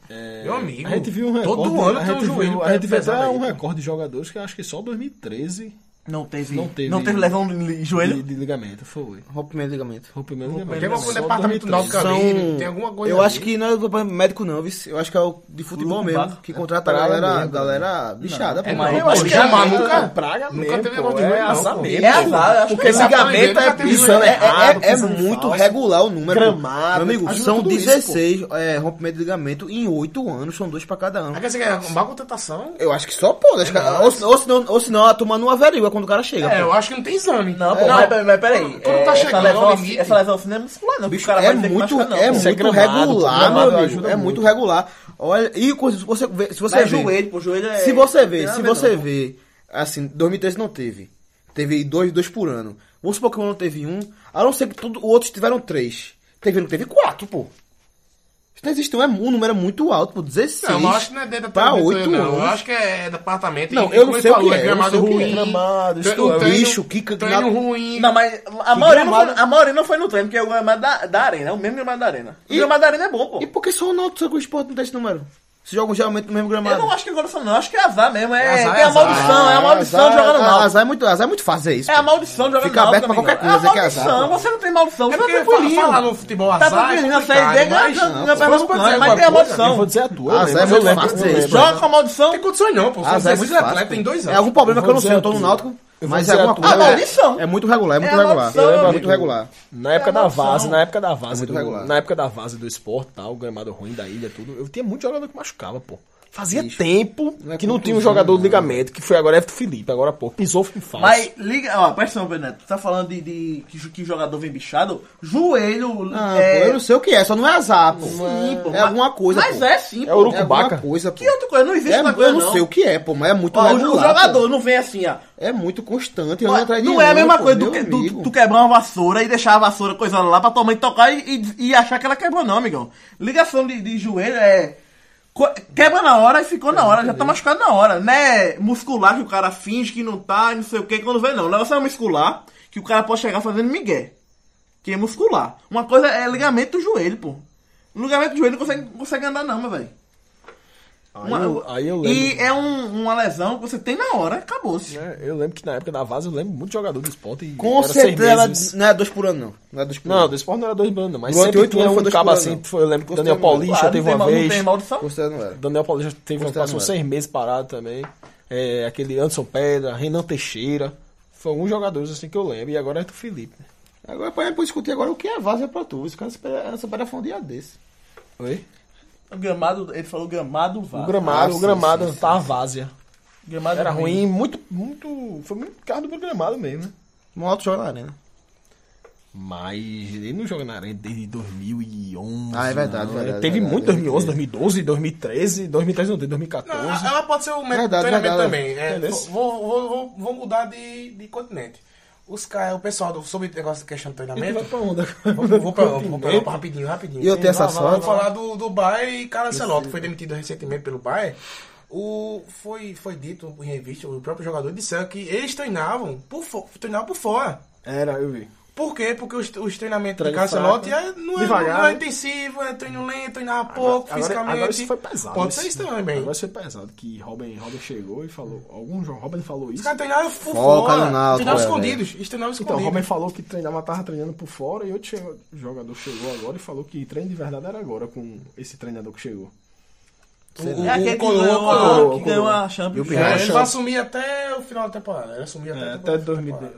Speaker 4: Meu amigo.
Speaker 2: É, A gente viu um recorde.
Speaker 4: Todo ano
Speaker 2: a
Speaker 4: tem
Speaker 2: gente
Speaker 4: um
Speaker 2: viu-
Speaker 4: joelho
Speaker 2: A gente viu
Speaker 4: pesado
Speaker 2: até
Speaker 4: aí,
Speaker 2: um
Speaker 4: pô.
Speaker 2: recorde de jogadores que eu acho que só 2013
Speaker 1: Não teve.
Speaker 2: Não teve-
Speaker 1: Não teve lesão no li-
Speaker 2: de,
Speaker 1: joelho.
Speaker 2: de ligamento. Foi.
Speaker 3: Rompimento de ligamento.
Speaker 2: Foi o primeiro
Speaker 4: Tem
Speaker 2: ligamento.
Speaker 4: algum
Speaker 2: Só
Speaker 4: departamento
Speaker 2: 2013.
Speaker 4: náutico
Speaker 3: São-
Speaker 4: ali, é tem alguma coisa
Speaker 3: Eu acho
Speaker 4: ali.
Speaker 3: que não é do médico não, viu? eu acho que é o de futebol
Speaker 2: Grupo
Speaker 3: mesmo,
Speaker 2: Baco.
Speaker 3: que contrata a
Speaker 2: É praga
Speaker 3: galera,
Speaker 2: mesmo,
Speaker 3: galera bichada,
Speaker 1: É,
Speaker 3: pô.
Speaker 1: mas-
Speaker 2: Eu acho que
Speaker 4: Gilmar
Speaker 2: Gilmar
Speaker 4: nunca-
Speaker 2: nunca. Praga
Speaker 4: nunca
Speaker 2: mesmo,
Speaker 4: teve
Speaker 2: pô,
Speaker 4: negócio de
Speaker 2: é
Speaker 4: joelho, não,
Speaker 2: azar
Speaker 4: pô.
Speaker 2: mesmo,
Speaker 1: É
Speaker 2: pô.
Speaker 1: azar, eu acho
Speaker 2: Porque
Speaker 1: que é
Speaker 2: ligamento
Speaker 4: azar
Speaker 2: é
Speaker 4: mesmo,
Speaker 2: pisando
Speaker 4: nunca
Speaker 3: É, é-
Speaker 2: errado,
Speaker 3: é
Speaker 2: pisando
Speaker 3: muito
Speaker 2: falso.
Speaker 3: regular o número. pô.
Speaker 2: Gramado,
Speaker 3: Meu amigo,
Speaker 2: ajuda
Speaker 3: são
Speaker 2: tudo isso,
Speaker 3: 16 é, rompimento de ligamento em 8 anos, são dois pra cada ano.
Speaker 4: Aí É você quer uma contratação?
Speaker 3: Eu acho que só pode. acho que- ou, se- ou senão, ou senão a turma não averigua quando o cara chega.
Speaker 4: É,
Speaker 3: pô.
Speaker 4: eu acho que não tem exame.
Speaker 1: Não, pô, mas, mas- mas peraí.
Speaker 4: É. Tu não
Speaker 1: é,
Speaker 4: tá
Speaker 1: essa,
Speaker 4: chegando
Speaker 1: lesão,
Speaker 4: ao
Speaker 1: assim-
Speaker 4: limite.
Speaker 1: essa lesão assim não é muscular, não.
Speaker 3: Bicho,
Speaker 1: o cara
Speaker 3: é
Speaker 1: vai dizer que
Speaker 3: muito,
Speaker 1: machuca, não.
Speaker 3: é
Speaker 1: pô.
Speaker 2: Isso é
Speaker 3: muito
Speaker 2: gramado,
Speaker 3: regular,
Speaker 2: gramado
Speaker 3: meu amigo.
Speaker 2: ajuda
Speaker 3: É
Speaker 2: muito.
Speaker 3: muito regular. Olha, e coisa- se você vê, se você
Speaker 1: Mas
Speaker 3: vê-
Speaker 1: joelho, pô, joelho é-
Speaker 3: se você
Speaker 1: tem
Speaker 3: vê,
Speaker 1: nada
Speaker 3: se
Speaker 1: a ver, não,
Speaker 3: você
Speaker 1: pô.
Speaker 3: vê, assim, 2013 não teve. Teve dois, dois por ano. Vamos supor que um ano teve um, a não ser que todos os outros tiveram três. Teve ano que teve quatro, pô. Isso não existe, não é um número muito alto, pô, 16
Speaker 4: Não, eu acho que não é dentro da
Speaker 3: pra
Speaker 4: TV,
Speaker 3: 8
Speaker 4: não. Eu
Speaker 3: anos.
Speaker 4: acho que é departamento.
Speaker 3: Não,
Speaker 4: E
Speaker 3: eu não
Speaker 4: como
Speaker 3: sei o
Speaker 4: falou,
Speaker 3: que é, eu não
Speaker 4: gramado
Speaker 3: sei o que é.
Speaker 4: ruim,
Speaker 1: Gramado,
Speaker 4: tre-
Speaker 1: estudo,
Speaker 4: treino-
Speaker 3: lixo, que-
Speaker 4: Treino
Speaker 3: na-
Speaker 4: ruim.
Speaker 1: Não, mas a maioria, não foi,
Speaker 3: gramado-
Speaker 1: a maioria não foi no treino, porque é o gramado da, da arena, é o mesmo gramado da arena. O
Speaker 3: E-
Speaker 1: gramado da arena é bom, pô.
Speaker 3: E por que só o Náutico só que o esporte não tem esse número? Se jogam geralmente no mesmo
Speaker 1: Eu
Speaker 3: gramado. Ah,
Speaker 1: não acho que é coração, não. Eu acho que é azar mesmo. É,
Speaker 4: azar,
Speaker 1: tem
Speaker 4: é
Speaker 1: a
Speaker 4: azar.
Speaker 1: maldição, é a maldição
Speaker 3: azar,
Speaker 1: jogando
Speaker 3: a-
Speaker 1: mal.
Speaker 3: Azar é muito, azar é muito fazer isso.
Speaker 1: É a
Speaker 3: pô.
Speaker 1: maldição jogando
Speaker 3: Fica aberto pra qualquer coisa,
Speaker 1: É
Speaker 3: que é azar,
Speaker 1: maldição,
Speaker 3: pô.
Speaker 1: você não tem maldição,
Speaker 4: É
Speaker 1: você
Speaker 4: porque
Speaker 1: tá
Speaker 4: fa- falar
Speaker 1: tranquilinho.
Speaker 4: no futebol
Speaker 1: Tá
Speaker 4: azar
Speaker 1: tranquilo,
Speaker 4: é
Speaker 1: na Série D
Speaker 4: complicado, mas
Speaker 1: ganha-
Speaker 3: não,
Speaker 1: ganha
Speaker 3: pô,
Speaker 1: pra
Speaker 4: mas pode
Speaker 1: nós,
Speaker 4: ser
Speaker 1: é mas
Speaker 4: uma
Speaker 1: tem a
Speaker 4: coisa,
Speaker 2: Eu vou
Speaker 1: maldição.
Speaker 2: dizer a tua. eu
Speaker 3: Azar
Speaker 2: lembro,
Speaker 3: é muito
Speaker 2: eu lembro,
Speaker 3: fácil
Speaker 2: eu
Speaker 3: isso,
Speaker 2: lembro.
Speaker 1: Joga com a
Speaker 4: Não
Speaker 1: maldição.
Speaker 4: tem condições não, pô. São
Speaker 3: Azar é
Speaker 4: 16
Speaker 3: muito fácil,
Speaker 4: atletas
Speaker 3: pô.
Speaker 4: em dois
Speaker 3: É algum
Speaker 4: anos.
Speaker 3: problema
Speaker 2: Eu
Speaker 3: que eu não
Speaker 2: vou
Speaker 3: sei,
Speaker 2: dizer
Speaker 3: eu tô no
Speaker 2: a tua.
Speaker 3: Náutico.
Speaker 2: Eu vou
Speaker 3: Mas é
Speaker 2: dizer a
Speaker 3: alguma
Speaker 2: tua.
Speaker 3: coisa.
Speaker 1: É maldição.
Speaker 3: É muito regular, é muito
Speaker 1: É
Speaker 3: regular.
Speaker 1: maldição,
Speaker 3: É
Speaker 1: amigo.
Speaker 3: muito regular.
Speaker 2: Na época
Speaker 1: É
Speaker 2: da
Speaker 1: maldição.
Speaker 2: Vase, na época da Vase,
Speaker 3: É muito
Speaker 2: do-
Speaker 3: regular.
Speaker 2: na época da Vase do esporte, e tal, o gramado ruim da ilha, tudo, eu tinha muito jogador que machucava, pô. Fazia tempo
Speaker 3: Não é
Speaker 2: que não tinha um
Speaker 3: contusão,
Speaker 2: jogador de
Speaker 3: não.
Speaker 2: ligamento, que foi agora Everton Felipe, agora, pô, pisou foi falso.
Speaker 1: Mas liga, ó, presta atenção, Beneto. Tá falando de, de que, jo- que jogador vem bichado? Joelho.
Speaker 3: Ah,
Speaker 1: é,
Speaker 3: pô, eu não sei o que é, só não é azar, pô.
Speaker 1: Sim, pô,
Speaker 3: É
Speaker 1: mas-
Speaker 3: alguma coisa,
Speaker 1: Mas
Speaker 3: pô.
Speaker 1: é sim, pô.
Speaker 2: É o-
Speaker 3: É alguma
Speaker 2: Urucubaca.
Speaker 3: coisa, pô.
Speaker 1: Que outra coisa? Não existe
Speaker 3: É,
Speaker 1: outra
Speaker 3: eu
Speaker 1: coisa,
Speaker 3: não sei o que é, pô, mas é muito
Speaker 1: Ó, o
Speaker 3: regular.
Speaker 1: jogador
Speaker 3: pô.
Speaker 1: não vem assim, ó.
Speaker 3: É muito constante,
Speaker 1: Não
Speaker 3: andando atrás de
Speaker 1: é a
Speaker 3: um,
Speaker 1: mesma
Speaker 3: pô,
Speaker 1: coisa do
Speaker 3: meu
Speaker 1: que, do-
Speaker 3: amigo.
Speaker 1: tu quebrar uma vassoura e deixar a vassoura coisando lá pra tua mãe tocar e, e- e achar que ela quebrou, não, amigão. Ligação de, de joelho é. co- Quebra na hora e ficou na hora, já tá machucado na hora, né? Muscular que o cara finge que não tá, e não sei o que, quando vê não. O negócio é muscular que o cara pode chegar fazendo migué. Que é muscular. Uma coisa é ligamento do joelho, pô. O ligamento do joelho não consegue, não consegue andar, não, meu velho.
Speaker 2: aí,
Speaker 1: Uma-
Speaker 2: eu, aí eu lembro.
Speaker 1: E é um- uma lesão que você tem na hora, acabou-se.
Speaker 2: né, eu lembro que na época da Vase eu lembro muito jogador do esporte. E
Speaker 3: Com
Speaker 2: era seis
Speaker 3: certeza ela
Speaker 2: meses.
Speaker 3: não é dois por ano, não. Não é dois por
Speaker 2: Não,
Speaker 3: ano.
Speaker 2: do esporte não era dois anos, mas
Speaker 3: Durante
Speaker 2: sempre
Speaker 3: oito
Speaker 2: tinha
Speaker 3: anos foi
Speaker 2: um
Speaker 3: dois
Speaker 2: cabo
Speaker 3: por ano.
Speaker 2: assim. Foi, eu lembro que
Speaker 3: Gostei
Speaker 2: Daniel
Speaker 3: muito.
Speaker 2: Paulista
Speaker 1: Claro,
Speaker 2: teve
Speaker 1: não tem
Speaker 2: uma
Speaker 1: mal- não
Speaker 2: vez.
Speaker 1: tem maldição.
Speaker 3: Com certeza não era.
Speaker 2: Daniel Paulista teve,
Speaker 3: Gostei,
Speaker 2: passou
Speaker 3: não é?
Speaker 2: seis meses parado também. É, aquele Anderson Pedra, Renan Teixeira. Foram alguns jogadores assim que eu lembro. E agora é do Felipe.
Speaker 3: Agora, pra depois discutir agora o que é vaza pra tu. Esse cara essa pedra foi um dia desse.
Speaker 2: Oi?
Speaker 1: O gramado, ele falou gramado vago.
Speaker 2: O gramado,
Speaker 3: sim,
Speaker 2: o gramado
Speaker 3: Ah,
Speaker 2: tá
Speaker 3: sim, sim.
Speaker 2: tava vazia.
Speaker 1: Gramado
Speaker 2: Era ruim, muito, muito. Foi muito caro do gramado mesmo, né?
Speaker 3: Moto joga na arena.
Speaker 2: Mas ele não joga na arena desde 2011.
Speaker 3: Ah, é verdade,
Speaker 2: não.
Speaker 3: verdade,
Speaker 2: Teve
Speaker 3: verdade,
Speaker 2: muito
Speaker 3: é
Speaker 2: 2011,
Speaker 3: verdade.
Speaker 2: 2012, 2013. 2013 não, teve 2014.
Speaker 4: Não, ela Ah, pode ser o método de
Speaker 3: Verdade,
Speaker 4: treinamento
Speaker 3: verdade.
Speaker 4: também. É,
Speaker 2: Entendeu?
Speaker 4: vou, vou, vou, vou mudar de, de continente. Os caras, o pessoal, do- sobre o negócio de questão de
Speaker 2: Ele
Speaker 4: treinamento.
Speaker 2: vai pra onda.
Speaker 4: Vou, vou pra vou pra Europa rapidinho, rapidinho.
Speaker 3: E eu tenho essa
Speaker 4: Vai, vai, vai.
Speaker 3: sorte.
Speaker 4: Vou falar do, do Bayern e Carlo Ancelotti, que foi demitido recentemente pelo Bayern. O, foi, foi dito em revista, o próprio jogador disseram que eles treinavam por, fo- treinavam por fora.
Speaker 2: Era, eu vi.
Speaker 4: Por quê? Porque os, os treinamentos
Speaker 2: Treino
Speaker 4: de Carcelotti
Speaker 2: fraco.
Speaker 4: é, não, é,
Speaker 2: Devagar,
Speaker 4: não é
Speaker 2: né? Hum.
Speaker 4: intensivo, é treino lento, treinava pouco,
Speaker 2: agora,
Speaker 4: fisicamente.
Speaker 2: Agora isso foi pesado. né?
Speaker 4: Pode ser isso também.
Speaker 2: Agora isso foi pesado. Que Robin, Robin chegou e falou. Algum jogo, Robin falou
Speaker 4: Os
Speaker 2: isso.
Speaker 4: caras treinaram por
Speaker 3: Foca
Speaker 4: fora.
Speaker 3: no Náutico,
Speaker 4: treinavam
Speaker 3: é,
Speaker 4: escondidos. Eles treinavam
Speaker 2: né, Então, o
Speaker 4: escondidos.
Speaker 2: Robin falou que treinava, tava treinando por fora e outro chegou- jogador chegou agora e falou que treino de verdade era agora com esse treinador que chegou.
Speaker 3: Sei
Speaker 4: o,
Speaker 3: lá.
Speaker 1: É
Speaker 4: o,
Speaker 1: aquele
Speaker 4: o
Speaker 1: que
Speaker 4: Colo-
Speaker 1: ganhou, a-
Speaker 4: Colo-
Speaker 1: que
Speaker 4: Colo-
Speaker 1: ganhou a Champions.
Speaker 3: E o
Speaker 1: É,
Speaker 4: É,
Speaker 3: Pirracha.
Speaker 4: ele vai assumir até o final da temporada. Ele assumiu até,
Speaker 2: É,
Speaker 4: a
Speaker 2: até
Speaker 4: temporada.
Speaker 2: 2010.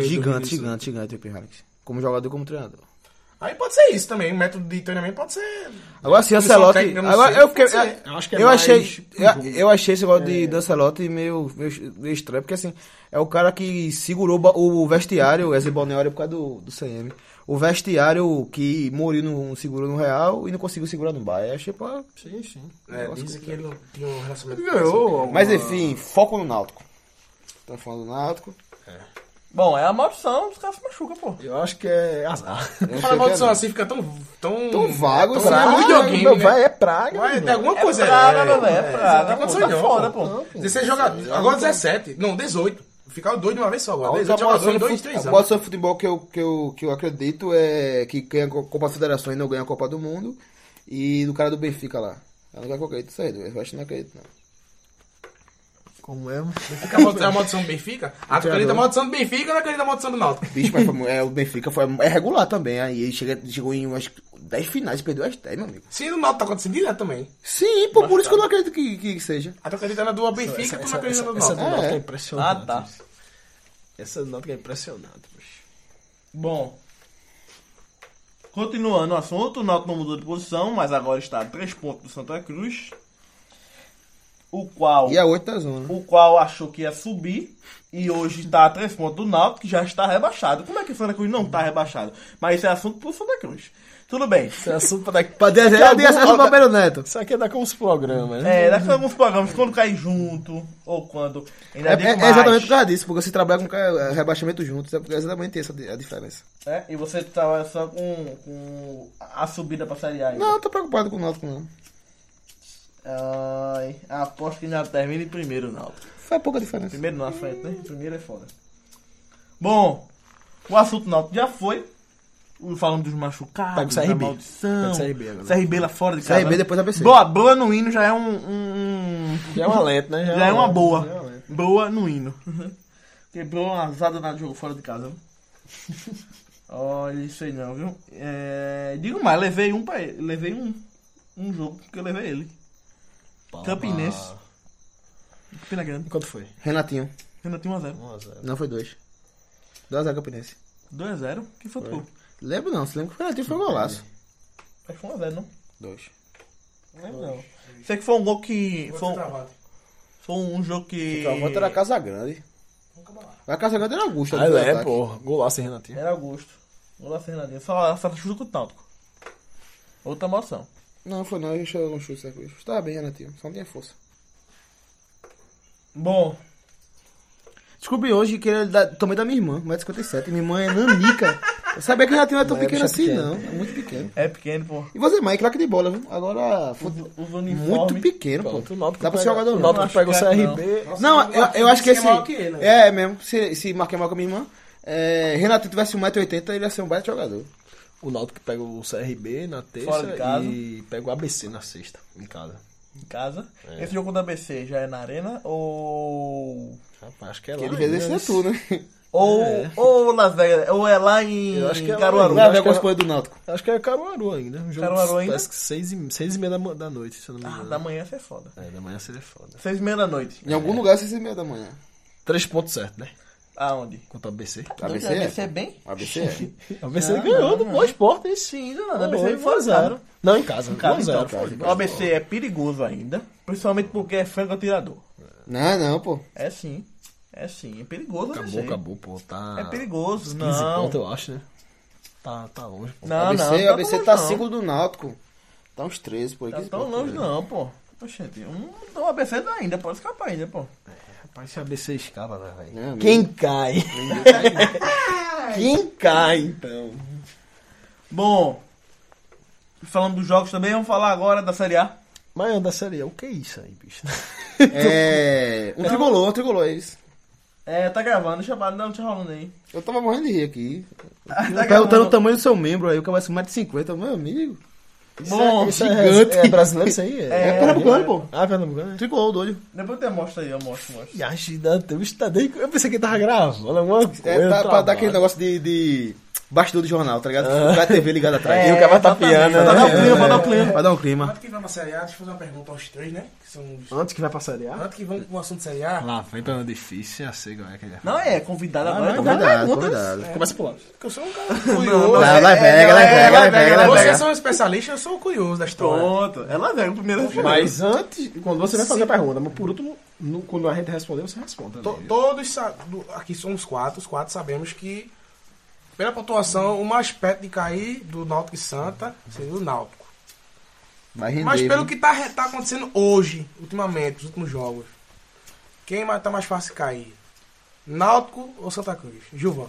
Speaker 3: Gigante, gigante, gigante o Pirralix. Como jogador, como treinador.
Speaker 4: Aí pode ser isso também. O método de treinamento pode ser. né,
Speaker 3: Agora sim,
Speaker 4: Comissão
Speaker 3: Ancelotti.
Speaker 4: técnica, não
Speaker 3: Agora
Speaker 4: sei.
Speaker 3: eu fiquei.
Speaker 4: Pode ser.
Speaker 2: Eu acho que é
Speaker 3: eu
Speaker 2: mais- É.
Speaker 3: achei, eu, eu achei esse negócio de, de Ancelotti meio, meio, meio estranho, porque assim, é o cara que segurou o ba- o vestiário, o Eze Balneário, por causa do, do CM. O vestiário que Mourinho não segurou no Real e não conseguiu segurar no Bayern. Eu Achei, pô,
Speaker 2: Sim, sim.
Speaker 4: É, dizem que ele não tinha um relacionamento.
Speaker 3: Mas enfim, foco no Náutico. Estamos falando do Náutico.
Speaker 1: Bom, é a maldição, os caras se machucam, pô.
Speaker 2: Eu acho que é azar.
Speaker 3: Eu
Speaker 4: Fala
Speaker 3: achei
Speaker 2: é,
Speaker 3: que
Speaker 4: maldição
Speaker 3: era-
Speaker 4: assim, fica tão. Tão,
Speaker 3: Tão vago,
Speaker 4: Hum, é, tão
Speaker 3: esse
Speaker 4: vago,
Speaker 3: negócio.
Speaker 4: videogame,
Speaker 2: Meu,
Speaker 4: né?
Speaker 2: vai, é praga.
Speaker 4: Vai,
Speaker 2: meu
Speaker 4: tem alguma
Speaker 1: É
Speaker 4: coisa.
Speaker 1: praga, meu velho, é
Speaker 4: não tem
Speaker 1: praga, pô,
Speaker 4: condições
Speaker 1: tá
Speaker 4: não,
Speaker 1: foda, pô.
Speaker 2: irmão. Não,
Speaker 4: 16 jogadores. Agora 17. Não, 18. Ficar doido de uma vez só
Speaker 3: A
Speaker 4: agora.
Speaker 3: única
Speaker 4: 18 jogadores em
Speaker 3: bola
Speaker 4: 2,
Speaker 3: sobre fut-
Speaker 4: 3
Speaker 3: a bola
Speaker 4: anos.
Speaker 3: sobre futebol que eu, que, eu, que eu acredito é que ganha a Copa das Federações não ganha a Copa do Mundo e do cara do Benfica lá. É o único que eu acredito, isso aí, eu acho que não acredito, não.
Speaker 2: Como é?
Speaker 4: Fica a maldição- a maldição do Benfica. Acredita a maldição do Benfica ou acredita a maldição do Náutico?
Speaker 3: Bicho, mas foi mu- é, o Benfica foi, é regular também, aí ele chega, chegou em umas 10 finais, perdeu as 10, meu amigo.
Speaker 4: Sim, no Náutico tá acontecendo direto também.
Speaker 3: Sim, pô, por isso que eu não acredito que, que seja.
Speaker 4: A tu acredita na do Benfica, tu não
Speaker 2: Essa,
Speaker 4: acredita
Speaker 2: essa,
Speaker 4: no
Speaker 2: essa do
Speaker 4: Náutico.
Speaker 3: É.
Speaker 2: Náutico é impressionante.
Speaker 1: Ah, tá.
Speaker 2: Essa do Náutico é impressionante, bicho.
Speaker 1: Bom. Continuando o assunto, o Náutico não mudou de posição, mas agora está a 3 pontos do Santa Cruz. O qual,
Speaker 3: E a 8 da zona.
Speaker 1: o qual achou que ia subir e hoje está a 3 pontos do Náutico, que já está rebaixado. Como é que o Santa Cruz não está rebaixado? Mas isso é assunto pro Santa Cruz. Tudo bem.
Speaker 2: Isso é assunto daqui.
Speaker 3: Pra desenhar cadê
Speaker 2: Cadê essa
Speaker 3: essa do Papel Neto?
Speaker 2: Isso aqui é daqui uns programas, né?
Speaker 1: É, daqui a alguns programas, quando cair junto, ou quando. Ainda
Speaker 3: É,
Speaker 1: digo
Speaker 3: é- é
Speaker 1: mais.
Speaker 3: exatamente por causa disso, porque você trabalha com ca- rebaixamento juntos, é exatamente essa di- a diferença.
Speaker 1: É, e você tava só com, com a subida pra Série A. ainda.
Speaker 3: Não, eu tô preocupado com o Náutico, não.
Speaker 1: Ai, aposto que ainda termina em primeiro, não.
Speaker 3: Foi pouca diferença.
Speaker 1: Primeiro na frente, né? Primeiro é foda. Bom, o assunto náutico já foi. Falando dos machucados,
Speaker 2: Pega o
Speaker 1: da
Speaker 2: CRB.
Speaker 1: maldição.
Speaker 2: Pega o CRB agora.
Speaker 1: CRB lá fora de casa. né?
Speaker 3: CRB depois ABC.
Speaker 1: Boa, boa no hino já é um... um- um-
Speaker 2: Já é uma lenta, né?
Speaker 1: já é uma
Speaker 2: lenta,
Speaker 1: boa.
Speaker 2: já é uma lenta.
Speaker 1: Boa no hino. Quebrou uma azada na jogo fora de casa. né? Olha isso aí não, viu? É, digo mais, levei um pra ele. Levei um, um jogo que eu levei ele. Campinense. Campina Grande.
Speaker 2: Quanto foi?
Speaker 3: Renatinho.
Speaker 1: Ainda tem 1x0.
Speaker 2: 1x0.
Speaker 3: Não, foi dois. 2x0 Campinense.
Speaker 1: 2x0. Que foi, foi.
Speaker 3: Lembro não, se lembra que o Renatinho foi um golaço.
Speaker 1: Acho que foi 1x0, não?
Speaker 3: Dois.
Speaker 1: Lembro não. Sei que foi um gol que. Foi, um- foi um jogo que.
Speaker 3: Então, a volta era Casa Grande. A Casa Grande era Augusto.
Speaker 2: Ah,
Speaker 3: ali no
Speaker 2: é,
Speaker 3: ataque.
Speaker 2: porra. Golaço, hein, Renatinho?
Speaker 1: Era agosto. Gol da Fernandinha. Só essa chuta com o Náutico. Outra maldição.
Speaker 3: Não, foi não, deixa eu um chute saco. Tava bem, Renatinho, só não tinha força.
Speaker 1: Bom,
Speaker 3: Descobri hoje que ele é da, tamanho da minha irmã, 1,57m. Minha irmã é nanica. Eu sabia que o Renatinho não é tão
Speaker 2: Mas é
Speaker 3: pequeno
Speaker 2: bicho
Speaker 3: assim,
Speaker 2: pequeno.
Speaker 3: não. É muito pequeno.
Speaker 1: é pequeno, pô.
Speaker 3: E você, Mike, craque de bola, viu? Agora, fute-
Speaker 1: Os
Speaker 3: muito
Speaker 1: uniformes.
Speaker 3: pequeno, pô.
Speaker 2: Pronto, o Náutico
Speaker 3: Dá pra ser
Speaker 2: pega-
Speaker 3: jogador
Speaker 2: O
Speaker 3: não.
Speaker 1: Acho
Speaker 2: Náutico pega o
Speaker 1: que é, não.
Speaker 2: CRB.
Speaker 3: Não, eu, eu acho que
Speaker 4: Você é
Speaker 3: esse.
Speaker 4: maior que ele, né?
Speaker 3: É, mesmo. Se, se Marquinhos é maior que a minha irmã, é, Renatinho tivesse 1,80m, ele ia ser um baita jogador.
Speaker 2: O Náutico pega o CRB na
Speaker 1: Fora de
Speaker 2: terça
Speaker 1: casa.
Speaker 2: e pega o ABC na sexta, em casa.
Speaker 1: Em casa. Esse jogo da ABC já é na arena ou.
Speaker 2: Rapaz, acho que é lá.
Speaker 3: Que ele fez
Speaker 2: ainda,
Speaker 3: esse
Speaker 2: né?
Speaker 3: ator, né?
Speaker 1: Ou, ou Las Vegas. Ou é lá em
Speaker 2: É. Eu acho que é lá
Speaker 1: Caruaru.
Speaker 2: em-
Speaker 3: Lá
Speaker 2: acho
Speaker 3: vem
Speaker 2: que
Speaker 3: com as
Speaker 2: era-
Speaker 3: coisas do Náutico.
Speaker 2: Acho que é Caruaru ainda. Um jogo
Speaker 1: Caruaru ainda?
Speaker 2: Parece que seis e, seis e meia da, ma- da noite, se eu não me
Speaker 1: Ah,
Speaker 2: engano.
Speaker 1: da manhã você é foda.
Speaker 2: É, da manhã seria foda.
Speaker 1: Seis e meia da noite.
Speaker 3: Em algum lugar, seis e meia da manhã.
Speaker 2: Três pontos certo, né?
Speaker 1: Aonde?
Speaker 2: Contra o ABC.
Speaker 3: ABC
Speaker 1: Não,
Speaker 3: é?
Speaker 1: ABC é bem?
Speaker 3: pô. ABC é.
Speaker 2: O ABC ganhou do Boa Esporte, hein? Sim,
Speaker 1: não, não, ABC
Speaker 2: Foi
Speaker 1: fora de
Speaker 2: 1 a 0.
Speaker 1: casa.
Speaker 2: Não, em casa. 1
Speaker 1: Cara,
Speaker 2: a 0.
Speaker 3: então,
Speaker 2: foi.
Speaker 1: o ABC é perigoso ainda, principalmente porque é franco atirador.
Speaker 3: Não, não, pô.
Speaker 1: É sim. É sim. É perigoso, né,
Speaker 2: Acabou,
Speaker 1: gente?
Speaker 2: acabou, pô. Tá.
Speaker 1: É perigoso,
Speaker 2: 15
Speaker 1: não.
Speaker 2: pontos, eu acho, né? Tá, tá longe, pô.
Speaker 1: Não,
Speaker 3: ABC,
Speaker 1: não. não
Speaker 3: ABC
Speaker 1: tão
Speaker 3: tá
Speaker 1: longe, não.
Speaker 3: 5 do Náutico. Tá uns 13 por
Speaker 1: Tá
Speaker 3: aqui.
Speaker 1: tão longe, não, pô. Oxente, um, um ABC dá ainda, pode escapar ainda, pô.
Speaker 2: Rapaz, se ABC escapa, né, velho?
Speaker 3: Não,
Speaker 2: Quem cai? Quem cai, então?
Speaker 1: Bom, falando dos jogos também, vamos falar agora da Série A.
Speaker 2: Mas anda série, A, o que é isso aí, bicho?
Speaker 3: É. Um trigolô, um trigolô, é isso.
Speaker 1: É, tá gravando, chamado, não, tá rolando aí.
Speaker 3: Eu tava morrendo de rir aqui.
Speaker 1: Tá
Speaker 3: Perguntando o
Speaker 1: gravando.
Speaker 3: tamanho do seu membro aí, o cara vai ser mais de 50, meu amigo.
Speaker 1: Bom,
Speaker 2: isso
Speaker 3: gigante.
Speaker 2: É, é brasileiro isso aí?
Speaker 3: É,
Speaker 1: É,
Speaker 3: pernambucano, pô.
Speaker 2: Ah, Pernambucano, né?
Speaker 3: Trigolô Um doido.
Speaker 1: depois eu te mostro aí, eu mostro, mostro.
Speaker 2: E a gigante, o bicho tá desde... Eu pensei que ele tava gravando alguma coisa.
Speaker 3: É, tá, pra
Speaker 2: trabalho.
Speaker 3: dar aquele negócio de. de... bastidor de jornal, tá ligado? Com a TV ligada atrás.
Speaker 5: e o
Speaker 2: É,
Speaker 5: cara tá piando,
Speaker 1: Pra dar É. um
Speaker 5: né?
Speaker 1: clima, pra dar um clima.
Speaker 3: Pra dar um clima.
Speaker 4: Antes que vai pra Série A, deixa eu fazer uma pergunta aos três, né? Que são os...
Speaker 5: Antes que vai pra Série A?
Speaker 4: Antes que vamos pro assunto Série A,
Speaker 2: Lá, vem pra difícil, já sei qual é que ele é.
Speaker 1: Não, é convidado agora. tá
Speaker 3: Convidado,
Speaker 1: perguntas.
Speaker 3: convidado.
Speaker 5: Começa por lá.
Speaker 4: porque eu sou um cara curioso. É,
Speaker 3: Lá, lá pega, lá pega, lá pega, lá
Speaker 4: Vocês
Speaker 3: pega.
Speaker 4: são especialistas, eu sou curioso da história.
Speaker 1: Pronto. Ela vem, o primeiro
Speaker 5: Mas antes, quando você vai fazer a pergunta, mas por último, no- quando a gente responder, você responde.
Speaker 4: To- todos sa- do- aqui somos quatro, os quatro sabemos que pela pontuação, o mais perto de cair do Náutico e Santa seria o Náutico.
Speaker 3: Vai render.
Speaker 4: Mas pelo
Speaker 3: viu?
Speaker 4: que tá, re- tá acontecendo hoje, ultimamente, nos últimos jogos, quem mais, tá mais fácil cair? Náutico ou Santa Cruz? Gilvan.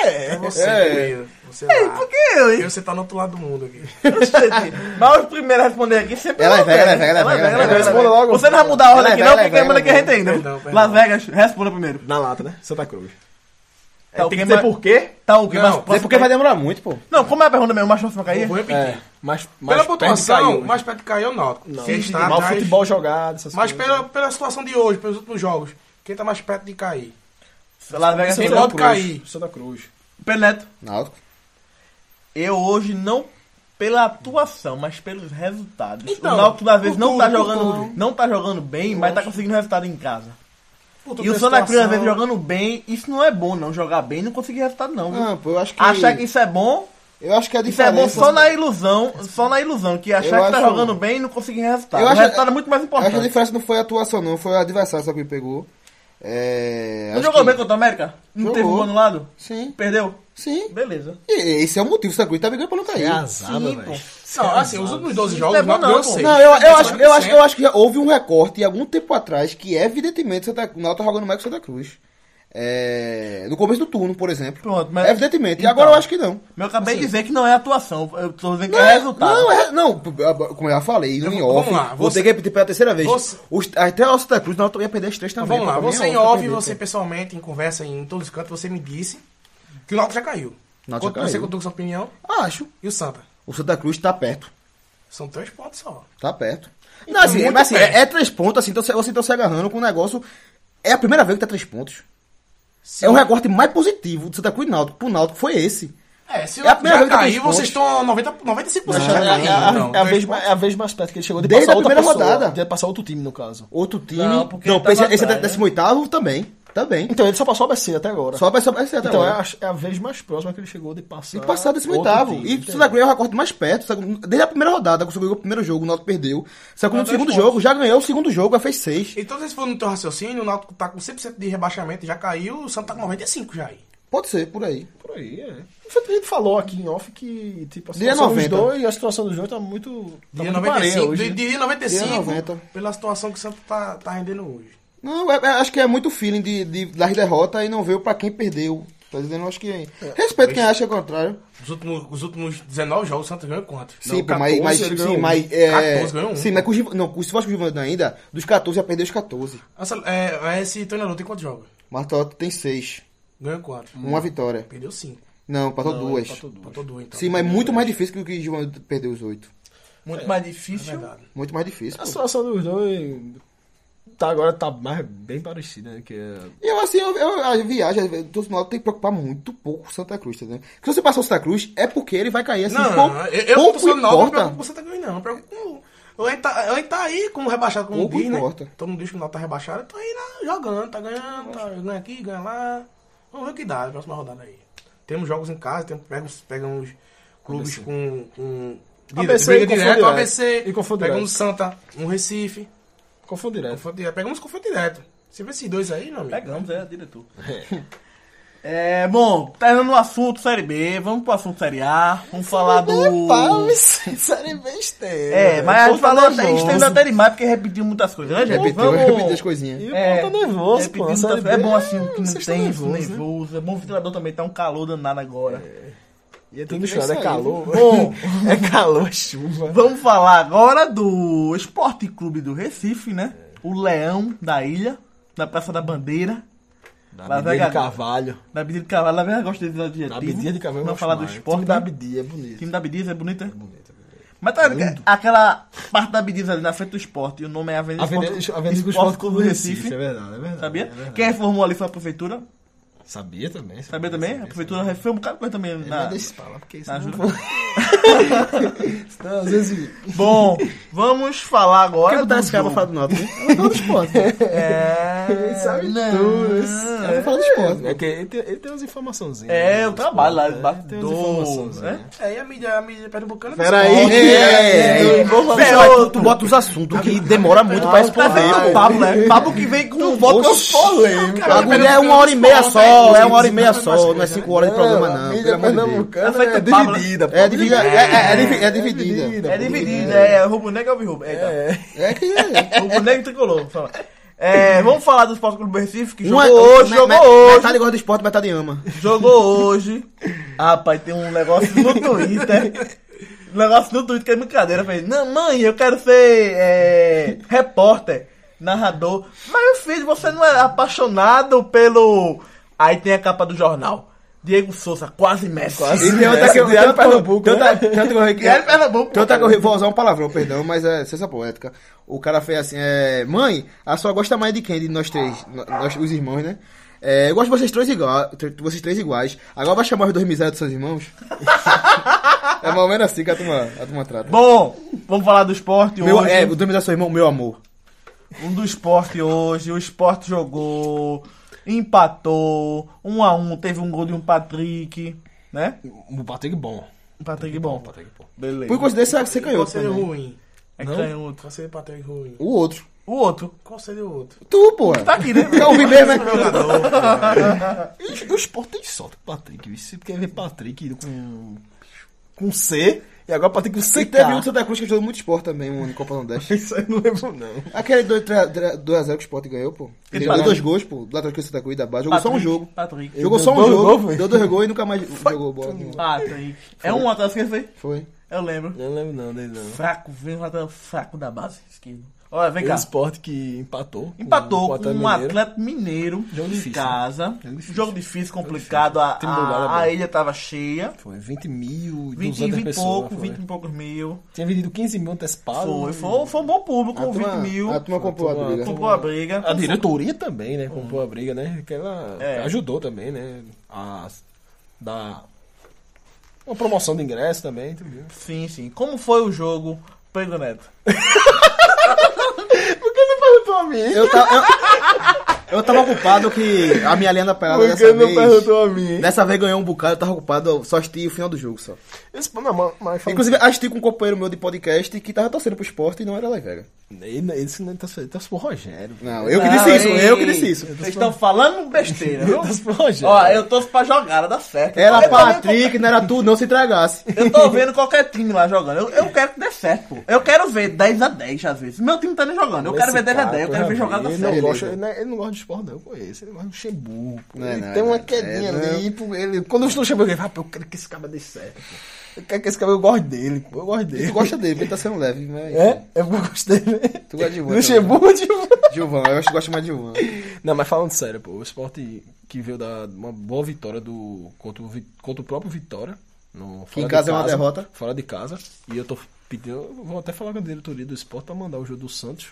Speaker 4: é, você, Coelho. Você lá.
Speaker 1: Por que eu, hein?
Speaker 4: E você tá no outro lado do mundo aqui.
Speaker 1: Mas o primeiro a responder aqui sempre
Speaker 3: Ela
Speaker 1: é o
Speaker 3: pega, ela
Speaker 1: Vegas.
Speaker 3: pega, ela pega, ela
Speaker 1: Vegas.
Speaker 5: pega. Responda logo.
Speaker 1: Você não vai mudar a ordem
Speaker 3: Ela
Speaker 1: aqui,
Speaker 3: pega,
Speaker 1: não,
Speaker 3: ela
Speaker 1: porque
Speaker 3: pega,
Speaker 1: quem manda aqui é a
Speaker 3: ela
Speaker 1: gente ainda.
Speaker 4: Perdão, perdão.
Speaker 1: Las Vegas, responda primeiro.
Speaker 5: Na lata, né? Santa Cruz.
Speaker 1: Tá
Speaker 5: Aí
Speaker 1: o
Speaker 5: tem
Speaker 1: que
Speaker 5: que dizer
Speaker 1: mais-
Speaker 5: por quê?
Speaker 1: Tá o que?
Speaker 4: Não,
Speaker 1: Mas
Speaker 3: Até
Speaker 1: posso-
Speaker 3: porque vai demorar muito, pô.
Speaker 1: Não, como é a pergunta mesmo? Mais chance pra cair?
Speaker 4: Vou repetir.
Speaker 2: Mas, mas
Speaker 4: Pela
Speaker 2: É, perto
Speaker 4: pontuação,
Speaker 2: caiu,
Speaker 4: mais perto de cair é o Náutico.
Speaker 5: Não.
Speaker 4: Quem está
Speaker 5: Mal
Speaker 4: atrás-
Speaker 5: futebol jogado, essas
Speaker 2: é
Speaker 4: Mas
Speaker 5: coisas.
Speaker 4: pela, pela situação de hoje, pelos últimos jogos, quem tá mais perto de cair?
Speaker 1: Las Vegas tem
Speaker 4: Tem
Speaker 5: Santa
Speaker 4: modo
Speaker 1: voto.
Speaker 5: Cruz,
Speaker 4: cair.
Speaker 5: Santa Cruz.
Speaker 1: Peleto.
Speaker 3: Náutico.
Speaker 1: Eu hoje não pela atuação, mas pelos resultados.
Speaker 4: Então,
Speaker 1: o Náutico às vezes
Speaker 4: por
Speaker 1: não tá
Speaker 4: tudo, por
Speaker 1: jogando,
Speaker 4: tudo.
Speaker 1: não tá jogando bem, mas tá conseguindo resultado em casa.
Speaker 4: Puta,
Speaker 1: E o
Speaker 4: pela
Speaker 1: Santa Cruz às
Speaker 4: situação-
Speaker 1: vezes jogando bem, isso não é bom não, jogar bem e não conseguir resultado não, viu?
Speaker 3: Não, pô, eu acho que.
Speaker 1: Achar que isso é bom,
Speaker 3: Eu acho que a
Speaker 1: isso é
Speaker 3: Ah, diferença.
Speaker 1: bom só na ilusão, só na ilusão, que achar
Speaker 3: Eu
Speaker 1: que tá
Speaker 3: acho-
Speaker 1: jogando bem e não conseguir resultado.
Speaker 3: Eu
Speaker 1: O
Speaker 3: acho-
Speaker 1: resultado é muito mais
Speaker 3: Eu acho que a
Speaker 1: importante.
Speaker 3: diferença não foi a atuação, não. Foi o adversário só que me pegou. É.
Speaker 1: Não
Speaker 3: acho
Speaker 1: jogou
Speaker 3: que-
Speaker 1: bem contra o América? Não
Speaker 3: Jogou.
Speaker 1: teve um anulado?
Speaker 3: Sim,
Speaker 1: Perdeu?
Speaker 3: sim.
Speaker 1: Beleza.
Speaker 3: E esse é o motivo, Santa Cruz tá brigando pra não cair.
Speaker 2: É azada, velho.
Speaker 4: Não, assim, os últimos 12 jogos,
Speaker 1: é
Speaker 4: o
Speaker 1: bom
Speaker 4: Náutico
Speaker 1: não,
Speaker 4: ganhou
Speaker 1: pô.
Speaker 4: seis.
Speaker 3: Não, eu, eu,
Speaker 4: Tá
Speaker 3: acho, eu, acho, eu
Speaker 4: 100%.
Speaker 3: acho que já houve um recorte algum tempo atrás que é evidentemente Santa, o Náutico tá jogando mais que o Santa Cruz. É, no começo do turno, por exemplo.
Speaker 1: Pronto, mas-
Speaker 3: Evidentemente.
Speaker 1: Então.
Speaker 3: e agora eu acho que não.
Speaker 1: Mas eu acabei de dizer que não é atuação, eu tô dizendo que
Speaker 3: Não,
Speaker 1: é resultado.
Speaker 3: Não, é, não, como eu já falei, no em
Speaker 4: vamos
Speaker 3: off,
Speaker 4: lá,
Speaker 3: vou
Speaker 4: você-
Speaker 3: ter que repetir pela terceira vez.
Speaker 4: você-
Speaker 3: Os, até o Santa Cruz, o Náutico ia perder as três também.
Speaker 4: Vamos lá,
Speaker 3: pô, pra mim
Speaker 4: você
Speaker 3: é
Speaker 4: em
Speaker 3: outra
Speaker 4: off,
Speaker 3: perder,
Speaker 4: você
Speaker 3: pô.
Speaker 4: pessoalmente, em conversa em todos os cantos, você me disse que o Náutico já caiu.
Speaker 3: Náutico
Speaker 4: Quanto-
Speaker 3: já
Speaker 4: Você
Speaker 3: caiu.
Speaker 4: contou com sua opinião
Speaker 3: Acho.
Speaker 4: e o Santa.
Speaker 3: O Santa Cruz tá perto.
Speaker 4: São três pontos só.
Speaker 3: Tá perto. Não, assim,
Speaker 4: muito
Speaker 3: mas assim,
Speaker 4: perto.
Speaker 3: é, é três pontos, assim, então você- você tá se agarrando com o negócio. É a primeira vez que tá três pontos.
Speaker 4: Se
Speaker 3: É o recorte mais positivo do Santa Cruz e Náutico pro Náutico foi esse.
Speaker 4: É, se
Speaker 3: é a primeira
Speaker 4: já
Speaker 3: vez que
Speaker 4: cair,
Speaker 3: tem pontos.
Speaker 4: vocês estão a 90, 95%.
Speaker 3: Não,
Speaker 4: já
Speaker 3: não,
Speaker 4: caíram,
Speaker 5: É a-
Speaker 4: então.
Speaker 5: é a
Speaker 4: Três
Speaker 5: vez mais- é a vez mais perto que ele chegou de
Speaker 3: Desde
Speaker 5: passar
Speaker 3: a
Speaker 5: outra
Speaker 3: primeira
Speaker 5: pessoa.
Speaker 3: rodada.
Speaker 5: De passar outro time, no caso.
Speaker 3: Outro time.
Speaker 1: Não,
Speaker 3: Não,
Speaker 1: porque ele tava
Speaker 3: esse, esse é
Speaker 1: atrás, né?
Speaker 3: 18 também. Também.
Speaker 5: Então ele só passou a ABC até agora.
Speaker 3: Só vai ser vai ser até
Speaker 5: Então é
Speaker 3: agora.
Speaker 5: a, é a vez mais próxima que ele chegou de passar.
Speaker 3: E passar desse
Speaker 5: outro
Speaker 3: oitavo. E
Speaker 5: time,
Speaker 3: o
Speaker 5: entendeu?
Speaker 3: Santa Cruz é o recorde mais perto. Santa Cruz- Desde a primeira rodada, conseguiu o primeiro jogo, o Náutico perdeu. Santa Cruz no
Speaker 4: dois
Speaker 3: segundo
Speaker 4: pontos.
Speaker 3: jogo, já ganhou o segundo jogo, já fez seis.
Speaker 4: Então, se for no teu raciocínio, o Náutico tá com 100% de rebaixamento, já caiu, o Santa tá com 95 já aí.
Speaker 3: Pode ser, por aí.
Speaker 5: Por aí, é. A gente falou aqui em off que tipo, a
Speaker 3: Dia
Speaker 5: situação dos
Speaker 3: 90.
Speaker 5: dois, a situação dos dois tá muito. Tá
Speaker 4: Dia
Speaker 5: muito pareia
Speaker 4: 95,
Speaker 5: hoje,
Speaker 4: de-
Speaker 5: né?
Speaker 4: dia 95
Speaker 3: Dia 90.
Speaker 4: pela situação que o Santos tá, tá rendendo hoje.
Speaker 3: Não, é- é- acho que é muito feeling de, de, das derrotas e não veio pra quem perdeu. Tá dizendo? Acho que.
Speaker 5: É,
Speaker 3: Respeito quem acha é o contrário.
Speaker 4: Os últimos, os últimos 19 jogos, o Santos ganhou quanto?
Speaker 3: Sim, pô,
Speaker 5: 14
Speaker 3: mas, mas,
Speaker 5: ele
Speaker 3: sim,
Speaker 5: ganhou um.
Speaker 3: mas é,
Speaker 4: 14 ganhou um.
Speaker 3: Sim, mas com os, Giv- não, com- se fosse com o Givanildo ainda, dos 14 já perdeu os 14.
Speaker 4: Essa- é, esse treinador tem quantos jogos?
Speaker 3: Martotti tá, tem 6.
Speaker 4: Ganhou
Speaker 5: Hum.
Speaker 4: quatro.
Speaker 3: Uma vitória.
Speaker 4: Perdeu cinco.
Speaker 3: Não, empatou duas.
Speaker 5: Empatou duas.
Speaker 4: Botou dois, então.
Speaker 3: Sim, é mas muito mais difícil que o que o Givanildo perdeu os 8.
Speaker 1: Muito mais difícil.
Speaker 4: Verdade.
Speaker 3: Muito mais difícil.
Speaker 5: A
Speaker 3: pô.
Speaker 5: situação dos dois. Tá, agora tá mais, bem parecida, né? Que é-
Speaker 3: E eu, assim, eu, eu, a viagem, às vezes, o torcedor tem que preocupar muito pouco com o Santa Cruz, tá entendendo? Porque se você passar o Santa Cruz, é porque ele vai cair assim.
Speaker 4: Não,
Speaker 3: pouco,
Speaker 4: não, eu, eu
Speaker 3: pouco
Speaker 4: tô falando não, não preocupo
Speaker 3: importa.
Speaker 4: com o Santa Cruz, não. Eu preocupo com... Ou ele, tá, ou ele tá aí como rebaixado, como
Speaker 3: Pouco
Speaker 4: diz, né?
Speaker 3: importa.
Speaker 4: Todo mundo diz que o Náutico tá rebaixado, eu tô aí lá, jogando, tá ganhando, tá, ganha aqui, ganha lá. Vamos ver o que dá na próxima rodada aí. Temos jogos em casa, temos, pega, uns, pega uns clubes com... com
Speaker 5: ABC
Speaker 4: briga
Speaker 5: e confronto
Speaker 4: direto,
Speaker 5: direto.
Speaker 4: ABC,
Speaker 5: E confronto
Speaker 4: pega um
Speaker 5: direto.
Speaker 4: Santa, um Recife,
Speaker 5: Confronto direto.
Speaker 4: confronto direto, pega uns confronto direto. Você vê esses dois aí, meu amigo?
Speaker 1: Pegamos, é, diretor. É, bom, terminando o assunto Série B, vamos pro assunto Série A, vamos falar do...
Speaker 5: série besteira.
Speaker 1: É, mas a gente
Speaker 5: Pô, tá
Speaker 1: falou, a gente
Speaker 5: nervoso.
Speaker 1: esteve até demais porque repetiu muitas coisas, né, gente?
Speaker 3: Repetiu,
Speaker 1: Vamos-
Speaker 3: repetiu as coisinhas.
Speaker 5: E o
Speaker 1: É,
Speaker 5: povo tá nervoso,
Speaker 1: repetiu
Speaker 5: pô. a
Speaker 1: muitas
Speaker 5: Série
Speaker 1: coisas. é
Speaker 5: B,
Speaker 1: bom assim, que não
Speaker 5: vocês tão
Speaker 1: tem nervoso,
Speaker 5: nervosos, né?
Speaker 1: nervoso. É bom o ventilador também, tá um calor danado agora.
Speaker 5: E é tudo
Speaker 3: isso
Speaker 5: misturado, é
Speaker 3: aí,
Speaker 5: calor.
Speaker 1: Bom,
Speaker 5: é calor, é chuva.
Speaker 1: vamos falar agora do Esporte Clube do Recife, né?
Speaker 5: É.
Speaker 1: O Leão da Ilha, na Praça da Bandeira. Lá vai
Speaker 5: Abdias de
Speaker 1: Gagá.
Speaker 5: Carvalho.
Speaker 1: Da Abdias de Carvalho, lá vem, eu gosto desse adjetivo.
Speaker 5: Abdias de Carvalho. eu
Speaker 1: Vamos
Speaker 5: gosto
Speaker 1: falar do
Speaker 5: mais. O
Speaker 1: esporte. né?
Speaker 5: time da Abdias, é bonito.
Speaker 1: time da Abdias é bonito, é? Mas tá ligado? aquela parte da Abdias ali na frente do esporte, e o nome é Avenida,
Speaker 5: A Avenida
Speaker 1: Esporte,
Speaker 5: Esporte Clube do Recife. É verdade, é verdade.
Speaker 1: sabia?
Speaker 5: É verdade.
Speaker 1: Quem reformou ali foi a prefeitura.
Speaker 2: Sabia também.
Speaker 1: Sabia também? A prefeitura refez um bocado de coisa também. Na...
Speaker 2: Mas deixa pra lá, porque isso
Speaker 1: na
Speaker 2: não
Speaker 1: ajuda.
Speaker 2: foi- Então,
Speaker 3: é
Speaker 2: às vezes...
Speaker 1: Bom, vamos falar agora.
Speaker 3: Olha
Speaker 1: do
Speaker 3: o Dás cara pra
Speaker 1: jogo.
Speaker 3: falar do Náutico. hein? Eu falo do esporte. né?
Speaker 1: É.
Speaker 2: Ele sabe
Speaker 1: não,
Speaker 2: tudo,
Speaker 3: Eu vou falar do esporte. né?
Speaker 2: É que ele tem, ele tem umas informaçãozinhas.
Speaker 1: É, eu trabalho lá,
Speaker 2: Ele
Speaker 1: bate
Speaker 2: tem umas
Speaker 1: dois,
Speaker 2: informações,
Speaker 1: né?
Speaker 2: né?
Speaker 4: É, e a mídia, a mídia pernambucana...
Speaker 3: Peraí. É, é, é.
Speaker 1: Vamos
Speaker 3: Véi,
Speaker 1: lá.
Speaker 3: Tu bota os assuntos que demora muito pra
Speaker 1: Tá vendo o
Speaker 3: responder, pô.
Speaker 1: Pablo, né? Pablo que vem com um voto
Speaker 3: Oxi.
Speaker 1: polêmico.
Speaker 3: O bagulho é uma hora e meia
Speaker 2: né?
Speaker 3: só, é uma hora e meia só, não é
Speaker 5: né?
Speaker 3: cinco horas de programa não, pelo amor de Deus.
Speaker 1: Ela foi
Speaker 5: pernambucana é
Speaker 1: pro Pablo.
Speaker 5: dividida, pô.
Speaker 3: É dividida, é, é, é divi- é dividida.
Speaker 1: É dividido, é, é roubo negro é alvirrubo. É,
Speaker 3: É que é.
Speaker 1: tá. Roubo negro e tricolor. fala. É, vamos falar do Esporte Clube Recife, que jogou
Speaker 3: Uma-
Speaker 1: hoje,
Speaker 3: me-
Speaker 1: jogou
Speaker 3: me-
Speaker 1: hoje.
Speaker 3: Metade gosta do esporte, metade ama.
Speaker 1: Jogou hoje. Rapaz, tem um negócio no Twitter. Um negócio no Twitter que é brincadeira. Eu falei, não, mãe, eu quero ser é, repórter, narrador. Mas meu filho, você não é apaixonado pelo. Aí tem a capa do jornal. Diego Souza, quase Messi. Quase.
Speaker 3: E tem outra que É, eu
Speaker 1: é
Speaker 5: Diário
Speaker 3: tanto-
Speaker 5: Pernambuco,
Speaker 1: né?
Speaker 3: tanto- tanto que eu
Speaker 1: E era Pernambuco.
Speaker 3: Tanto é que eu re- vou usar um palavrão, perdão, mas é sensação poética. O cara fez assim, é, mãe, a sua gosta mais de quem? De nós três, no- nós, os irmãos, né? É, eu gosto de vocês três, igual, tr- vocês três iguais. Agora vai chamar os dois miséria dos seus irmãos? é mais ou menos assim que a turma, a turma trata.
Speaker 1: Bom, vamos falar do esporte
Speaker 3: Meu,
Speaker 1: hoje.
Speaker 3: é, os dois miséria dos seus irmãos, meu amor.
Speaker 1: Um do esporte hoje, o esporte jogou, empatou, um a um, teve um gol de um Patrick, né?
Speaker 2: O Patrick bom.
Speaker 1: Um Patrick bom.
Speaker 2: Patrick bom.
Speaker 1: Beleza.
Speaker 3: Por coincidência, você é
Speaker 4: Qual
Speaker 3: canhoto
Speaker 4: seria o
Speaker 3: também.
Speaker 4: ruim?
Speaker 1: É
Speaker 2: Não?
Speaker 1: canhoto.
Speaker 4: Qual seria o Patrick ruim?
Speaker 3: O outro.
Speaker 1: O outro.
Speaker 4: Qual seria o outro?
Speaker 3: Tu, porra.
Speaker 1: Tá aqui, né?
Speaker 3: Quer ouvir mesmo, é?
Speaker 2: E O Sport tem sorte com o Patrick. viu? Você quer ver é Patrick com, com C e agora Patrick com
Speaker 3: E teve um do
Speaker 2: CK.
Speaker 3: Santa Cruz que jogou muito esporte também, um ano, Copa do Nordeste.
Speaker 2: Isso aí eu não lembro, não.
Speaker 3: Aquele 2x0 que o Sport ganhou, pô.
Speaker 1: Ele
Speaker 3: Ele deu
Speaker 1: parou.
Speaker 3: dois gols, pô. Do Atlético Santa Cruz da base. Jogou só um jogo.
Speaker 1: Patrick.
Speaker 3: Jogou só um
Speaker 2: dois
Speaker 3: jogo.
Speaker 2: gols, foi?
Speaker 3: deu dois gols e nunca mais jogou bola. nenhuma.
Speaker 1: Patrick. É um atrás que ele fez?
Speaker 3: Foi.
Speaker 1: Eu lembro.
Speaker 2: Não lembro, não, dele não.
Speaker 1: Fraco, vem um atrás fraco da base. Esquerdo. Olha, vem
Speaker 2: Foi um
Speaker 1: cá.
Speaker 2: esporte que empatou. com- com o
Speaker 1: Empatou com
Speaker 2: Atlético
Speaker 1: um
Speaker 2: Mineiro.
Speaker 1: atleta mineiro
Speaker 2: Jogo
Speaker 1: em
Speaker 2: difícil, né?
Speaker 1: casa.
Speaker 2: Jogo difícil.
Speaker 1: Jogo difícil, complicado. A,
Speaker 2: Time do Galo é
Speaker 1: a,
Speaker 2: bom.
Speaker 1: a ilha tava cheia.
Speaker 2: Foi 20 mil,
Speaker 1: 20
Speaker 2: 200
Speaker 1: e
Speaker 2: pessoas.
Speaker 1: pouco,
Speaker 2: foi.
Speaker 1: 20 e poucos mil.
Speaker 2: Tinha vendido 15 mil antecipado.
Speaker 1: Foi, foi, foi um bom público,
Speaker 3: A
Speaker 1: com 20
Speaker 3: turma-
Speaker 1: mil.
Speaker 3: A turma comprou a
Speaker 2: Comprou a-
Speaker 3: briga.
Speaker 1: Comprou a briga.
Speaker 2: A diretoria também, né? Comprou a briga, né? Que ela
Speaker 1: É.
Speaker 2: ajudou também, né?
Speaker 1: Ah,
Speaker 2: A dar uma promoção de ingresso também, entendeu?
Speaker 1: Sim, sim. Como foi o jogo, Pedro Neto?
Speaker 3: Eu tava, eu, eu tava ocupado que a minha lenda parada
Speaker 5: Por
Speaker 3: dessa
Speaker 5: que não
Speaker 3: vez...
Speaker 5: perguntou a mim?
Speaker 3: Dessa vez ganhou um bocado, eu tava ocupado, eu só assisti o final do jogo só.
Speaker 5: Esse não, mas, mas fala-
Speaker 3: Inclusive, assisti com um companheiro meu de podcast que tava torcendo pro esporte e não era Las Vegas.
Speaker 2: Ele, ele, se não tá ele tá pro Rogério.
Speaker 3: Não, eu que
Speaker 1: Não,
Speaker 3: disse isso,
Speaker 1: ei,
Speaker 3: eu que disse isso.
Speaker 1: Vocês estão falando besteira, viu?
Speaker 2: Ele tá pro Rogério.
Speaker 1: Ó, eu torço pra jogada, dá certo. Eu
Speaker 3: Era
Speaker 1: tô vendo
Speaker 3: Patrick, não era tu, não se entregasse.
Speaker 1: qualquer- Eu tô vendo qualquer time lá jogando. Eu, eu quero que dê certo, pô. Eu quero ver 10 a 10 às vezes. Meu time não tá nem jogando. Eu quero ver 10 a 10, eu quero ver jogada
Speaker 2: né, ele não,
Speaker 1: certa.
Speaker 2: gosta, ele, não- é, ele não gosta de esporte, não, eu conheço. Ele gosta de Luxemburgo. pô.
Speaker 3: Não é
Speaker 2: ele
Speaker 3: nada,
Speaker 2: tem uma
Speaker 3: é,
Speaker 2: quedinha
Speaker 3: não.
Speaker 2: ali. pô, ele, quando eu estou no Luxemburgo, ele fala, "Pô, eu quero que esse cara dê certo. Pô. Eu quero que esse cara, eu gosto dele. Pô, eu gosto dele.
Speaker 3: Tu gosta dele, porque ele tá sendo leve, mas...
Speaker 2: É? É porque eu gosto dele.
Speaker 3: Tu gosta de Ivan
Speaker 2: Luxemburgo, tipo. de
Speaker 3: Gilvan, eu acho que gosta mais de Gilvan.
Speaker 2: né? Não, mas falando sério, pô, o esporte que veio da uma boa vitória do contra o, Vi- contra o próprio Vitória. No, fora
Speaker 3: em
Speaker 2: de
Speaker 3: casa é uma derrota.
Speaker 2: Fora de casa. E eu tô pedindo. eu Vou até falar com a diretoria do esporte pra mandar o jogo do Santos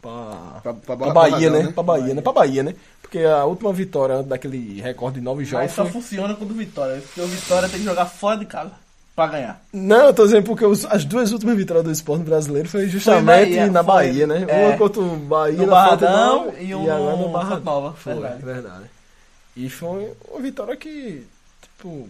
Speaker 2: pra,
Speaker 3: Pra- pra Ba-
Speaker 2: pra Bahia,
Speaker 3: Barradão,
Speaker 2: né?
Speaker 3: né?
Speaker 2: Pra Bahia, né? Pra Bahia, né? Porque a última vitória antes daquele recorde de nove jogos.
Speaker 1: Mas só
Speaker 2: foi-
Speaker 1: funciona quando vitória. Porque o Vitória tem que jogar fora de casa pra ganhar.
Speaker 2: Não, eu tô dizendo porque os- as duas últimas vitórias do esporte brasileiro foi justamente
Speaker 1: Bahia,
Speaker 2: na
Speaker 1: foi-
Speaker 2: Bahia, né?
Speaker 1: é.
Speaker 2: Uma contra o Bahia
Speaker 1: No
Speaker 2: na
Speaker 1: Barradão
Speaker 2: Fonte Nova,
Speaker 1: e um
Speaker 2: agora
Speaker 1: no
Speaker 2: Barra-
Speaker 1: Fonte Nova,
Speaker 2: Foi,
Speaker 1: verdade.
Speaker 2: verdade. E foi uma vitória que, tipo.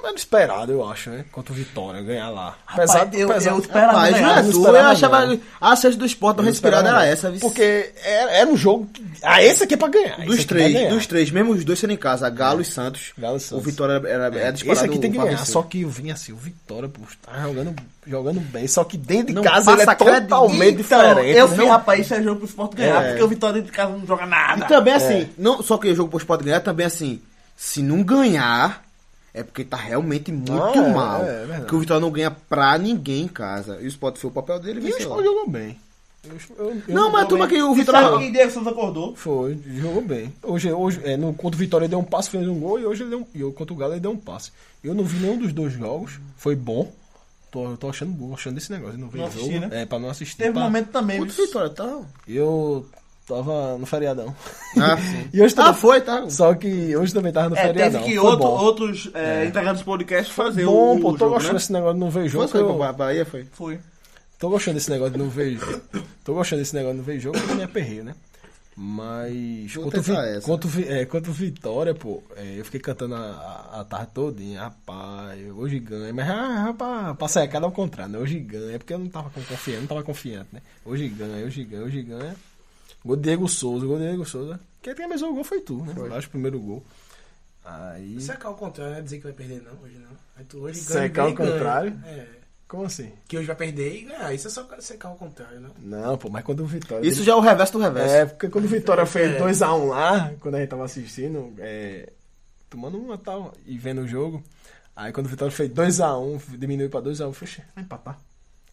Speaker 2: Não era esperado, eu acho, né? Contra o Vitória, ganhar lá. Apesar
Speaker 1: Rapaz, eu, eu esperava
Speaker 3: Mas não
Speaker 1: ganhar.
Speaker 3: é
Speaker 2: não
Speaker 3: tu, eu
Speaker 2: esperava
Speaker 3: achava.
Speaker 2: não.
Speaker 3: A chance do esporte não respirada
Speaker 2: esperava
Speaker 3: era
Speaker 2: não.
Speaker 3: essa, viu?
Speaker 2: Porque era, era um jogo. que- Ah, esse aqui é pra ganhar. esse
Speaker 3: dos
Speaker 2: aqui pra
Speaker 3: três,
Speaker 2: ganhar. É.
Speaker 3: dos três, mesmo os dois sendo em casa, Galo e Santos.
Speaker 2: Galo e Santos. É,
Speaker 3: O Vitória era, era, era disparado.
Speaker 2: Esse aqui tem que
Speaker 3: pra
Speaker 2: ganhar.
Speaker 3: vencer.
Speaker 2: Só que eu vim assim, o Vitória, pô, tá jogando, jogando bem. Só que dentro de
Speaker 3: Não
Speaker 2: casa ele é
Speaker 3: passa crédito.
Speaker 2: totalmente
Speaker 1: Então,
Speaker 2: diferente.
Speaker 1: eu
Speaker 2: né?
Speaker 1: vi, rapaz, isso é jogo pro esporte ganhar,
Speaker 2: É. Então,
Speaker 1: porque o Vitória de casa não joga nada.
Speaker 3: E também assim, não, só que o jogo pro esporte ganhar, também assim, se não ganhar, é porque tá realmente muito
Speaker 2: Ah, é,
Speaker 3: mal.
Speaker 2: é verdade.
Speaker 3: porque o Vitória não ganha pra ninguém em casa. E o Sport fez o papel dele,
Speaker 2: E o
Speaker 3: venceu.
Speaker 2: Sport jogou bem. Eu- eu- eu-
Speaker 3: Não, mas a turma que o
Speaker 1: E
Speaker 3: Vitória.
Speaker 1: sabe que Diego Souza acordou?
Speaker 2: Foi, jogou bem. Hoje, hoje é, no, contra o Vitória ele deu um passe, fez um gol, e hoje ele deu um, e eu, contra o Galo ele deu um passe. Eu não vi nenhum dos dois jogos, foi bom. Tô, eu tô achando bom, achando desse negócio. eu Não vi
Speaker 1: Não
Speaker 2: jogo.
Speaker 1: assisti, né?
Speaker 2: É, pra não assistir.
Speaker 1: Teve um
Speaker 2: pra-
Speaker 1: momento também.
Speaker 3: Puta
Speaker 1: viu?
Speaker 3: Vitória, tá.
Speaker 2: Eu Tava no feriadão.
Speaker 3: Ah, sim.
Speaker 2: E hoje
Speaker 3: Ah,
Speaker 2: também.
Speaker 3: foi, tá?
Speaker 2: Só que hoje também tava no
Speaker 1: É, teve
Speaker 2: feriadão.
Speaker 1: que
Speaker 2: Foi
Speaker 1: outro-
Speaker 2: bom.
Speaker 1: outros é, integrantes do podcast fazer
Speaker 2: Bom,
Speaker 1: o,
Speaker 2: pô,
Speaker 1: o
Speaker 2: tô
Speaker 1: jogo,
Speaker 2: gostando
Speaker 1: né?
Speaker 2: desse negócio de não ver
Speaker 3: Foi,
Speaker 2: jogo.
Speaker 3: foi,
Speaker 2: eu-
Speaker 3: pra Bahia, foi.
Speaker 1: Foi.
Speaker 2: Tô gostando desse negócio de não ver. Tô gostando desse negócio de não ver jogo, porque me aperreio, né? Mas.
Speaker 3: Vou
Speaker 2: Quanto, vi,
Speaker 3: tentar essa.
Speaker 2: quanto, vi- é, quanto vitória, pô, é, eu fiquei cantando a, a- a tarde todinha, rapaz, hoje ganha. Mas ah, rapaz, pra secada ao contrário, né? Hoje ganha, é porque eu não tava com- confiante, não tava confiante, né? Hoje ganha, hoje ganha, hoje ganha. Gol de Diego Souza, gol de Diego Souza. Quem mesmo gol foi tu, né? Eu acho o primeiro gol. Aí.
Speaker 4: Secar o contrário, não é dizer que vai perder, não, hoje não. Aí tu hoje
Speaker 5: Secar
Speaker 4: ganha,
Speaker 5: o
Speaker 4: ganha.
Speaker 5: contrário?
Speaker 4: É.
Speaker 2: Como assim?
Speaker 4: Que hoje vai perder e ganhar. Isso é só secar o contrário, né? não.
Speaker 2: Não, pô, mas quando o Vitória.
Speaker 3: Isso já é o reverso do reverso.
Speaker 2: É, porque quando o Vitória fez
Speaker 4: É.
Speaker 2: 2x1 lá, quando a gente tava assistindo, é, tomando uma tal e vendo o jogo, aí quando o Vitória fez 2x1, diminuiu pra 2x1, fechei, vai empatar.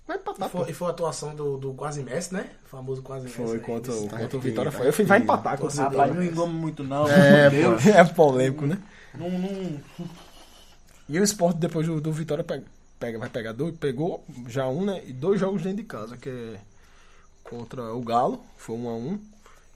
Speaker 2: Vai
Speaker 4: E
Speaker 2: empatar, pô.
Speaker 4: foi, e foi a atuação do, do Quase Messi, né? O famoso Quase Messi.
Speaker 2: Foi
Speaker 4: né?
Speaker 2: contra, o-
Speaker 4: Isso. tá
Speaker 2: contra o Vitória, foi. Eu falei, vai empatar contra o
Speaker 1: Rapaz,
Speaker 2: Vitória.
Speaker 1: não engoma muito não,
Speaker 3: É,
Speaker 1: meu Deus.
Speaker 2: É polêmico, né?
Speaker 1: Não, não...
Speaker 2: E o Sport, depois do, do Vitória, pega, pega- vai pegar dois, pegou já um, né? E dois jogos dentro de casa, que é contra o Galo, foi um a um.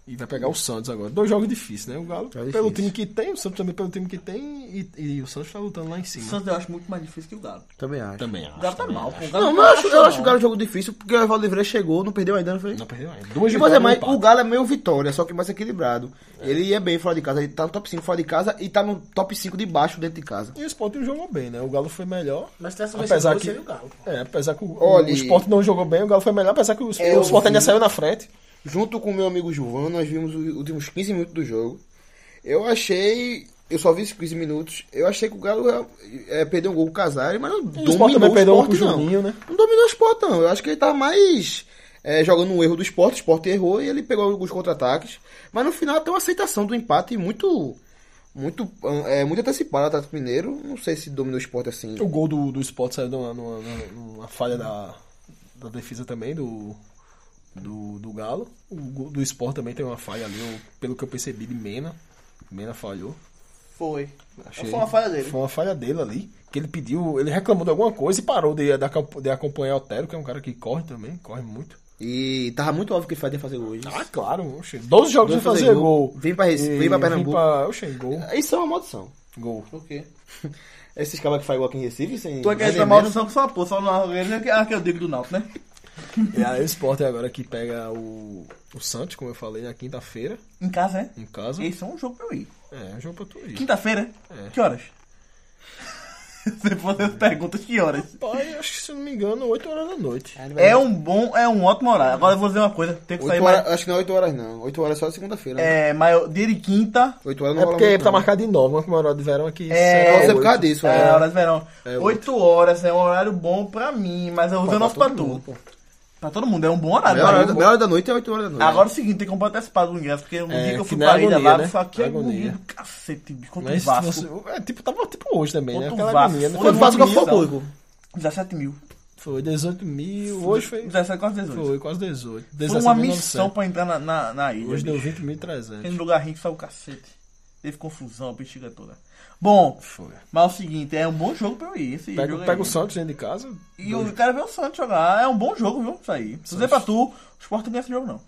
Speaker 2: E vai pegar o Santos agora. Dois jogos difíceis, né? O Galo,
Speaker 3: É difícil.
Speaker 2: pelo time que tem, o Santos também pelo time que tem, e, e o Santos tá lutando lá em
Speaker 1: O
Speaker 2: cima.
Speaker 1: Santos eu acho muito mais difícil que o Galo.
Speaker 3: Também acho.
Speaker 2: Também
Speaker 1: O
Speaker 2: acho.
Speaker 1: Galo tá mal, pô. O Galo
Speaker 3: Não,
Speaker 1: tá
Speaker 3: mas eu acho, eu
Speaker 1: mal.
Speaker 3: acho o Galo um jogo difícil, porque o Evaldo Livreira chegou, não perdeu ainda, não foi?
Speaker 2: Não perdeu ainda. Duas
Speaker 3: E você,
Speaker 2: vitórias, um
Speaker 3: mas
Speaker 2: empate.
Speaker 3: o Galo é meio vitória, só que mais equilibrado. Ele ia bem fora de casa, ele tá no top 5 fora de casa e tá no top 5 de baixo dentro de casa.
Speaker 2: E o Sport jogou bem, né? O Galo foi melhor.
Speaker 4: Mas dessa vez
Speaker 2: Apesar
Speaker 4: que...
Speaker 2: que-
Speaker 4: seria o Galo. pô.
Speaker 2: É, apesar que o,
Speaker 3: Olha,
Speaker 2: o Sport não jogou bem, o Galo foi melhor, apesar que o,
Speaker 3: Eu
Speaker 2: o Sport ainda
Speaker 3: vi-
Speaker 2: saiu na frente.
Speaker 3: Junto com o meu amigo João, nós vimos os últimos 15 minutos do jogo. Eu achei. Eu só vi esses 15 minutos. Eu achei que o Galo é, é, perdeu um gol com o Casares, mas não
Speaker 2: E o
Speaker 3: dominou
Speaker 2: Sport também
Speaker 3: o
Speaker 2: perdeu um com o
Speaker 3: esporte, não.
Speaker 2: Juninho, né?
Speaker 3: Não dominou o esporte, não. Eu acho que ele tá mais é, jogando um erro do esporte. O esporte errou e ele pegou alguns contra-ataques. Mas no final tem uma aceitação do empate muito. Muito, é, muito antecipada o Atlético Mineiro. Não sei se dominou o esporte assim.
Speaker 2: O gol do, do Sport saiu numa, numa- numa- numa falha da, da defesa também, do, do, do Galo. O gol do Sport também tem uma falha ali, eu- pelo que eu percebi, de Mena. Mena falhou.
Speaker 1: Foi.
Speaker 2: Achei-
Speaker 1: Foi uma falha dele.
Speaker 2: Foi uma falha dele ali. Que ele pediu, ele reclamou de alguma coisa e parou de, de acom- de acompanhar o Otero, que é um cara que corre também, corre muito.
Speaker 3: E tava muito óbvio que ele ia fazer gol hoje.
Speaker 2: Ah, claro, oxe. 12 jogos sem
Speaker 3: Dois fazer
Speaker 2: fazer
Speaker 3: gol.
Speaker 2: gol.
Speaker 3: Vem pra Recife, vem pra Pernambuco.
Speaker 2: pra- oxe, gol.
Speaker 3: Isso é uma maldição.
Speaker 2: Gol.
Speaker 1: Por quê?
Speaker 3: Esses caras que fazem gol aqui em Recife sem.
Speaker 1: Tu é que essa
Speaker 3: sem
Speaker 1: maldição que só pô, só no Arrogueiro é que- ah, que eu digo do Náutico, né?
Speaker 2: E aí o Sport é agora que pega o, o Santos, como eu falei, na quinta-feira,
Speaker 1: Em casa, né?
Speaker 2: em casa.
Speaker 1: Esse é um jogo pra eu ir.
Speaker 2: É, é jogo pra tu ir.
Speaker 1: Quinta-feira?
Speaker 2: Uhum. É.
Speaker 1: Que horas? Você fazer as perguntas, que horas?
Speaker 2: Pai, acho que se não me engano, 8 horas da noite.
Speaker 1: É um bom, é um ótimo horário. Agora eu vou dizer uma coisa, tem que sair
Speaker 3: Oito
Speaker 1: mais.
Speaker 3: horas, acho que não é 8 horas, não. 8 horas só de segunda-feira. Né?
Speaker 1: É, mas dia de quinta
Speaker 3: 8 horas não
Speaker 2: É
Speaker 3: rola
Speaker 2: porque
Speaker 3: muito,
Speaker 2: tá
Speaker 3: não.
Speaker 2: marcado em 9, mas como é hora de verão aqui.
Speaker 1: É,
Speaker 3: Deve ser
Speaker 2: será
Speaker 3: por
Speaker 2: oito.
Speaker 3: causa disso,
Speaker 1: é,
Speaker 3: é.
Speaker 1: hora de verão.
Speaker 2: É,
Speaker 1: Oito horas é um horário bom pra mim, mas eu uso o nosso pra tu. Pra todo mundo, é um bom horário.
Speaker 3: Melhor
Speaker 1: pra mim.
Speaker 3: hora, da- melhor hora da noite é 8 horas da noite.
Speaker 1: Agora é o seguinte, tem que comprar antecipado o ingresso, porque no
Speaker 2: É,
Speaker 1: dia que eu
Speaker 2: que
Speaker 1: fui
Speaker 2: não é
Speaker 1: pra ilha
Speaker 2: agonia,
Speaker 1: lá,
Speaker 2: né?
Speaker 1: isso aqui é
Speaker 2: Agonia.
Speaker 1: agonia do cacete, bicho, contra o
Speaker 2: Mas
Speaker 1: Vasco.
Speaker 2: se você- é tipo, tava tipo hoje também, né?
Speaker 1: Contra o
Speaker 2: Aquela
Speaker 1: Vasco.
Speaker 2: agonia, né?
Speaker 1: Contra
Speaker 2: Foi,
Speaker 1: o
Speaker 3: Quando faz o
Speaker 1: Vasco,
Speaker 3: gol foi o público.
Speaker 1: 17 mil.
Speaker 2: foi 18 mil, hoje foi,
Speaker 1: 17, quase 18.
Speaker 2: foi quase 18.
Speaker 1: Foi uma missão pra entrar na, na, na ilha.
Speaker 2: Hoje
Speaker 1: bicho.
Speaker 2: deu
Speaker 1: Tem
Speaker 2: 20.300.
Speaker 1: lugar rico que saiu o cacete. Teve confusão, bexiga toda. Bom,
Speaker 2: Foi.
Speaker 1: mas é o seguinte, é um bom jogo pra eu ir. Esse
Speaker 2: Pega,
Speaker 1: jogo
Speaker 2: pega
Speaker 1: aí.
Speaker 2: o Santos dentro de casa.
Speaker 1: E eu quero ver o Santos jogar. É um bom jogo, viu? Isso aí. Se dizer pra tu, o Sport não ganha esse jogo, não.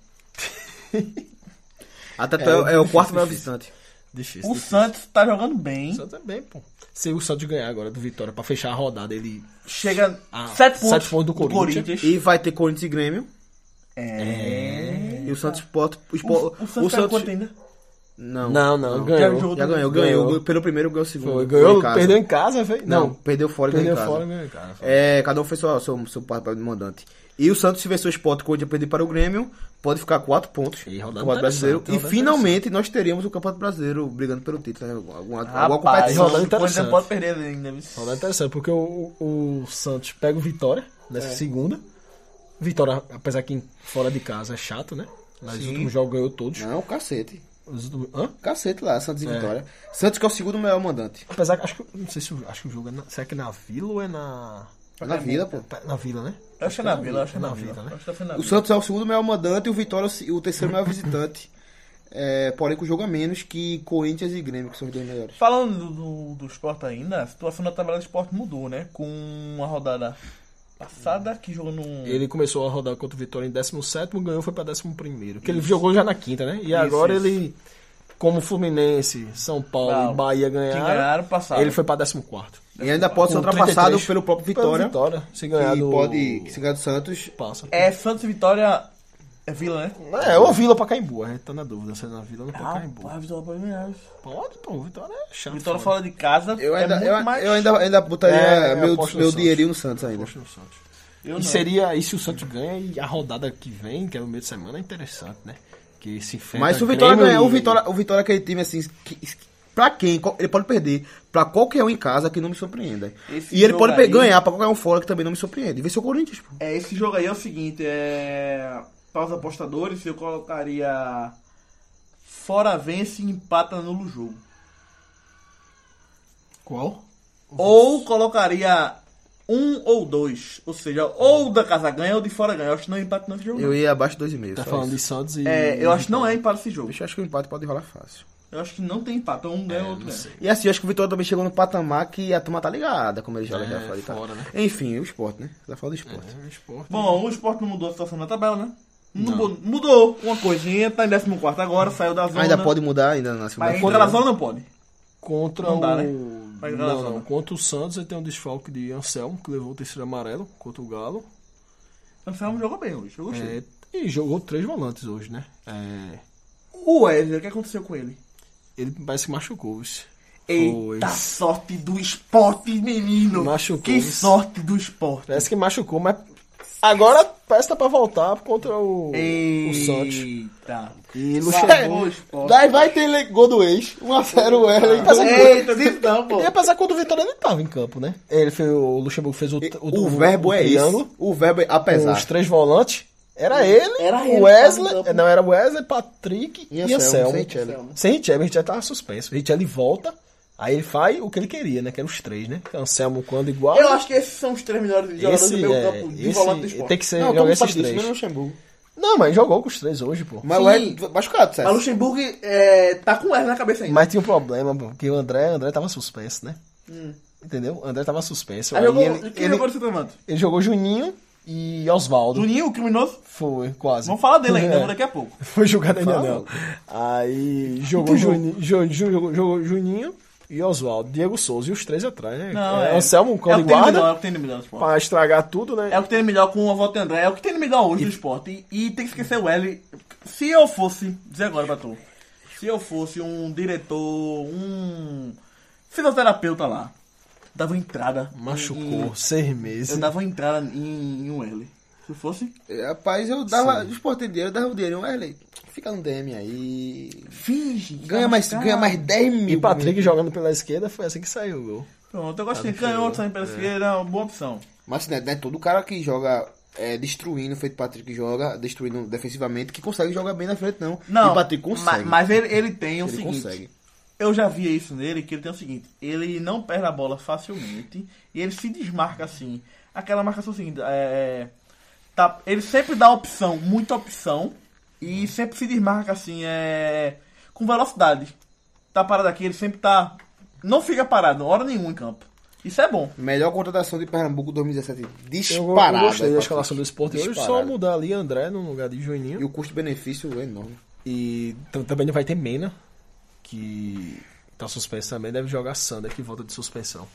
Speaker 3: Até tu é, é o quarto melhor visitante.
Speaker 2: Difícil.
Speaker 1: O
Speaker 2: difícil.
Speaker 1: Santos tá jogando bem.
Speaker 2: O Santos é bem, pô. Se o Santos ganhar agora do Vitória pra fechar a rodada, ele.
Speaker 1: Chega
Speaker 2: Ah,
Speaker 1: 7 pontos,
Speaker 2: sete pontos do Corinthians.
Speaker 3: E vai ter Corinthians e Grêmio.
Speaker 1: É.
Speaker 3: E o Santos Sport. O,
Speaker 1: O,
Speaker 3: Sport-
Speaker 1: o Santos tá quanto ainda?
Speaker 3: Não.
Speaker 2: não,
Speaker 1: ganhou.
Speaker 3: Já ganhou, ganhou.
Speaker 2: Ganhou.
Speaker 3: Pelo primeiro, ganhou o segundo.
Speaker 2: Foi,
Speaker 3: Foi
Speaker 2: ganhou,
Speaker 3: em casa.
Speaker 2: perdeu em casa, velho?
Speaker 3: Não, perdeu fora e ganhou
Speaker 2: perdeu
Speaker 3: em casa.
Speaker 2: fora, ganhou em casa.
Speaker 3: É, cada um fez seu, seu, seu papel de mandante. E o Santos, se vencer o Sport, quando perder para o Grêmio, pode ficar quatro pontos
Speaker 2: E
Speaker 3: no
Speaker 2: rodada
Speaker 3: Campeonato
Speaker 2: interessante,
Speaker 3: Brasileiro. E
Speaker 2: rodada
Speaker 3: finalmente nós teríamos o Campeonato Brasileiro brigando pelo título, né? Alguma, alguma
Speaker 1: Rapaz,
Speaker 3: competição.
Speaker 2: rodada
Speaker 1: o Corinthians
Speaker 2: é interessante.
Speaker 1: pode perder ainda. viu?
Speaker 2: Rodada Então, é interessante, porque o, o- o Santos pega o Vitória nessa
Speaker 3: É.
Speaker 2: segunda. Vitória, apesar que em- fora de casa é chato, né? Mas os últimos jogos ganhou todos.
Speaker 3: Não, cacete.
Speaker 2: Os últimos- hã?
Speaker 3: Cacete lá, Santos e
Speaker 2: É.
Speaker 3: Vitória. Santos que é o segundo melhor mandante.
Speaker 2: Apesar que, acho que, não sei se, o- acho que o jogo é na, será que é na Vila ou é na...
Speaker 3: Na vida, pô.
Speaker 2: Na Vila, né?
Speaker 1: Eu acho que é na Vila, eu acho que é na
Speaker 2: Na
Speaker 1: Vila.
Speaker 2: Vila, né?
Speaker 1: Acho que foi na
Speaker 3: O
Speaker 1: Vila.
Speaker 3: Santos é o segundo melhor mandante e o Vitória é o se- o terceiro melhor visitante. É, porém, com o jogo a menos que Corinthians e Grêmio, que são os dois melhores.
Speaker 1: Falando do, do, do esporte ainda, a situação da tabela do esporte mudou, né? Com uma rodada passada que jogou num.
Speaker 2: Ele começou a rodar contra o Vitória em 17, ganhou, foi pra 11. Porque ele jogou já na quinta, né? E agora
Speaker 1: isso.
Speaker 2: ele, como Fluminense, São Paulo
Speaker 1: Não,
Speaker 2: e Bahia
Speaker 1: que
Speaker 2: ganharam,
Speaker 1: ganharam passaram.
Speaker 2: ele foi pra 14.
Speaker 3: E ainda pode ser
Speaker 2: Com
Speaker 3: ultrapassado
Speaker 2: 33.
Speaker 3: pelo próprio Vitória.
Speaker 2: Vitória. Se ganhar
Speaker 3: Que
Speaker 2: do...
Speaker 3: pode. Que se ganhar do Santos.
Speaker 2: Passa.
Speaker 1: É Santos e Vitória. É Vila, né?
Speaker 2: É, ou Vila pra Caimbu, a gente tá na dúvida se é na Vila ou no Pacaembu.
Speaker 1: Rapaz, Vitória é pode ganhar.
Speaker 2: Pode, pô, Vitória é chato.
Speaker 1: Tá Vitória
Speaker 2: fora.
Speaker 1: fora de casa.
Speaker 3: Eu ainda,
Speaker 1: é muito
Speaker 3: eu,
Speaker 1: mais...
Speaker 3: eu ainda, ainda botaria
Speaker 2: É, eu
Speaker 3: meu,
Speaker 2: aposto no
Speaker 3: meu
Speaker 2: Santos.
Speaker 3: dinheirinho no Santos ainda.
Speaker 2: Poxa, o Santos.
Speaker 1: né? Eu
Speaker 2: E
Speaker 1: não.
Speaker 2: seria, e se o Santos ganha e a rodada que vem, que é no meio de semana, é interessante, né? Que se enfrenta
Speaker 3: Mas se o Vitória
Speaker 2: Grêmio
Speaker 3: ganhar,
Speaker 2: e-
Speaker 3: o Vitória, o Vitória é aquele time assim. Que, pra quem? Qual- Ele pode perder pra qualquer um em casa que não me surpreenda.
Speaker 1: Esse
Speaker 3: e ele
Speaker 1: jogo
Speaker 3: pode pe-
Speaker 1: aí-
Speaker 3: ganhar pra qualquer um fora que também não me surpreende. E vencer o Corinthians, pô.
Speaker 1: É, esse jogo aí é o seguinte, é. Para os apostadores, eu colocaria. Fora vence e empata nulo jogo.
Speaker 2: Qual?
Speaker 1: Ou colocaria um ou dois. Ou seja, ou da casa ganha ou de fora ganha. Eu acho que não é empate nesse jogo. não.
Speaker 3: Eu ia abaixo de 2,5.
Speaker 2: Tá
Speaker 3: só
Speaker 2: falando de
Speaker 3: isso.
Speaker 2: Santos e.
Speaker 1: É, eu acho que não é empate esse jogo.
Speaker 3: Bicho, eu acho que o empate pode rolar fácil.
Speaker 1: Eu acho que não tem empate. Um ganha,
Speaker 2: É,
Speaker 1: outro
Speaker 2: não
Speaker 1: ganha.
Speaker 2: sei.
Speaker 3: E assim, eu acho que o Vitória também chegou no patamar que a turma tá ligada, como ele joga
Speaker 2: É,
Speaker 3: já fora, e tal.
Speaker 2: fora, né?
Speaker 3: Enfim, o esporte, né? Tá falando do esporte.
Speaker 2: É, um esporte.
Speaker 1: Bom, o esporte não mudou a situação na tabela, né? Não mu- Mudou uma coisinha, tá em 14 agora, saiu da zona.
Speaker 3: ainda pode mudar ainda na segunda
Speaker 1: Mas entrar na zona não pode.
Speaker 2: Contra
Speaker 1: Não
Speaker 2: o.
Speaker 1: dá, né? Vai
Speaker 2: Não,
Speaker 1: entrar na
Speaker 2: não,
Speaker 1: zona.
Speaker 2: Contra o Santos, ele tem um desfalque de Anselmo, que levou o terceiro amarelo contra o Galo.
Speaker 1: Anselmo Então, jogou bem hoje, eu gostei.
Speaker 2: É, e jogou três volantes hoje, né? É,
Speaker 1: O Wesley, o que aconteceu com ele?
Speaker 2: ele parece que machucou. vixe. Foi.
Speaker 1: Eita sorte do esporte, menino!
Speaker 2: Machucou.
Speaker 1: Que sorte do esporte!
Speaker 2: Parece que machucou, mas. Agora parece que tá pra voltar contra o. O Santos.
Speaker 1: Eita!
Speaker 2: E
Speaker 1: Largou o
Speaker 2: Luxemburgo.
Speaker 1: esporte.
Speaker 2: Daí vai ter le- gol do ex. 1x0 o Erlen.
Speaker 1: Eita, então, pô!
Speaker 2: E apesar quando o Vitória ele tava em campo, né? Ele fez, o Luxemburgo fez o,
Speaker 3: O, verbo é
Speaker 2: triângulo
Speaker 3: esse. O verbo é apesar.
Speaker 2: com os três volantes. Era ele,
Speaker 1: Era ele que
Speaker 2: o
Speaker 1: tava em
Speaker 2: Wesley. é,
Speaker 1: campo.
Speaker 2: Não, era Wesley, Patrick e,
Speaker 3: E
Speaker 2: e
Speaker 3: Anselmo,
Speaker 2: Anselmo.
Speaker 3: sem Richelli.
Speaker 2: Sem Richelli, o Richelli tava suspenso. O Richelli volta, aí ele faz o que ele queria, né? Que era os três, né? Anselmo quando igual.
Speaker 1: Eu acho que esses são os três melhores jogadores
Speaker 2: esse,
Speaker 1: do meu
Speaker 2: é,
Speaker 1: campo de volante do
Speaker 2: esse
Speaker 1: esporte.
Speaker 2: tem que ser
Speaker 3: Não,
Speaker 2: jogar
Speaker 3: como
Speaker 2: esses
Speaker 3: faz isso?
Speaker 2: três.
Speaker 3: Mesmo Luxemburgo.
Speaker 2: Não, mas jogou com os três hoje, pô.
Speaker 3: Mas o
Speaker 1: Sim.
Speaker 3: Erlen machucado,
Speaker 1: A
Speaker 3: Sérgio.
Speaker 1: Luxemburgo é, tá com R na cabeça ainda.
Speaker 2: Mas tinha um problema, pô, porque o André, André tava suspenso, né? Entendeu? O André tava suspenso.
Speaker 1: Aí Hum.
Speaker 2: Aí
Speaker 1: Ah, jogou,
Speaker 2: ele, é-
Speaker 1: quem
Speaker 2: ele,
Speaker 1: jogou no centroavante?
Speaker 2: ele jogou Juninho e Oswaldo.
Speaker 1: Juninho, o criminoso?
Speaker 2: Foi, quase.
Speaker 1: Vamos falar dele ainda,
Speaker 2: É.
Speaker 1: vamos daqui a pouco.
Speaker 2: Foi jogado ainda
Speaker 3: Fala.
Speaker 2: não. Aí jogou, Juni, jo- jo- jogou, jogou Juninho e Oswaldo. Diego Souza e os três atrás, né?
Speaker 1: Não,
Speaker 2: É,
Speaker 1: é.
Speaker 2: Anselmo, um
Speaker 1: é
Speaker 2: cão
Speaker 1: o
Speaker 2: de
Speaker 1: que tem de melhor,
Speaker 2: guarda.
Speaker 1: é o que tem de melhor do esporte.
Speaker 2: Pra estragar tudo, né?
Speaker 1: É o que tem de melhor com o voto de André, é o que tem de melhor hoje do esporte. E, e tem que esquecer o L. Se eu fosse, dizer agora pra tu, se eu fosse um diretor, um fisioterapeuta lá, dava entrada. em-
Speaker 2: Machucou
Speaker 1: em-
Speaker 2: seis
Speaker 1: Hum. Eu
Speaker 2: meses.
Speaker 1: dava uma entrada em, em um L. Se eu fosse,
Speaker 3: É, Rapaz, eu dava. Os porteiros, eu dava o dinheiro. Erlen, fica no DM aí.
Speaker 1: finge. que
Speaker 3: Ganha
Speaker 1: tá
Speaker 3: mais,
Speaker 1: machucado.
Speaker 3: ganha mais 10 mil.
Speaker 2: E Patrick jogando pela esquerda, foi assim que saiu o gol.
Speaker 1: Pronto, eu gostei. Canhoto, saindo pela esquerda, é uma boa opção.
Speaker 3: Mas né, né, todo cara que joga é, destruindo, feito Patrick joga, destruindo defensivamente, que consegue jogar bem na frente, não.
Speaker 1: Não,
Speaker 3: e Patrick consegue.
Speaker 1: ma- mas ele, ele tem o
Speaker 3: Ele
Speaker 1: seguinte.
Speaker 3: consegue.
Speaker 1: Eu já via isso nele, que ele tem o seguinte, ele não perde a bola facilmente e ele se desmarca assim. Aquela marcação seguinte, é, é, tá, ele sempre dá opção, muita opção, e sempre se desmarca assim, é, com velocidade. Tá parado aqui, ele sempre tá. Não fica parado, hora nenhuma em campo. Isso é bom.
Speaker 3: Melhor contratação de Pernambuco 2017.
Speaker 2: Eu,
Speaker 3: Disparada.
Speaker 2: eu gostei da
Speaker 3: Patrick.
Speaker 2: escalação do esporte hoje. Só
Speaker 3: Disparada.
Speaker 2: mudar ali André no lugar de Juninho.
Speaker 3: E o custo-benefício é enorme.
Speaker 2: E tam- também não vai ter Mena, que tá suspenso também, deve jogar Sander, que volta de suspensão.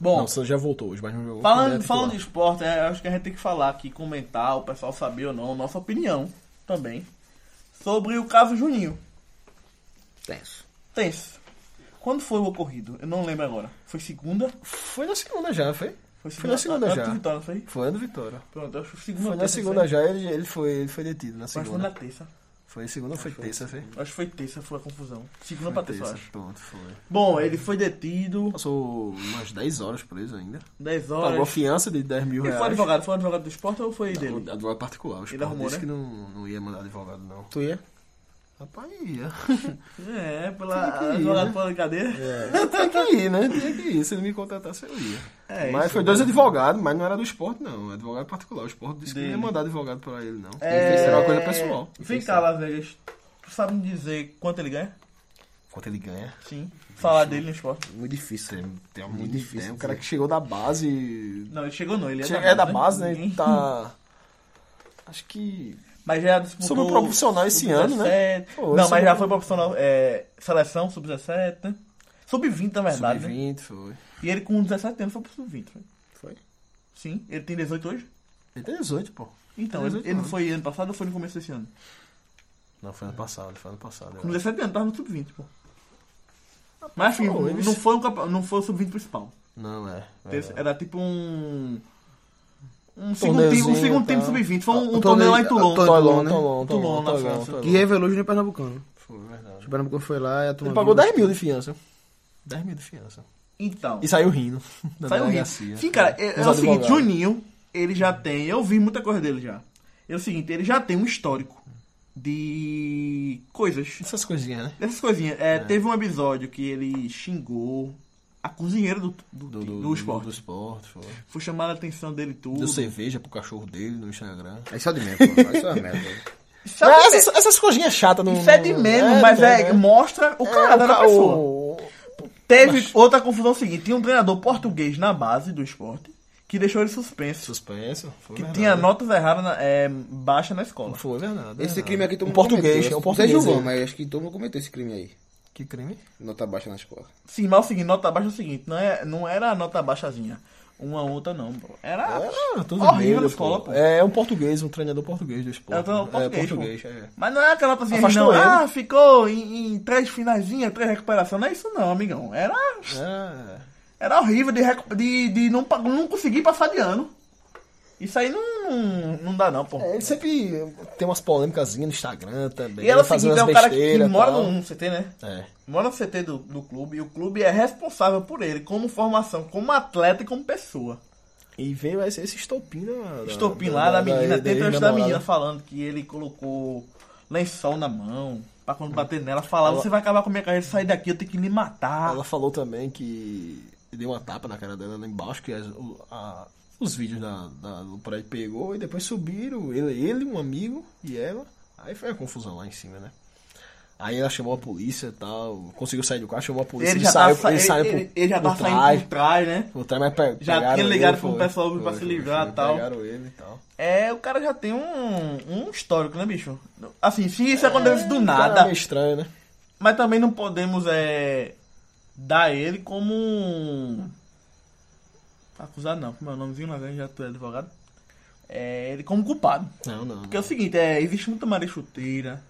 Speaker 1: Bom,
Speaker 2: não, o Sander já voltou hoje, mas não jogou.
Speaker 1: falando,
Speaker 2: Também é
Speaker 1: falando de
Speaker 2: titular.
Speaker 1: esporte, é, acho que a gente tem que falar aqui, comentar, o pessoal saber ou não, nossa opinião também, sobre o caso Juninho.
Speaker 3: Tenso.
Speaker 1: Tenso. Quando foi o ocorrido? Eu não lembro agora. Foi segunda?
Speaker 2: Foi na segunda já, foi?
Speaker 1: Foi
Speaker 2: Foi na segunda
Speaker 1: antes
Speaker 2: já.
Speaker 1: do Vitória, não foi?
Speaker 2: Foi no Vitória.
Speaker 1: Pronto, eu acho que segunda.
Speaker 2: Foi na
Speaker 1: terça,
Speaker 2: segunda
Speaker 1: foi?
Speaker 2: já, ele, ele, foi, ele foi detido na
Speaker 1: Mas foi na
Speaker 2: segunda.
Speaker 1: terça.
Speaker 2: Foi segunda ou foi terça, foi?
Speaker 1: Eu Acho que foi terça, foi a confusão. Segunda
Speaker 2: Foi
Speaker 1: pra terça, eu acho.
Speaker 2: pronto, foi.
Speaker 1: Bom, ele foi detido,
Speaker 2: Passou umas 10 horas preso ainda.
Speaker 1: 10
Speaker 2: Pagou a
Speaker 1: horas.
Speaker 2: fiança de 10 mil
Speaker 1: Ele foi
Speaker 2: reais.
Speaker 1: advogado, foi um advogado do esporte ou foi dele?
Speaker 2: Não, Advogado particular. O Sport
Speaker 1: arrumou,
Speaker 2: disse
Speaker 1: né?
Speaker 2: que não, não ia mandar advogado, não.
Speaker 3: Tu ia?
Speaker 2: Rapaz, ia.
Speaker 1: É, pela
Speaker 2: Tinha que ir,
Speaker 1: advogado
Speaker 2: né?
Speaker 1: fora de cadeia.
Speaker 2: Tinha que ir, né? Tinha que ir. Se ele me contratasse, eu ia.
Speaker 1: É,
Speaker 2: mas
Speaker 1: isso,
Speaker 2: foi dois advogados, mas não era do esporte, não. Advogado particular. O esporte disse que
Speaker 1: Dele.
Speaker 2: não ia mandar advogado pra ele, não.
Speaker 1: É,
Speaker 2: Isso era uma coisa pessoal.
Speaker 1: Vem cá, Las Vegas. Tu sabe me dizer quanto ele ganha?
Speaker 2: quanto ele ganha.
Speaker 1: Sim. Falar dele no esporte.
Speaker 3: Muito difícil.
Speaker 2: Tem, tem
Speaker 1: É
Speaker 2: um
Speaker 3: Muito difícil.
Speaker 2: tempo.
Speaker 5: O cara que chegou da base.
Speaker 1: Não, ele chegou não, ele é,
Speaker 5: É da base, né?
Speaker 1: né?
Speaker 5: Ele tá. Acho que.
Speaker 1: Mas já disputou...
Speaker 5: Subiu
Speaker 2: um
Speaker 5: profissional esse ano, né?
Speaker 1: sub-17.
Speaker 5: Pô,
Speaker 1: não,
Speaker 5: esse
Speaker 1: mas já
Speaker 5: ano-
Speaker 1: foi profissional... É, seleção, sub-17, né? Sub-20, na verdade, né?
Speaker 2: Sub-20, foi.
Speaker 1: E ele com 17 anos foi pro sub-20, né?
Speaker 5: Foi?
Speaker 1: Sim, ele tem 18 hoje.
Speaker 2: Ele tem 18, pô.
Speaker 1: Então, ele,
Speaker 5: 18
Speaker 1: ele não
Speaker 5: anos.
Speaker 1: foi ano passado ou foi no começo desse ano?
Speaker 2: Não, foi ano passado, foi ano passado. eu
Speaker 1: Com
Speaker 2: acho.
Speaker 1: 17 anos, tava no sub-20, pô. Mas assim,
Speaker 5: pô, eles-
Speaker 1: não foi, um, capa- não foi o sub-20 principal.
Speaker 2: Não, é.
Speaker 1: Esse-
Speaker 2: é.
Speaker 1: Era tipo um. Um segundo time,
Speaker 5: torneiozinho
Speaker 1: um
Speaker 5: e
Speaker 1: segundo time
Speaker 5: tal.
Speaker 1: sub-20. Foi um, um
Speaker 3: Ah,
Speaker 1: torneio lá em
Speaker 3: torneio-
Speaker 1: Toulon.
Speaker 3: torneio- Toulon, né?
Speaker 5: Tolon,
Speaker 1: Toulon,
Speaker 5: Tolon,
Speaker 1: na
Speaker 5: Tolon,
Speaker 1: França.
Speaker 5: Tolon.
Speaker 3: Que é revelou o Pernambucano.
Speaker 2: Foi verdade.
Speaker 3: O Pernambucano foi lá e a turma
Speaker 5: Ele pagou
Speaker 3: viu-
Speaker 5: 10 mil de fiança.
Speaker 2: 10 mil de fiança.
Speaker 1: Então,
Speaker 5: E saiu rindo.
Speaker 2: Da
Speaker 1: saiu
Speaker 2: delegacia.
Speaker 1: rindo. Sim, cara, é, é
Speaker 5: Os
Speaker 1: o seguinte:
Speaker 5: advogados.
Speaker 1: Juninho, ele já tem. Eu vi muita coisa dele já. É o seguinte: ele já tem um histórico de coisas.
Speaker 2: Essas coisinhas, né?
Speaker 1: Dessas coisinhas. É, Teve um episódio que ele xingou a cozinheira do, do, do, esporte.
Speaker 2: Do esporte, foi.
Speaker 1: Foi chamada a atenção dele tudo.
Speaker 2: Deu cerveja pro cachorro dele no Instagram. É,
Speaker 3: É só de merda, pô. É só de merda.
Speaker 1: Sabe,
Speaker 5: Mas essas, essas coisinhas chatas não.
Speaker 1: Isso é de menos, é mas é, né, mostra o caráter
Speaker 2: É,
Speaker 1: da pessoa. Teve outra confusão seguinte: tinha um treinador português na base do esporte que deixou ele suspenso.
Speaker 2: Suspenso. Foi
Speaker 1: Que
Speaker 2: verdade.
Speaker 1: tinha notas erradas na, é, baixa na escola.
Speaker 2: Foi verdade.
Speaker 3: Esse
Speaker 2: verdade.
Speaker 3: crime aqui todo
Speaker 5: Um
Speaker 3: mundo
Speaker 5: português,
Speaker 3: cometeu.
Speaker 5: é um
Speaker 3: Não
Speaker 5: português,
Speaker 3: sei julgou,
Speaker 5: é.
Speaker 3: mas acho que todo mundo cometeu esse crime aí.
Speaker 2: Que crime?
Speaker 3: Nota baixa na escola.
Speaker 1: Sim, mas é o seguinte: nota baixa é o seguinte: não, é, não era a nota baixazinha. Uma outra não, pô. Era.
Speaker 2: Ah, tudo
Speaker 1: Horrível
Speaker 2: bem,
Speaker 1: na
Speaker 2: pô.
Speaker 1: escola, pô.
Speaker 2: É um português, um treinador português do esporte.
Speaker 1: É um treinador português,
Speaker 2: É, português, é.
Speaker 1: Mas não era aquela notazinha
Speaker 5: Afastou
Speaker 1: não.
Speaker 5: ele.
Speaker 1: Ah, ficou em, em três finalzinhas, três recuperações. Não é isso não, amigão. Era,
Speaker 2: É.
Speaker 1: era horrível de, recu- de, de não, pa- não conseguir passar de ano. Isso aí não, não, não dá não, pô.
Speaker 5: É, ele sempre tem umas polêmicas no Instagram também.
Speaker 1: E ela é o
Speaker 5: fazendo
Speaker 1: seguinte, é
Speaker 5: umas
Speaker 1: um cara que, que
Speaker 5: besteiras e
Speaker 1: mora
Speaker 5: tal.
Speaker 1: num CT, né?
Speaker 2: É.
Speaker 1: Mora no CT do, do clube e o clube é responsável por ele, como formação, como atleta e como pessoa.
Speaker 5: E veio esse, esse estopim da.
Speaker 2: Ah,
Speaker 5: da-
Speaker 1: Estopim lá da menina, tem trecho da
Speaker 5: ex-namorada.
Speaker 1: menina falando que ele colocou lençol na mão, pra quando bater nela, falar, você vai acabar com a minha carreira, sair daqui, eu tenho que me matar.
Speaker 2: Ela falou também que deu uma tapa na cara dela lá embaixo, que as- o- a- os vídeos da, da- do prédio pegou e depois subiram, ele, ele, um amigo e ela. Aí foi a confusão lá em cima, né? Aí ela chamou a polícia e tal, conseguiu sair do carro, chamou a polícia,
Speaker 1: Ele
Speaker 2: ele,
Speaker 1: já tá
Speaker 2: saiu,
Speaker 1: sa-
Speaker 2: ele saiu
Speaker 1: ele-
Speaker 2: por,
Speaker 1: ele- ele já tá
Speaker 2: por
Speaker 1: saindo
Speaker 2: trás,
Speaker 1: por trás, né?
Speaker 2: por trás, mas pe-
Speaker 1: Já
Speaker 2: pegaram
Speaker 1: tinha ligado
Speaker 2: ele,
Speaker 1: pro
Speaker 2: foi,
Speaker 1: pessoal pra se livrar e tal.
Speaker 2: Pegaram ele e tal.
Speaker 1: É, o cara já tem um, um histórico, né, bicho? Assim, se
Speaker 2: É,
Speaker 1: isso acontece do
Speaker 2: Cara,
Speaker 1: nada,
Speaker 2: meio estranho, né?
Speaker 1: Mas também não podemos é, dar ele como um. Acusado não, como é o nomezinho, mas já tu é advogado. É, ele como culpado.
Speaker 2: Não, não.
Speaker 1: Porque é o seguinte, é, existe muita maria chuteira,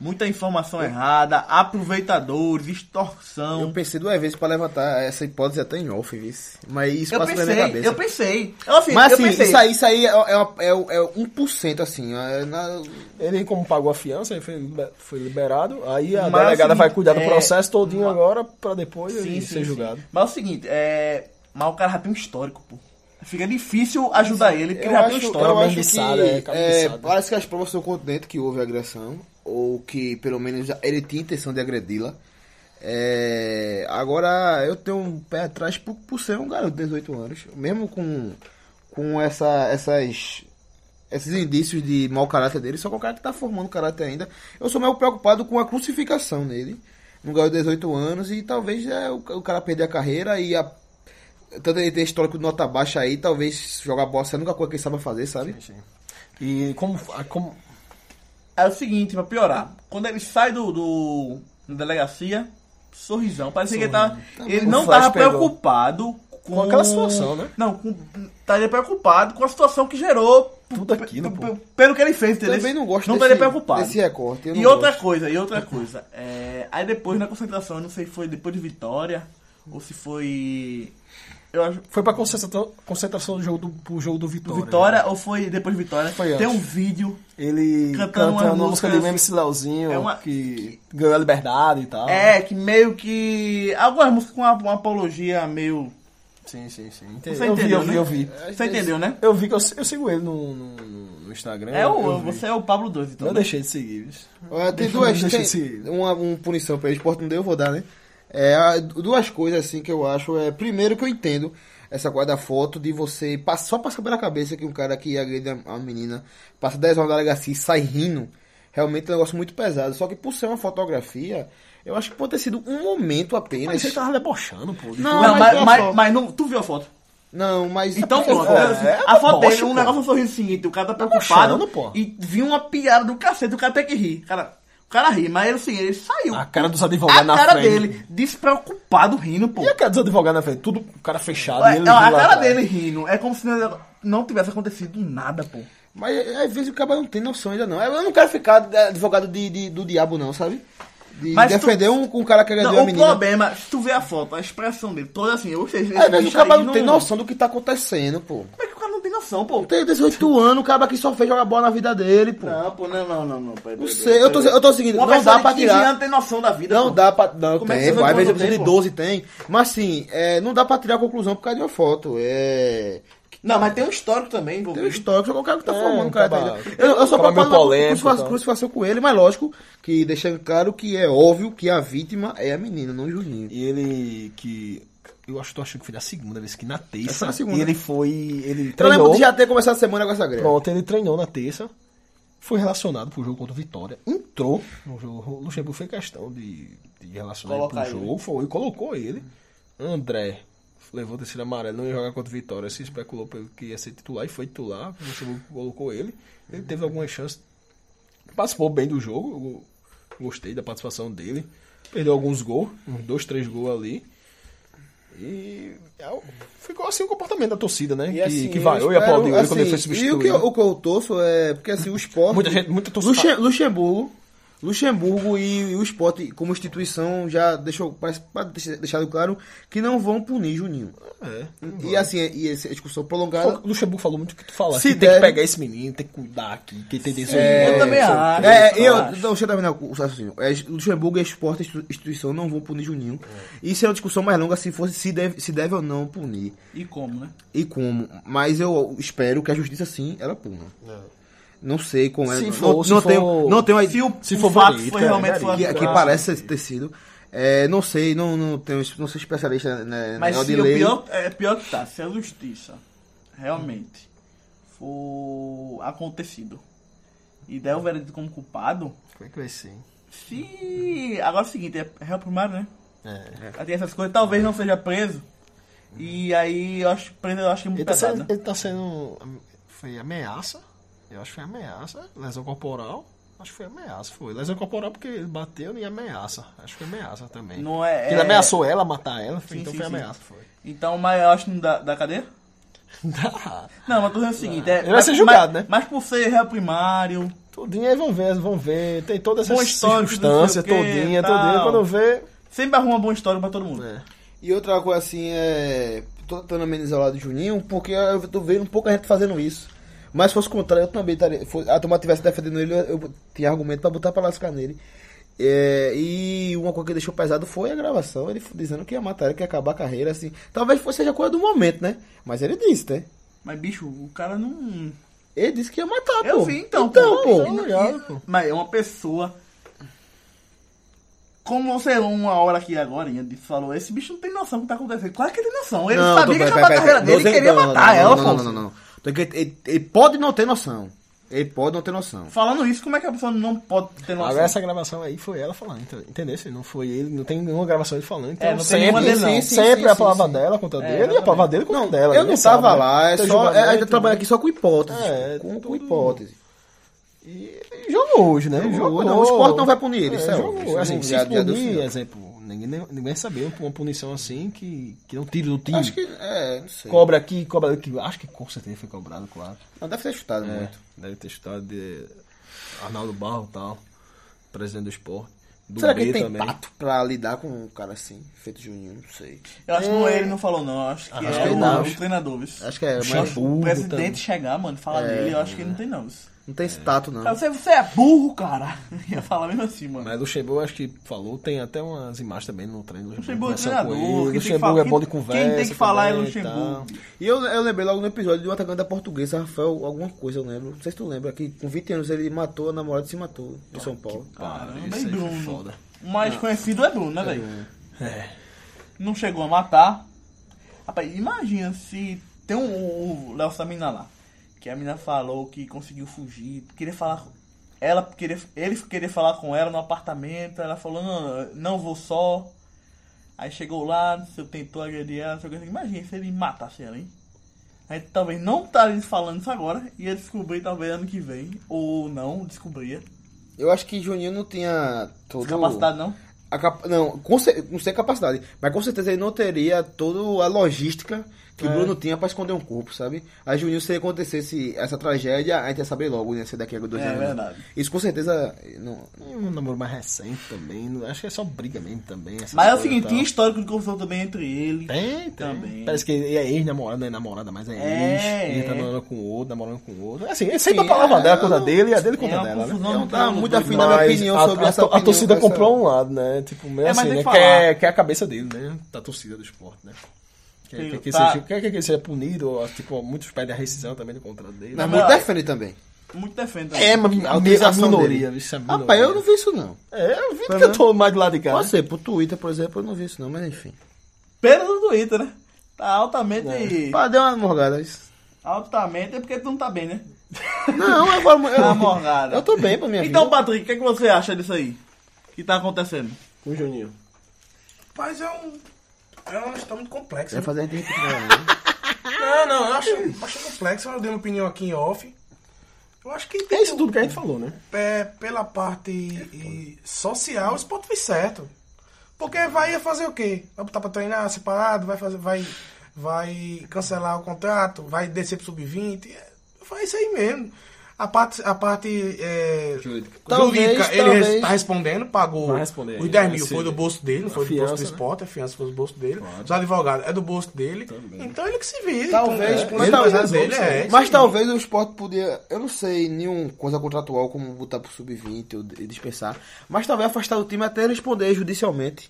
Speaker 1: muita informação errada, aproveitadores,
Speaker 3: Eu
Speaker 1: extorsão.
Speaker 3: pensei duas vezes pra levantar essa hipótese até em off, vice. Mas isso
Speaker 1: Eu,
Speaker 3: passa pela minha
Speaker 1: pensei,
Speaker 3: cabeça.
Speaker 1: eu pensei. Eu, assim,
Speaker 3: Mas
Speaker 1: eu
Speaker 3: assim,
Speaker 1: pensei.
Speaker 3: isso aí, isso aí é, é, é, é 1%, assim. É, na-
Speaker 5: Ele, como pagou a fiança, ele foi, liber- foi liberado. Aí a
Speaker 1: Mas,
Speaker 5: delegada
Speaker 1: assim,
Speaker 5: vai cuidar do
Speaker 1: é,
Speaker 5: processo todinho
Speaker 1: uma-
Speaker 5: agora, pra depois
Speaker 1: Sim,
Speaker 5: ele ser
Speaker 1: sim,
Speaker 5: julgado.
Speaker 1: sim. Mas é o seguinte, é. Mas o cara já tem um histórico, pô. Fica difícil ajudar ele, porque
Speaker 3: eu
Speaker 1: ele já tem um
Speaker 3: acho,
Speaker 1: histórico.
Speaker 3: eu acho que
Speaker 5: Cabeçada, é,
Speaker 3: é,
Speaker 5: cabeçada.
Speaker 3: parece que as provas são contundentes que houve agressão, ou que pelo menos ele tinha intenção de agredi-la. É, agora eu tenho um pé atrás por, por ser um garoto de 18 anos, mesmo com, com essa, essas, esses indícios de mau caráter dele, só que o cara que tá formando caráter ainda. Eu sou meio preocupado com a crucificação dele, um garoto de 18 anos, e talvez é, o, o cara perder a carreira e a tanto ele tem histórico de nota baixa aí, talvez jogar bola seja a única coisa que ele sabe fazer, sabe?
Speaker 2: Sim. E como, a- como
Speaker 1: É o seguinte, pra piorar. Quando ele sai do, do- da delegacia, sorrisão. Parecia que ele tava. Ele
Speaker 5: Tá O
Speaker 1: não
Speaker 5: flash
Speaker 1: tava
Speaker 5: pegou.
Speaker 1: preocupado com...
Speaker 5: Com aquela situação, né?
Speaker 1: Não, com, estaria preocupado com a situação que gerou. p-
Speaker 5: Tudo aquilo,
Speaker 1: p-
Speaker 5: pô.
Speaker 1: p- Pelo que ele fez, entendeu?
Speaker 3: Também não gosto
Speaker 1: Não
Speaker 3: desse,
Speaker 1: estaria preocupado.
Speaker 3: desse recorte. eu
Speaker 1: E
Speaker 3: não
Speaker 1: outra
Speaker 3: gosto.
Speaker 1: coisa, e outra coisa. é, aí depois na concentração, eu não sei se foi depois de vitória ou se foi. Eu acho.
Speaker 5: Foi pra concentração, concentração do jogo do, pro jogo do Vitória.
Speaker 1: Vitória ou foi depois de vitória?
Speaker 5: Foi
Speaker 1: Tem um
Speaker 5: antes.
Speaker 1: vídeo
Speaker 5: Ele
Speaker 1: Cantando
Speaker 5: cantando,
Speaker 1: umas
Speaker 5: uma música de
Speaker 1: músicas-
Speaker 5: MC Leozinho,
Speaker 1: É uma-
Speaker 5: que ganhou a liberdade e tal.
Speaker 1: É, que meio que. Algumas músicas com uma, uma apologia meio.
Speaker 2: Sim, sim, sim.
Speaker 1: Você
Speaker 5: eu vi,
Speaker 1: entendeu,
Speaker 5: eu vi,
Speaker 1: né?
Speaker 5: eu vi.
Speaker 1: Você entendeu, né?
Speaker 5: Eu vi que eu, eu sigo ele no, no, no- no Instagram.
Speaker 1: É
Speaker 5: eu,
Speaker 1: o,
Speaker 5: eu vi.
Speaker 1: você é o Pablo 2, então.
Speaker 5: Eu
Speaker 1: né?
Speaker 5: deixei de seguir. bicho.
Speaker 3: Ah, tem
Speaker 5: Deixa-
Speaker 3: duas.
Speaker 5: deixa
Speaker 3: Tem,
Speaker 5: esse-
Speaker 3: uma, uma punição pra ele, esporte não deu, eu vou dar, né? É, a- duas coisas assim que eu acho. É, primeiro que eu entendo essa coisa da foto de você pa- só passar pela cabeça que um cara que agride a a menina passa 10 horas na delegacia e sai rindo. Realmente é um negócio muito pesado. Só que por ser uma fotografia, eu acho que pode ter sido um momento apenas.
Speaker 2: Mas
Speaker 1: tá-
Speaker 2: você tava debochando, pô. de
Speaker 3: Não,
Speaker 1: Não, mas,
Speaker 3: tem a
Speaker 1: mas,
Speaker 3: foto.
Speaker 1: mas não, tu viu a foto.
Speaker 3: Não, mas.
Speaker 1: Então, pronto.
Speaker 3: É,
Speaker 1: assim, a foto
Speaker 2: deboche,
Speaker 1: dele, um
Speaker 2: pô.
Speaker 1: negócio um sorriso seguinte, o cara tá
Speaker 2: mostrando,
Speaker 1: preocupado.
Speaker 2: pô.
Speaker 1: e viu uma piada do cacete, o cara tem que rir. O cara, o cara ri, mas assim, ele saiu.
Speaker 2: A cara dos advogados
Speaker 1: A
Speaker 2: na
Speaker 1: cara
Speaker 2: frente.
Speaker 1: dele, despreocupado, rindo, pô.
Speaker 2: E a cara dos advogados na frente? Tudo o cara fechado. e
Speaker 1: Ué,
Speaker 2: ele
Speaker 1: não, a
Speaker 2: lá
Speaker 1: cara
Speaker 2: atrás.
Speaker 1: dele rindo é como se não, não tivesse acontecido nada, pô.
Speaker 3: Mas é, às vezes o cara não tem noção ainda, não. Eu não quero ficar advogado de, de- do diabo, não, sabe? De
Speaker 1: Mas tu-
Speaker 3: defender um, um cara que agrediu
Speaker 1: Não,
Speaker 3: a
Speaker 1: o
Speaker 3: menina.
Speaker 1: problema, se tu vê a foto, a expressão dele, toda assim, eu sei.
Speaker 3: Às vezes o cara não tem noção do que tá acontecendo, pô.
Speaker 1: Como é que o cara não tem noção, pô?
Speaker 3: Tem 18 anos, o cara que só fez jogar bola na vida dele, pô. Não,
Speaker 1: Não, pô, não, não, não, não. Peraí, peraí,
Speaker 3: sei, eu tô, eu tô seguindo,
Speaker 1: Uma
Speaker 3: não
Speaker 1: pessoa
Speaker 3: dá
Speaker 1: de
Speaker 3: pra
Speaker 1: 15
Speaker 3: tirar.
Speaker 1: anos tem noção da vida.
Speaker 3: Não
Speaker 1: pô.
Speaker 3: dá pra. Não,
Speaker 1: Como é que você
Speaker 3: tem,
Speaker 1: vê
Speaker 3: pô, às vezes a
Speaker 1: quando
Speaker 3: pessoa
Speaker 1: tem,
Speaker 3: de
Speaker 1: pô?
Speaker 3: 12 tem. Mas assim, é, não dá pra tirar a conclusão por causa de uma foto. É.
Speaker 1: Não, mas tem um histórico também, pô.
Speaker 3: Tem um histórico, só o cara que tá
Speaker 2: É,
Speaker 3: formando
Speaker 2: um
Speaker 3: o cara tá
Speaker 2: cara-
Speaker 3: ainda. Eu, eu sou
Speaker 2: cara meio
Speaker 3: preocupado com
Speaker 2: polêmico tá? e
Speaker 3: crucificação,
Speaker 2: tal.
Speaker 3: crucificação com ele, mas lógico que deixando claro que é óbvio que a vítima é a menina, não o Juninho.
Speaker 2: E ele que. Eu acho, tô achando que foi da segunda vez, que na
Speaker 3: Essa foi
Speaker 2: terça.
Speaker 3: na segunda.
Speaker 2: E ele foi. Ele
Speaker 3: Eu lembro
Speaker 2: treinou.
Speaker 3: de já ter começado a semana com essa greve.
Speaker 2: Pronto, ele treinou na terça. Foi relacionado pro jogo contra o Vitória. Entrou no jogo. O Luxemburgo fez questão de, de relacionar ele pro
Speaker 1: Colocar ele.
Speaker 2: jogo. Foi, colocou ele. André levou o terceiro amarelo, não ia jogar contra o Vitória. Se especulou pelo que ia ser titular e foi titular. O Luxemburgo colocou ele. Ele teve algumas chances. Participou bem do jogo. Eu gostei da participação dele. Perdeu alguns gols. Uns dois, três gols ali. E é, ficou assim o comportamento da torcida, né? que,
Speaker 3: assim,
Speaker 2: que vaiou e
Speaker 3: espero,
Speaker 2: aplaudiu ele quando ele foi
Speaker 3: assim,
Speaker 2: substituído. né?
Speaker 3: E o que, eu- o que eu torço é. Porque assim, o esporte.
Speaker 2: Muita gente- muita torcida-
Speaker 3: Luxe, Luxemburgo. Luxemburgo e, e o esporte, como instituição, já deixou parece- pra deixar deixado claro que não vão punir Juninho.
Speaker 2: É.
Speaker 3: E assim, e essa discussão prolongada.
Speaker 2: O Luxemburgo falou muito o que tu falaste.
Speaker 3: Se
Speaker 2: que tem que
Speaker 3: der-
Speaker 2: pegar esse menino, tem que cuidar aqui, quem tem 18
Speaker 1: Eu
Speaker 2: anos.
Speaker 1: também acho.
Speaker 3: É, eu,
Speaker 1: acho.
Speaker 3: não, deixa eu terminar o raciocínio. É, Luxemburgo, esporte, institu- instituição não vão punir Juninho. Isso é uma discussão mais longa se fosse se deve, se deve ou não punir
Speaker 1: E como, né?
Speaker 3: e como. Mas eu espero que a justiça sim ela puna. Não sei como é.
Speaker 2: Se
Speaker 3: não-
Speaker 2: for-
Speaker 3: não,
Speaker 2: se
Speaker 3: não
Speaker 2: for-
Speaker 3: tenho, não tenho a-
Speaker 1: Se o,
Speaker 2: Se
Speaker 1: se
Speaker 2: for
Speaker 1: for fato né,
Speaker 2: bonito,
Speaker 1: foi
Speaker 2: é,
Speaker 1: realmente
Speaker 2: bonito.
Speaker 3: né, que,
Speaker 1: sua-
Speaker 3: que parece ter sido. É, não sei, não, não tenho, não sou especialista né,
Speaker 1: Mas
Speaker 3: negócio
Speaker 1: se o pior, é pior que tá, se a justiça realmente for acontecido e der o veredito como culpado,
Speaker 2: Como é que vai ser? hein?
Speaker 1: se. Agora é o seguinte, é réu primário, né?
Speaker 2: É.
Speaker 1: Aí Tem essas coisas, talvez não seja preso. E aí eu acho preso eu acho que é
Speaker 2: Ele
Speaker 1: muito
Speaker 2: tá,
Speaker 1: pesado.
Speaker 2: sendo,
Speaker 1: né?
Speaker 2: ele tá sendo. Foi ameaça. Eu acho que foi ameaça. Lesão corporal. Acho que foi ameaça. Foi. Lesão corporal porque ele bateu e ameaça. Acho que foi ameaça também.
Speaker 1: Não é,
Speaker 2: Ele
Speaker 1: é-
Speaker 2: ameaçou ela, matar ela.
Speaker 1: Sim,
Speaker 2: então
Speaker 1: sim,
Speaker 2: foi
Speaker 1: sim.
Speaker 2: ameaça. Foi. Tá
Speaker 1: Então, mas eu acho que não dá, dá cadeia? Não, mas tô dizendo o seguinte, é,
Speaker 2: Ele vai ser julgado,
Speaker 1: mas,
Speaker 2: né?
Speaker 1: Mas por ser réu primário,
Speaker 2: Tudinho aí vão ver, vão ver. Tem todas
Speaker 1: Bom
Speaker 2: essas
Speaker 1: histórico,
Speaker 2: circunstâncias,
Speaker 1: não sei o quê,
Speaker 2: todinha,
Speaker 1: tal.
Speaker 2: todinha. Quando vê.
Speaker 1: sempre arruma boa história pra todo mundo.
Speaker 2: É.
Speaker 3: E outra coisa assim é. Tô tentando amenizar o lado de Juninho, porque eu tô vendo pouca gente fazendo isso. Mas se fosse o contrário, eu também estaria. fo- A turma estivesse defendendo ele, eu, eu tinha argumento pra botar pra lascar nele. É, e uma coisa que deixou pesado foi a gravação, ele f- dizendo que ia matar ele, que ia acabar a carreira, assim. Talvez fosse- seja coisa do momento, né? Mas ele disse, né?
Speaker 1: Mas, bicho, o cara não.
Speaker 3: Ele disse que ia matar,
Speaker 1: Eu
Speaker 3: pô.
Speaker 1: vi, então,
Speaker 3: Então, pô.
Speaker 1: E- e- Mas é uma pessoa. Como você, uma hora aqui agora, Ian, falou, esse bicho não tem noção do que tá acontecendo. Claro que ele tem noção. Ele
Speaker 3: Não,
Speaker 1: sabia
Speaker 3: tô-
Speaker 1: que ia
Speaker 3: pera-
Speaker 1: acabar a
Speaker 3: pera-
Speaker 1: carreira
Speaker 3: pera-
Speaker 1: dele e
Speaker 3: não,
Speaker 1: queria
Speaker 3: não, não,
Speaker 1: matar
Speaker 3: não,
Speaker 1: ela,
Speaker 3: Não, não,
Speaker 1: pô.
Speaker 3: não, não. Então, Ele, ele- ele pode não ter noção. Ele pode não ter noção.
Speaker 1: Falando isso, como é que a pessoa não pode ter noção?
Speaker 2: Agora essa gravação aí foi ela falando, ent- entendeu? Se não foi ele, não tem nenhuma gravação ele falando. Então
Speaker 1: É, não tem
Speaker 2: sempre,
Speaker 1: nenhuma dele, não.
Speaker 2: sim,
Speaker 3: Sim,
Speaker 2: sempre
Speaker 3: sim,
Speaker 2: a
Speaker 3: sim,
Speaker 2: palavra
Speaker 3: sim.
Speaker 2: dela contra dele e a
Speaker 1: exatamente.
Speaker 2: palavra dele contra dela.
Speaker 3: Eu
Speaker 2: ninguém
Speaker 3: não tava
Speaker 2: sabe, né?
Speaker 3: lá, é
Speaker 2: Tem
Speaker 3: só. É,
Speaker 2: julgamento,
Speaker 3: ainda trabalho aqui só com hipótese.
Speaker 2: É,
Speaker 3: com, com
Speaker 2: tudo-
Speaker 3: hipótese.
Speaker 2: E ele jogou hoje, né? Ele
Speaker 3: jogou, É, não, o esporte não vai punir ele,
Speaker 2: É,
Speaker 3: isso é
Speaker 2: jogou.
Speaker 3: óbvio, isso
Speaker 2: Assim,
Speaker 3: não
Speaker 2: se
Speaker 3: é adiado,
Speaker 2: punir,
Speaker 3: sim.
Speaker 2: exemplo, ninguém, ninguém vai saber uma punição assim que, que não tire do time.
Speaker 3: Acho que. É, não sei.
Speaker 2: Cobra aqui, cobra ali. que- Acho que com certeza foi cobrado, claro.
Speaker 3: Não, deve ter chutado muito.
Speaker 2: Deve ter estado de Arnaldo Barro e tal, presidente do esporte. Do
Speaker 3: Será
Speaker 2: B
Speaker 3: que ele tem
Speaker 2: também.
Speaker 3: tato pra lidar com um cara assim, feito Juninho? Não sei.
Speaker 1: Eu acho que não é ele não falou, não. Eu acho que
Speaker 2: acho
Speaker 1: é
Speaker 2: que
Speaker 1: o,
Speaker 2: ele não.
Speaker 1: o treinador, viu?
Speaker 3: Acho que é,
Speaker 2: Chama-
Speaker 3: mas
Speaker 1: O
Speaker 2: burro
Speaker 1: presidente
Speaker 2: também.
Speaker 1: chegar, mano, falar dele, eu acho que ele não tem, não. viu?
Speaker 3: não tem esse tato, não.
Speaker 1: Cara, você, você é burro, cara. Ia falar mesmo assim, mano.
Speaker 2: Mas Luxemburgo, acho que falou, tem até umas imagens também no treino. do
Speaker 1: Luxemburgo é
Speaker 2: conversando com
Speaker 1: treinador.
Speaker 2: ele.
Speaker 1: quem tem que
Speaker 2: Luxemburgo
Speaker 1: falar-
Speaker 2: é bom de
Speaker 1: quem-
Speaker 2: conversa.
Speaker 1: Quem tem que falar é
Speaker 2: também e tal.
Speaker 1: Luxemburgo.
Speaker 3: E eu, eu lembrei logo no episódio de um atacante da portuguesa, Rafael, alguma coisa, eu lembro. Não sei se tu lembra, que com 20 anos ele matou a namorada e se matou em São Paulo.
Speaker 2: Cara,
Speaker 1: Caramba,
Speaker 2: isso
Speaker 1: e
Speaker 2: aí foi
Speaker 1: Bruno?
Speaker 2: foda. É.
Speaker 1: O mais conhecido é Bruno, né, velho? Não chegou a matar. Rapaz, imagina se tem um, o o Léo Samina lá. Que a mina falou que conseguiu fugir. Queria falar. Ela queria, ele queria falar com ela no apartamento, ela falou, não, não vou só. Aí chegou lá, não sei, tentou agredir ela, não sei o que, assim. imagina se ele matasse ela, hein? A gente talvez não estaria falando isso agora, ia descobrir talvez ano que vem, ou não, descobria.
Speaker 3: Eu acho que Juninho não tinha todo...
Speaker 1: Capacidade não.
Speaker 3: A cap- Não, com cer- não sei capacidade, mas com certeza ele não teria toda a logística
Speaker 1: É.
Speaker 3: que o Bruno tinha pra esconder um corpo, sabe? Aí Juninho, se acontecesse essa tragédia, a gente ia saber logo, né? Se daqui a dois
Speaker 1: É,
Speaker 3: anos.
Speaker 1: verdade.
Speaker 3: Isso com certeza. Não... é
Speaker 2: E um namoro mais recente também. não- Acho que é só briga mesmo também. essas
Speaker 1: Mas é o
Speaker 2: coisas
Speaker 1: seguinte,
Speaker 2: e
Speaker 1: tinha
Speaker 2: tal.
Speaker 1: histórico de confusão também entre ele.
Speaker 2: tá. Tem, tem.
Speaker 1: Também.
Speaker 2: Parece que ele é ex-namorada, não é namorada, mas é,
Speaker 1: É,
Speaker 2: ex. Ele
Speaker 1: é.
Speaker 2: tá namorando com outro, namorando com outro. Assim, ele sempre a palavra dela, a coisa dele, e a dele
Speaker 1: É
Speaker 2: conta
Speaker 1: uma
Speaker 2: dela, né?
Speaker 1: confusão
Speaker 3: Eu
Speaker 1: não
Speaker 3: não tava
Speaker 1: tem
Speaker 3: muito
Speaker 1: dois
Speaker 3: afim
Speaker 1: lados.
Speaker 3: da
Speaker 2: Mas
Speaker 3: opinião
Speaker 2: a,
Speaker 3: sobre
Speaker 2: a-
Speaker 3: essa
Speaker 2: a
Speaker 3: opinião
Speaker 2: torcida
Speaker 3: dessa-
Speaker 2: comprou um lado, né? Tipo, meio
Speaker 1: É, mas
Speaker 2: assim,
Speaker 1: tem
Speaker 2: né?
Speaker 1: que falar.
Speaker 2: Quer, quer a cabeça dele, né? Da torcida do esporte, né? Quer,
Speaker 1: Tem-
Speaker 2: quer que,
Speaker 1: tá.
Speaker 2: seja, quer que ele seja punido, ou, tipo, muitos pedem a rescisão também do contrato dele.
Speaker 3: Mas
Speaker 1: Não,
Speaker 3: muito
Speaker 1: mas-
Speaker 3: defende também.
Speaker 1: Muito defende.
Speaker 2: É, mas a, mi- a
Speaker 3: utilização
Speaker 2: minoria,
Speaker 3: dele.
Speaker 2: bicho, a minoria.
Speaker 3: Rapaz,
Speaker 1: né?
Speaker 3: eu não vi isso não.
Speaker 2: É, eu vi que eu tô mais do lado de
Speaker 1: É.
Speaker 2: cá.
Speaker 3: Pode ser, pro Twitter, por exemplo, eu não vi isso não, mas enfim.
Speaker 1: Pera do Twitter, né? Tá altamente.
Speaker 3: Pá, deu uma morgada. isso.
Speaker 1: Altamente é porque tu não tá bem, né?
Speaker 3: Não, agora.
Speaker 1: Tá
Speaker 3: Eu,
Speaker 1: morgada.
Speaker 3: eu tô bem pra minha vida.
Speaker 1: Então, Patrick, o que, é que você acha disso aí? Que tá acontecendo?
Speaker 5: Com o Juninho.
Speaker 4: Mas é um. É uma história muito complexa.
Speaker 3: Vai fazer a gente repetir, né?
Speaker 4: Não, não, eu acho, eu acho complexo. Eu dei uma opinião aqui em off. Eu acho que
Speaker 5: É isso tudo que a gente falou, né?
Speaker 4: é, pela parte
Speaker 5: É
Speaker 4: e- social, esse ponto foi certo. Porque vai ia fazer o quê? Vai botar pra treinar separado, vai fazer, vai, vai cancelar o contrato, vai descer pro sub-20. É, Faz isso aí mesmo. A parte, a parte é, jurídica,
Speaker 3: Talvez,
Speaker 4: ele res-
Speaker 3: talvez.
Speaker 4: tá respondendo, pagou
Speaker 5: Vai responder
Speaker 4: os
Speaker 5: aí,
Speaker 4: 10
Speaker 5: vai
Speaker 4: mil,
Speaker 5: ser-
Speaker 4: foi do bolso dele, não foi do
Speaker 5: fiança,
Speaker 4: bolso do
Speaker 5: né?
Speaker 4: esporte, a fiança foi do bolso dele. Os advogados é do bolso dele. Então ele que se vira.
Speaker 3: Talvez,
Speaker 4: então,
Speaker 3: mas
Speaker 4: ele
Speaker 3: talvez-
Speaker 4: faz dele, é,
Speaker 3: Mas talvez o esporte podia, eu não sei, nenhuma coisa contratual como botar pro sub-20 ou de- dispensar, mas talvez afastar do time até responder judicialmente.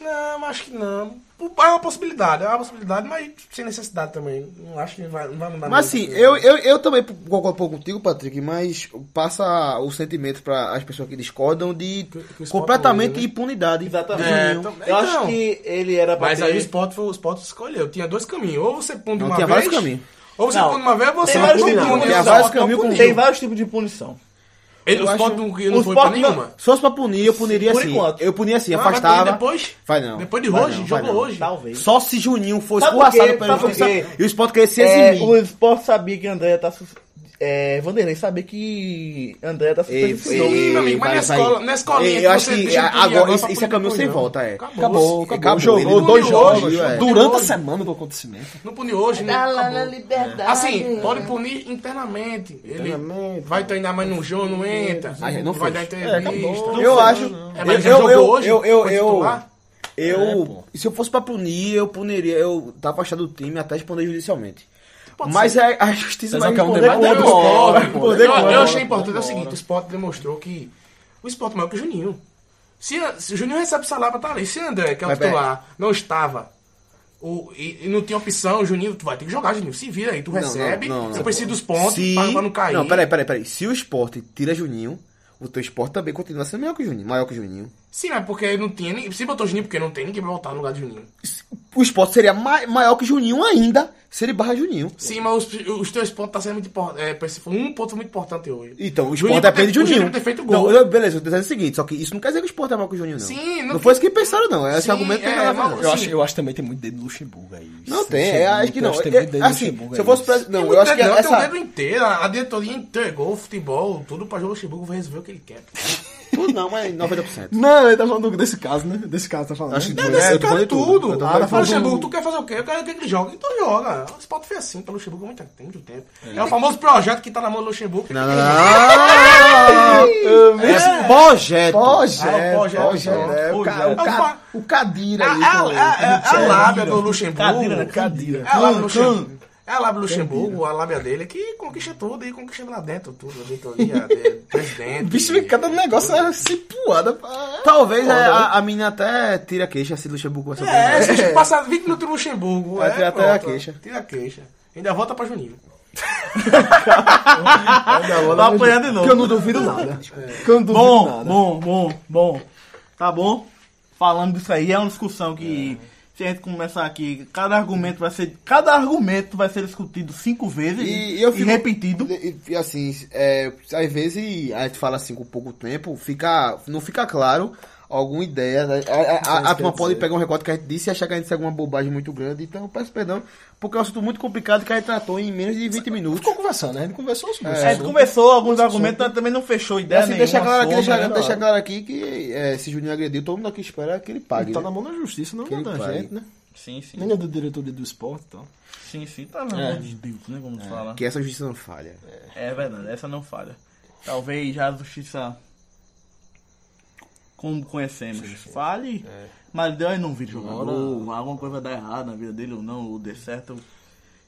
Speaker 4: Não, acho que não. É uma possibilidade, é uma possibilidade, mas sem necessidade também. Não acho que vai, não vai mudar
Speaker 3: Mas
Speaker 4: muito.
Speaker 3: assim, eu, eu, eu também concordo um pouco contigo, Patrick, mas passa o sentimento para as pessoas que discordam de
Speaker 4: que o esporte
Speaker 3: completamente
Speaker 4: muda, né?
Speaker 3: impunidade.
Speaker 1: Exatamente.
Speaker 4: É,
Speaker 1: eu
Speaker 4: então-
Speaker 1: acho que ele era pra
Speaker 4: Mas
Speaker 1: ter...
Speaker 4: aí o Sport, foi, o Sport escolheu. Tinha dois caminhos. Ou você pune de
Speaker 3: Não,
Speaker 4: uma
Speaker 3: tinha
Speaker 4: vez.
Speaker 3: vários caminhos.
Speaker 4: Ou você
Speaker 1: Não,
Speaker 4: pune de uma vez, ou você
Speaker 1: tem vários
Speaker 4: pune
Speaker 1: tipos de
Speaker 4: uma vez.
Speaker 3: Tinha vários caminhos com
Speaker 1: Tem vários tipos de punição.
Speaker 4: Ele, o
Speaker 3: Eu
Speaker 4: Sport
Speaker 3: acho-
Speaker 4: não,
Speaker 1: o
Speaker 4: não foi pra
Speaker 1: Sport não-
Speaker 4: nenhuma.
Speaker 3: Só se pra punir, eu puniria
Speaker 1: Por
Speaker 3: assim.
Speaker 1: enquanto. Ah,
Speaker 3: Eu punia assim,
Speaker 4: Não, mas
Speaker 3: afastava.
Speaker 4: depois-
Speaker 3: Vai não.
Speaker 4: depois de
Speaker 3: Vai
Speaker 4: hoje,
Speaker 3: não,
Speaker 4: joga
Speaker 3: vai não.
Speaker 4: hoje.
Speaker 1: Talvez.
Speaker 3: Só se Juninho fosse
Speaker 1: Sabe por quê?
Speaker 3: couraçado pela
Speaker 1: Sabe por
Speaker 3: justiça
Speaker 1: quê?
Speaker 3: e o esporte queria se
Speaker 1: É,
Speaker 3: eximir.
Speaker 1: o esporte sabia que André tá... sus- É, Vanderlei sabia que André tá
Speaker 3: Ei,
Speaker 1: suspenso.
Speaker 4: ei,
Speaker 1: Ei,
Speaker 4: Sim, meu amigo, mas na escola- na escolinha que
Speaker 3: eu acho que
Speaker 4: você deixa
Speaker 3: a-
Speaker 4: de punir,
Speaker 3: agora
Speaker 4: agora
Speaker 3: isso,
Speaker 4: pra
Speaker 3: isso é
Speaker 4: punir
Speaker 3: caminho
Speaker 4: punir,
Speaker 3: sem
Speaker 4: não.
Speaker 3: volta, é.
Speaker 4: Acabou.
Speaker 2: Acabou, acabou.
Speaker 3: Acabou,
Speaker 2: Jogou
Speaker 3: ele
Speaker 2: dois
Speaker 4: puniu hoje,
Speaker 2: jogos.
Speaker 4: jogou
Speaker 2: Durante a
Speaker 4: hoje.
Speaker 2: semana do acontecimento.
Speaker 4: Não pune hoje, né? Acabou.
Speaker 1: liberdade.
Speaker 4: Assim, pode punir internamente. Ele
Speaker 5: Internamente.
Speaker 4: vai treinar, mas no jogo não entra.
Speaker 3: Mas ele não
Speaker 4: vai
Speaker 3: fez.
Speaker 4: dar
Speaker 2: É,
Speaker 4: entrevista.
Speaker 2: acabou.
Speaker 4: Não
Speaker 3: Eu
Speaker 4: fez.
Speaker 3: acho.
Speaker 4: É, mas
Speaker 3: eu,
Speaker 4: jogou
Speaker 3: eu,
Speaker 4: hoje?
Speaker 3: eu, eu,
Speaker 4: Foi
Speaker 3: eu,
Speaker 4: titular?
Speaker 2: É,
Speaker 3: eu
Speaker 2: pô.
Speaker 3: se eu fosse pra punir, eu puniria, eu tá afastado do time até responder judicialmente.
Speaker 4: Pode
Speaker 3: Mas é a justiça
Speaker 2: Mas
Speaker 3: vai
Speaker 2: é que é um
Speaker 3: responder
Speaker 2: debate
Speaker 3: com
Speaker 2: do
Speaker 3: outro
Speaker 2: esporte,
Speaker 3: esporte,
Speaker 2: pô.
Speaker 3: responder
Speaker 4: eu,
Speaker 3: com
Speaker 4: eu
Speaker 3: outro.
Speaker 4: achei importante é o seguinte, o Sport demonstrou que o Sport é maior que o Juninho. Se, se o Juninho recebe salário pra estar ali, se André, que é o
Speaker 3: Mas,
Speaker 4: titular, não estava o- e, e não tinha opção, Juninho, tu vai ter que jogar, Juninho. Se vira aí, tu
Speaker 3: Não,
Speaker 4: recebe,
Speaker 3: não, não,
Speaker 4: você
Speaker 3: não.
Speaker 4: precisa dos pontos pra, pra não cair.
Speaker 3: Não, peraí, peraí, peraí. Se o esporte tira Juninho, o teu esporte também continua sendo maior que o Juninho, maior que o Juninho.
Speaker 4: Sim, mas porque não tinha ninguém. Se botou Juninho, porque não tem ninguém pra voltar no lugar de Juninho.
Speaker 3: O esporte seria ma- maior que o Juninho ainda, se ele barra Juninho.
Speaker 4: Sim, mas os, os teus pontos tá sendo muito importante. um ponto muito importante hoje.
Speaker 3: Então, o
Speaker 4: Juninho
Speaker 3: esporte depende de
Speaker 4: ter- o
Speaker 3: Juninho.
Speaker 4: Juninho ter feito gol.
Speaker 3: Não, eu- beleza, eu tô dizendo o seguinte, só que isso não quer dizer que o esporte é maior que o Juninho, não.
Speaker 4: Sim,
Speaker 3: não,
Speaker 4: não-
Speaker 3: foi isso que pensaram, não. Esse
Speaker 4: Sim,
Speaker 3: argumento tem
Speaker 4: é,
Speaker 3: nada a ver,
Speaker 4: mas-
Speaker 3: não.
Speaker 2: Eu acho, eu acho também que tem muito dedo do Luxemburgo aí.
Speaker 3: Não
Speaker 2: Sim,
Speaker 3: tem,
Speaker 2: Luxemburgo,
Speaker 3: eu acho que não.
Speaker 2: Eu acho que
Speaker 3: É,
Speaker 2: tem muito dedo do
Speaker 3: assim,
Speaker 2: Luxemburgo
Speaker 3: se eu
Speaker 2: aí.
Speaker 3: fosse presidente. Não, eu acho que
Speaker 4: não, tem o
Speaker 3: essa.
Speaker 4: dedo inteiro. A diretoria entregou o futebol, tudo pra jogo Luxemburgo, vai resolver o que ele quer.
Speaker 3: Tudo não, mas 90%.
Speaker 5: Não, ele tá falando desse caso, né? Desse caso, tá falando.
Speaker 3: Acho que
Speaker 4: É,
Speaker 3: Eu
Speaker 4: desse
Speaker 3: tô
Speaker 4: cara
Speaker 3: falando
Speaker 4: tudo.
Speaker 3: tudo. Eu tô
Speaker 4: Ah,
Speaker 5: falando
Speaker 4: fala,
Speaker 5: tudo.
Speaker 4: Luxemburgo, tu quer fazer o quê? Eu quero que ele joga, então joga. O Sport foi assim pra Luxemburgo há muito tempo, muito tempo. É. o famoso projeto que tá na mão do Luxemburgo.
Speaker 3: Não, não, não. Esse projeto.
Speaker 4: Ah, o
Speaker 5: Projeto,
Speaker 4: projeto,
Speaker 5: projeto. é, O ca- o
Speaker 4: projeto.
Speaker 5: ca- o Cadira
Speaker 4: É
Speaker 2: Ah,
Speaker 5: ali.
Speaker 4: a- é- é- é a lábia do Luxemburgo.
Speaker 1: Cadira, né?
Speaker 5: Cadira.
Speaker 4: É a lábia do Luxemburgo. É a lábia do Luxemburgo, a lábia dele que conquista tudo e conquista lá dentro tudo. A diretoria, de- presidente.
Speaker 5: Bicho, cada negócio é assim puada. pra-
Speaker 3: Talvez é, a, a menina até tira queixa se Luxemburgo essa
Speaker 4: É, se você passar 20 minutos no Luxemburgo.
Speaker 3: Vai
Speaker 4: É,
Speaker 3: tirar até a
Speaker 4: pronto.
Speaker 3: queixa.
Speaker 4: Tira a queixa. Ainda volta pra Juninho.
Speaker 1: Tá apanhando de
Speaker 5: Que eu
Speaker 1: novo.
Speaker 5: não duvido nada. Que eu não duvido
Speaker 1: Bom,
Speaker 5: nada.
Speaker 1: bom, bom, bom. Tá bom? Falando disso aí, é uma discussão que Se a gente começar aqui, cada argumento vai ser. Cada argumento vai ser discutido cinco vezes
Speaker 3: E,
Speaker 1: e,
Speaker 3: e eu fico,
Speaker 1: repetido.
Speaker 3: E, e assim, é, às vezes a gente fala assim com pouco tempo, fica, não fica claro alguma ideia. né? A, a, a- a turma pode pegar um recorte que a gente disse e achar que a gente disse alguma bobagem muito grande. Então eu peço perdão, porque é um assunto muito complicado que a gente tratou em menos de 20 minutos.
Speaker 2: Ficou conversando, né? A gente conversou sobre
Speaker 1: a gente começou alguns argumentos, mas também não fechou
Speaker 3: E
Speaker 2: É,
Speaker 1: ideia
Speaker 3: assim,
Speaker 1: nenhuma.
Speaker 3: deixa claro aqui,
Speaker 1: sobre,
Speaker 3: deixa,
Speaker 1: né?
Speaker 3: deixa claro aqui que é, se Juninho agrediu, todo mundo aqui espera que ele pague.
Speaker 2: Tá
Speaker 3: Né?
Speaker 2: na mão da justiça, não
Speaker 3: Quem
Speaker 2: da
Speaker 3: vai?
Speaker 2: gente, né?
Speaker 1: Sim, sim.
Speaker 2: Nem é da diretoria do esporte então. e tal.
Speaker 1: Sim, sim. Tá na mão de Deus, né? Vamos falar.
Speaker 3: Que essa justiça não falha.
Speaker 1: É verdade, essa não falha. Talvez já a justiça. Como conhecemos, fale,
Speaker 3: É.
Speaker 1: mas Deus não vira jogador, alguma coisa vai dar errado na vida dele ou não, ou dê certo.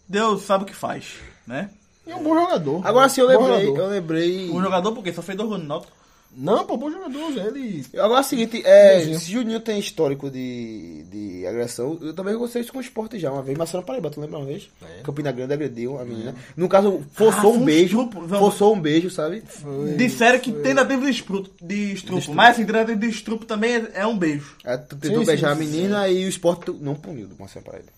Speaker 1: Deus sabe o que faz, né?
Speaker 2: E é um bom jogador.
Speaker 3: Agora sim, eu
Speaker 2: Bom
Speaker 3: lembrei,
Speaker 2: jogador.
Speaker 3: eu lembrei.
Speaker 1: O jogador, porque só fez dois gols no Náutico.
Speaker 2: Não, pô, bom jogador. Zé, Ele
Speaker 3: Agora é o seguinte, é, se Juninho tem histórico de, de agressão, eu também gostei isso com o esporte já, uma vez, mas não Paraíba, tu lembra uma vez?
Speaker 2: É.
Speaker 3: Campina Grande agrediu a menina. No caso, forçou
Speaker 1: Ah,
Speaker 3: um
Speaker 1: foi um
Speaker 3: beijo,
Speaker 1: estupro, vamos.
Speaker 3: forçou um beijo, sabe?
Speaker 1: Disseram que tentativa de estrupo, de estrupo. mas assim, tentativa de estrupo também é- é um beijo.
Speaker 3: Aí tu tentou
Speaker 2: Sim,
Speaker 3: beijar
Speaker 2: sim,
Speaker 3: a menina e o esporte não puniu do Marcelo Paraíba.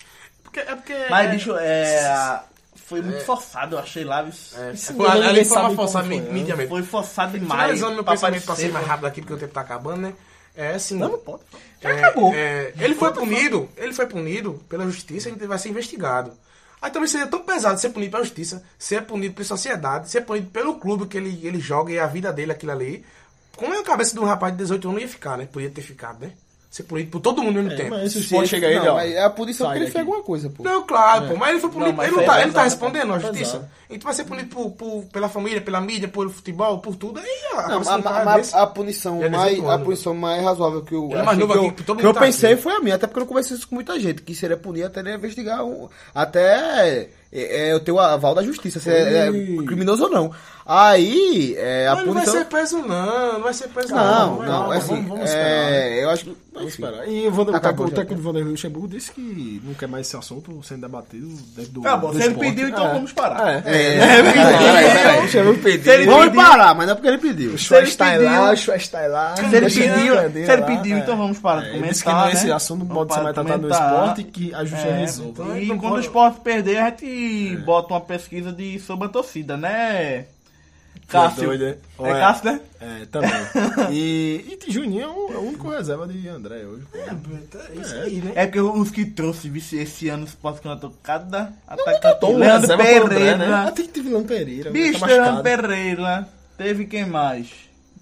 Speaker 4: Porque, é porque.
Speaker 1: Mas, bicho, é. Foi muito forçado, eu achei lá,
Speaker 3: É,
Speaker 1: bicho.
Speaker 4: Isso
Speaker 2: ninguém-
Speaker 4: ali
Speaker 2: ninguém
Speaker 4: foi uma
Speaker 2: sabe como
Speaker 4: força
Speaker 2: foi,
Speaker 4: mi-
Speaker 2: né?
Speaker 4: midiamente.
Speaker 1: Foi forçado demais.
Speaker 4: Finalizando tá meu
Speaker 1: pra
Speaker 4: pensamento pra
Speaker 1: parecer-
Speaker 4: ser mais rápido aqui, porque o tempo tá acabando, né? É assim. Não,
Speaker 1: pode.
Speaker 4: Já
Speaker 3: É,
Speaker 1: acabou.
Speaker 4: É, ele foi punido, ele foi punido pela justiça, ele vai ser investigado. Aí também seria tão pesado ser punido pela justiça, ser punido pela sociedade, ser punido pelo clube que ele, ele joga e a vida dele, aquilo ali. Como é a cabeça de um rapaz de 18 anos não ia ficar, né? Podia ter ficado, né? Ser punido por todo mundo
Speaker 3: É,
Speaker 4: ao mesmo tempo.
Speaker 2: mas esse
Speaker 3: Pô,
Speaker 2: esporte chega aí,
Speaker 3: não,
Speaker 2: ó.
Speaker 3: mas é a punição
Speaker 2: Sai
Speaker 3: porque ele fez
Speaker 2: daqui.
Speaker 3: alguma coisa, pô.
Speaker 4: Não,
Speaker 3: É.
Speaker 4: claro, pô, mas ele foi punido.
Speaker 1: Não, mas
Speaker 4: ele, não
Speaker 1: foi
Speaker 4: tá,
Speaker 1: pesado,
Speaker 4: ele tá
Speaker 1: né?
Speaker 4: respondendo à justiça.
Speaker 2: Pesado.
Speaker 4: Então vai ser punido por, por- pela família, pela mídia, pelo futebol, por tudo. Aí a
Speaker 3: Não,
Speaker 4: cabeça
Speaker 3: a,
Speaker 4: de um cara
Speaker 3: a- a-
Speaker 4: desse-
Speaker 3: a punição
Speaker 4: Ele é
Speaker 3: mais,
Speaker 4: 18
Speaker 3: a
Speaker 4: anos,
Speaker 3: punição mais razoável que eu,
Speaker 4: é mais
Speaker 3: achei
Speaker 4: novo
Speaker 3: que
Speaker 4: aqui,
Speaker 3: eu,
Speaker 4: que todo
Speaker 3: que
Speaker 4: mundo
Speaker 3: eu
Speaker 4: tá
Speaker 3: pensei
Speaker 4: aqui.
Speaker 3: foi a minha, até porque eu não conversei isso com muita gente, que seria punir até ele investigar, um, até é, é, eu ter o aval da justiça, se é, é criminoso ou não. Aí, é, a
Speaker 4: Mas não vai
Speaker 3: punição...
Speaker 4: ser preso, não. Não vai ser preso,
Speaker 3: Não,
Speaker 4: vai
Speaker 3: não,
Speaker 4: vai
Speaker 3: é assim,
Speaker 2: vamos- vamos esperar,
Speaker 3: é, eu acho que...
Speaker 2: Vamos
Speaker 3: enfim.
Speaker 2: esperar. E o, Vander,
Speaker 3: Acabou
Speaker 2: o
Speaker 3: já,
Speaker 2: técnico Vanderlei Luxemburgo disse que não quer mais esse assunto sendo debatido dentro do.
Speaker 1: Acabou,
Speaker 2: do
Speaker 1: se ele
Speaker 2: esporte.
Speaker 1: pediu, então vamos parar.
Speaker 2: É.
Speaker 3: É,
Speaker 1: peraí, peraí.
Speaker 3: Vamos parar, mas não é porque ele pediu.
Speaker 2: O Schweinsteiger-
Speaker 1: pediu-
Speaker 2: Schweinsteiger-
Speaker 1: Se ele pediu,
Speaker 2: Schweinsteiger-
Speaker 1: se ele
Speaker 2: lá,
Speaker 1: pediu,
Speaker 2: é.
Speaker 1: então vamos parar de
Speaker 2: Ele
Speaker 1: comentar,
Speaker 2: disse que não, é
Speaker 1: né?
Speaker 2: esse assunto não
Speaker 1: Vamos
Speaker 2: pode ser
Speaker 1: parar
Speaker 2: mais
Speaker 1: de
Speaker 2: tratado no
Speaker 1: comentar.
Speaker 2: esporte que a justiça
Speaker 1: É,
Speaker 2: resolve.
Speaker 1: E quando o esporte perder, a
Speaker 2: É.
Speaker 1: gente bota uma pesquisa de sobre a torcida, né? Cássio.
Speaker 2: doido, né?
Speaker 1: É
Speaker 2: Ué.
Speaker 1: Cássio, né?
Speaker 2: É, também. E, e Juninho é o, é o único reserva de André hoje. pô.
Speaker 4: É isso aí, né?
Speaker 1: É porque os que trouxe vice, esse ano se pode cantar cada atacante.
Speaker 2: Tom,
Speaker 1: Leandro
Speaker 2: reserva pro André, né? Ah,
Speaker 1: Pereira.
Speaker 2: tem que ter vilão Pereira. o cara
Speaker 1: Bicho,
Speaker 2: tá
Speaker 1: Leandro
Speaker 2: machucado.
Speaker 1: Pereira. Teve quem mais?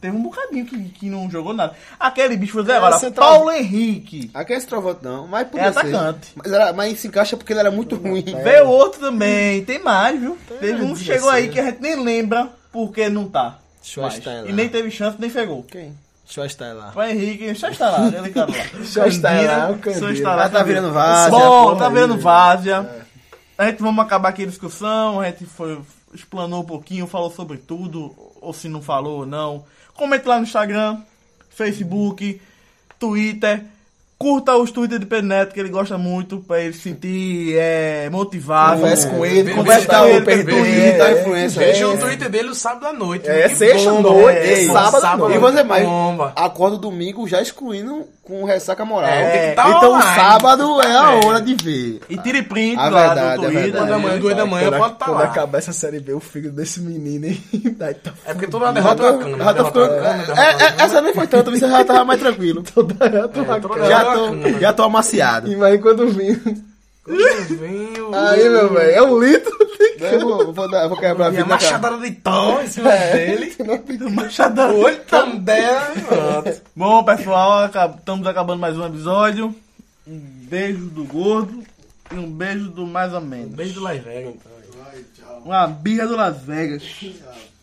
Speaker 1: Teve um bocadinho que, que não jogou nada. Aquele bicho, vou dizer
Speaker 2: É,
Speaker 1: agora,
Speaker 2: central.
Speaker 1: Paulo Henrique.
Speaker 3: Aqui é esse trovante não, mas podia
Speaker 1: É
Speaker 3: ser.
Speaker 1: atacante.
Speaker 3: Mas, era, mas se encaixa porque ele era muito ruim.
Speaker 2: É.
Speaker 1: Veio outro também, tem mais, viu? Teve um que
Speaker 2: devia
Speaker 1: chegou aí
Speaker 2: ser.
Speaker 1: que a gente nem lembra porque não tá. mais.
Speaker 2: Schweinsteiger.
Speaker 1: E nem teve chance, nem pegou.
Speaker 3: Quem?
Speaker 2: Schweinsteiger.
Speaker 1: Vai Henrique, só está lá, ele cara lá.
Speaker 2: Só está lá, o Candira.
Speaker 1: Só está lá.
Speaker 3: Ela tá
Speaker 1: Candira.
Speaker 3: virando vaza.
Speaker 1: Bom, tá
Speaker 2: porra,
Speaker 1: virando
Speaker 2: aí.
Speaker 1: várzea. A gente vamos acabar aqui a discussão, a gente foi, explanou um pouquinho, falou sobre tudo, ou se não falou ou não. Comente lá no Instagram, Facebook, Twitter. Curta os Twitter de Peneto, que ele gosta muito, pra ele se sentir eh, motivado.
Speaker 2: Converse com ele,
Speaker 1: converse
Speaker 4: converse
Speaker 1: com
Speaker 4: com
Speaker 1: ele, um
Speaker 4: ele,
Speaker 1: pelo
Speaker 4: pergunta,
Speaker 1: Twitter.
Speaker 3: Tá influência.
Speaker 4: Veja
Speaker 3: é.
Speaker 4: o Twitter dele no sábado à noite. né?
Speaker 2: É,
Speaker 4: Que
Speaker 2: sexta
Speaker 4: bomba,
Speaker 2: noite,
Speaker 4: é,
Speaker 2: sábado à
Speaker 4: sábado
Speaker 2: noite.
Speaker 3: E você mais,
Speaker 4: Bomba.
Speaker 3: acordo domingo já excluindo com ressaca moral.
Speaker 4: É, tem que tá
Speaker 3: então
Speaker 4: online.
Speaker 3: sábado é a hora de ver.
Speaker 1: E tire print
Speaker 3: A
Speaker 1: lá
Speaker 3: verdade,
Speaker 1: do
Speaker 3: a
Speaker 1: Twitter.
Speaker 4: Uma da é manhã, duas da manhã,
Speaker 2: Quando a-
Speaker 4: pode estar
Speaker 2: Quando
Speaker 4: lá.
Speaker 2: acabar essa série B, o fígado desse menino, hein? Daí tá
Speaker 4: É porque toda derrota é uma cana.
Speaker 3: Já tô
Speaker 4: derrota é uma
Speaker 3: ficando-
Speaker 4: cana, derrota
Speaker 3: é,
Speaker 4: é uma
Speaker 3: é, essa nem foi tanto, você já tava mais tranquilo.
Speaker 4: cana.
Speaker 3: Já É, tô, já tô amaciado.
Speaker 2: Mas quando vim.
Speaker 4: Deus,
Speaker 2: Aí, meu velho, é um litro.
Speaker 3: Eu vou, vou, dar, vou quebrar a
Speaker 4: E a
Speaker 3: vida. cara.
Speaker 4: machadada de tom em cima dele.
Speaker 1: Machadão.
Speaker 4: Olho tão dela.
Speaker 1: Bom, pessoal, acab- estamos acabando mais um episódio. Um beijo do gordo e um beijo do mais ou menos.
Speaker 4: Beijo do Las Vegas, então.
Speaker 1: Uma birra do Las Vegas.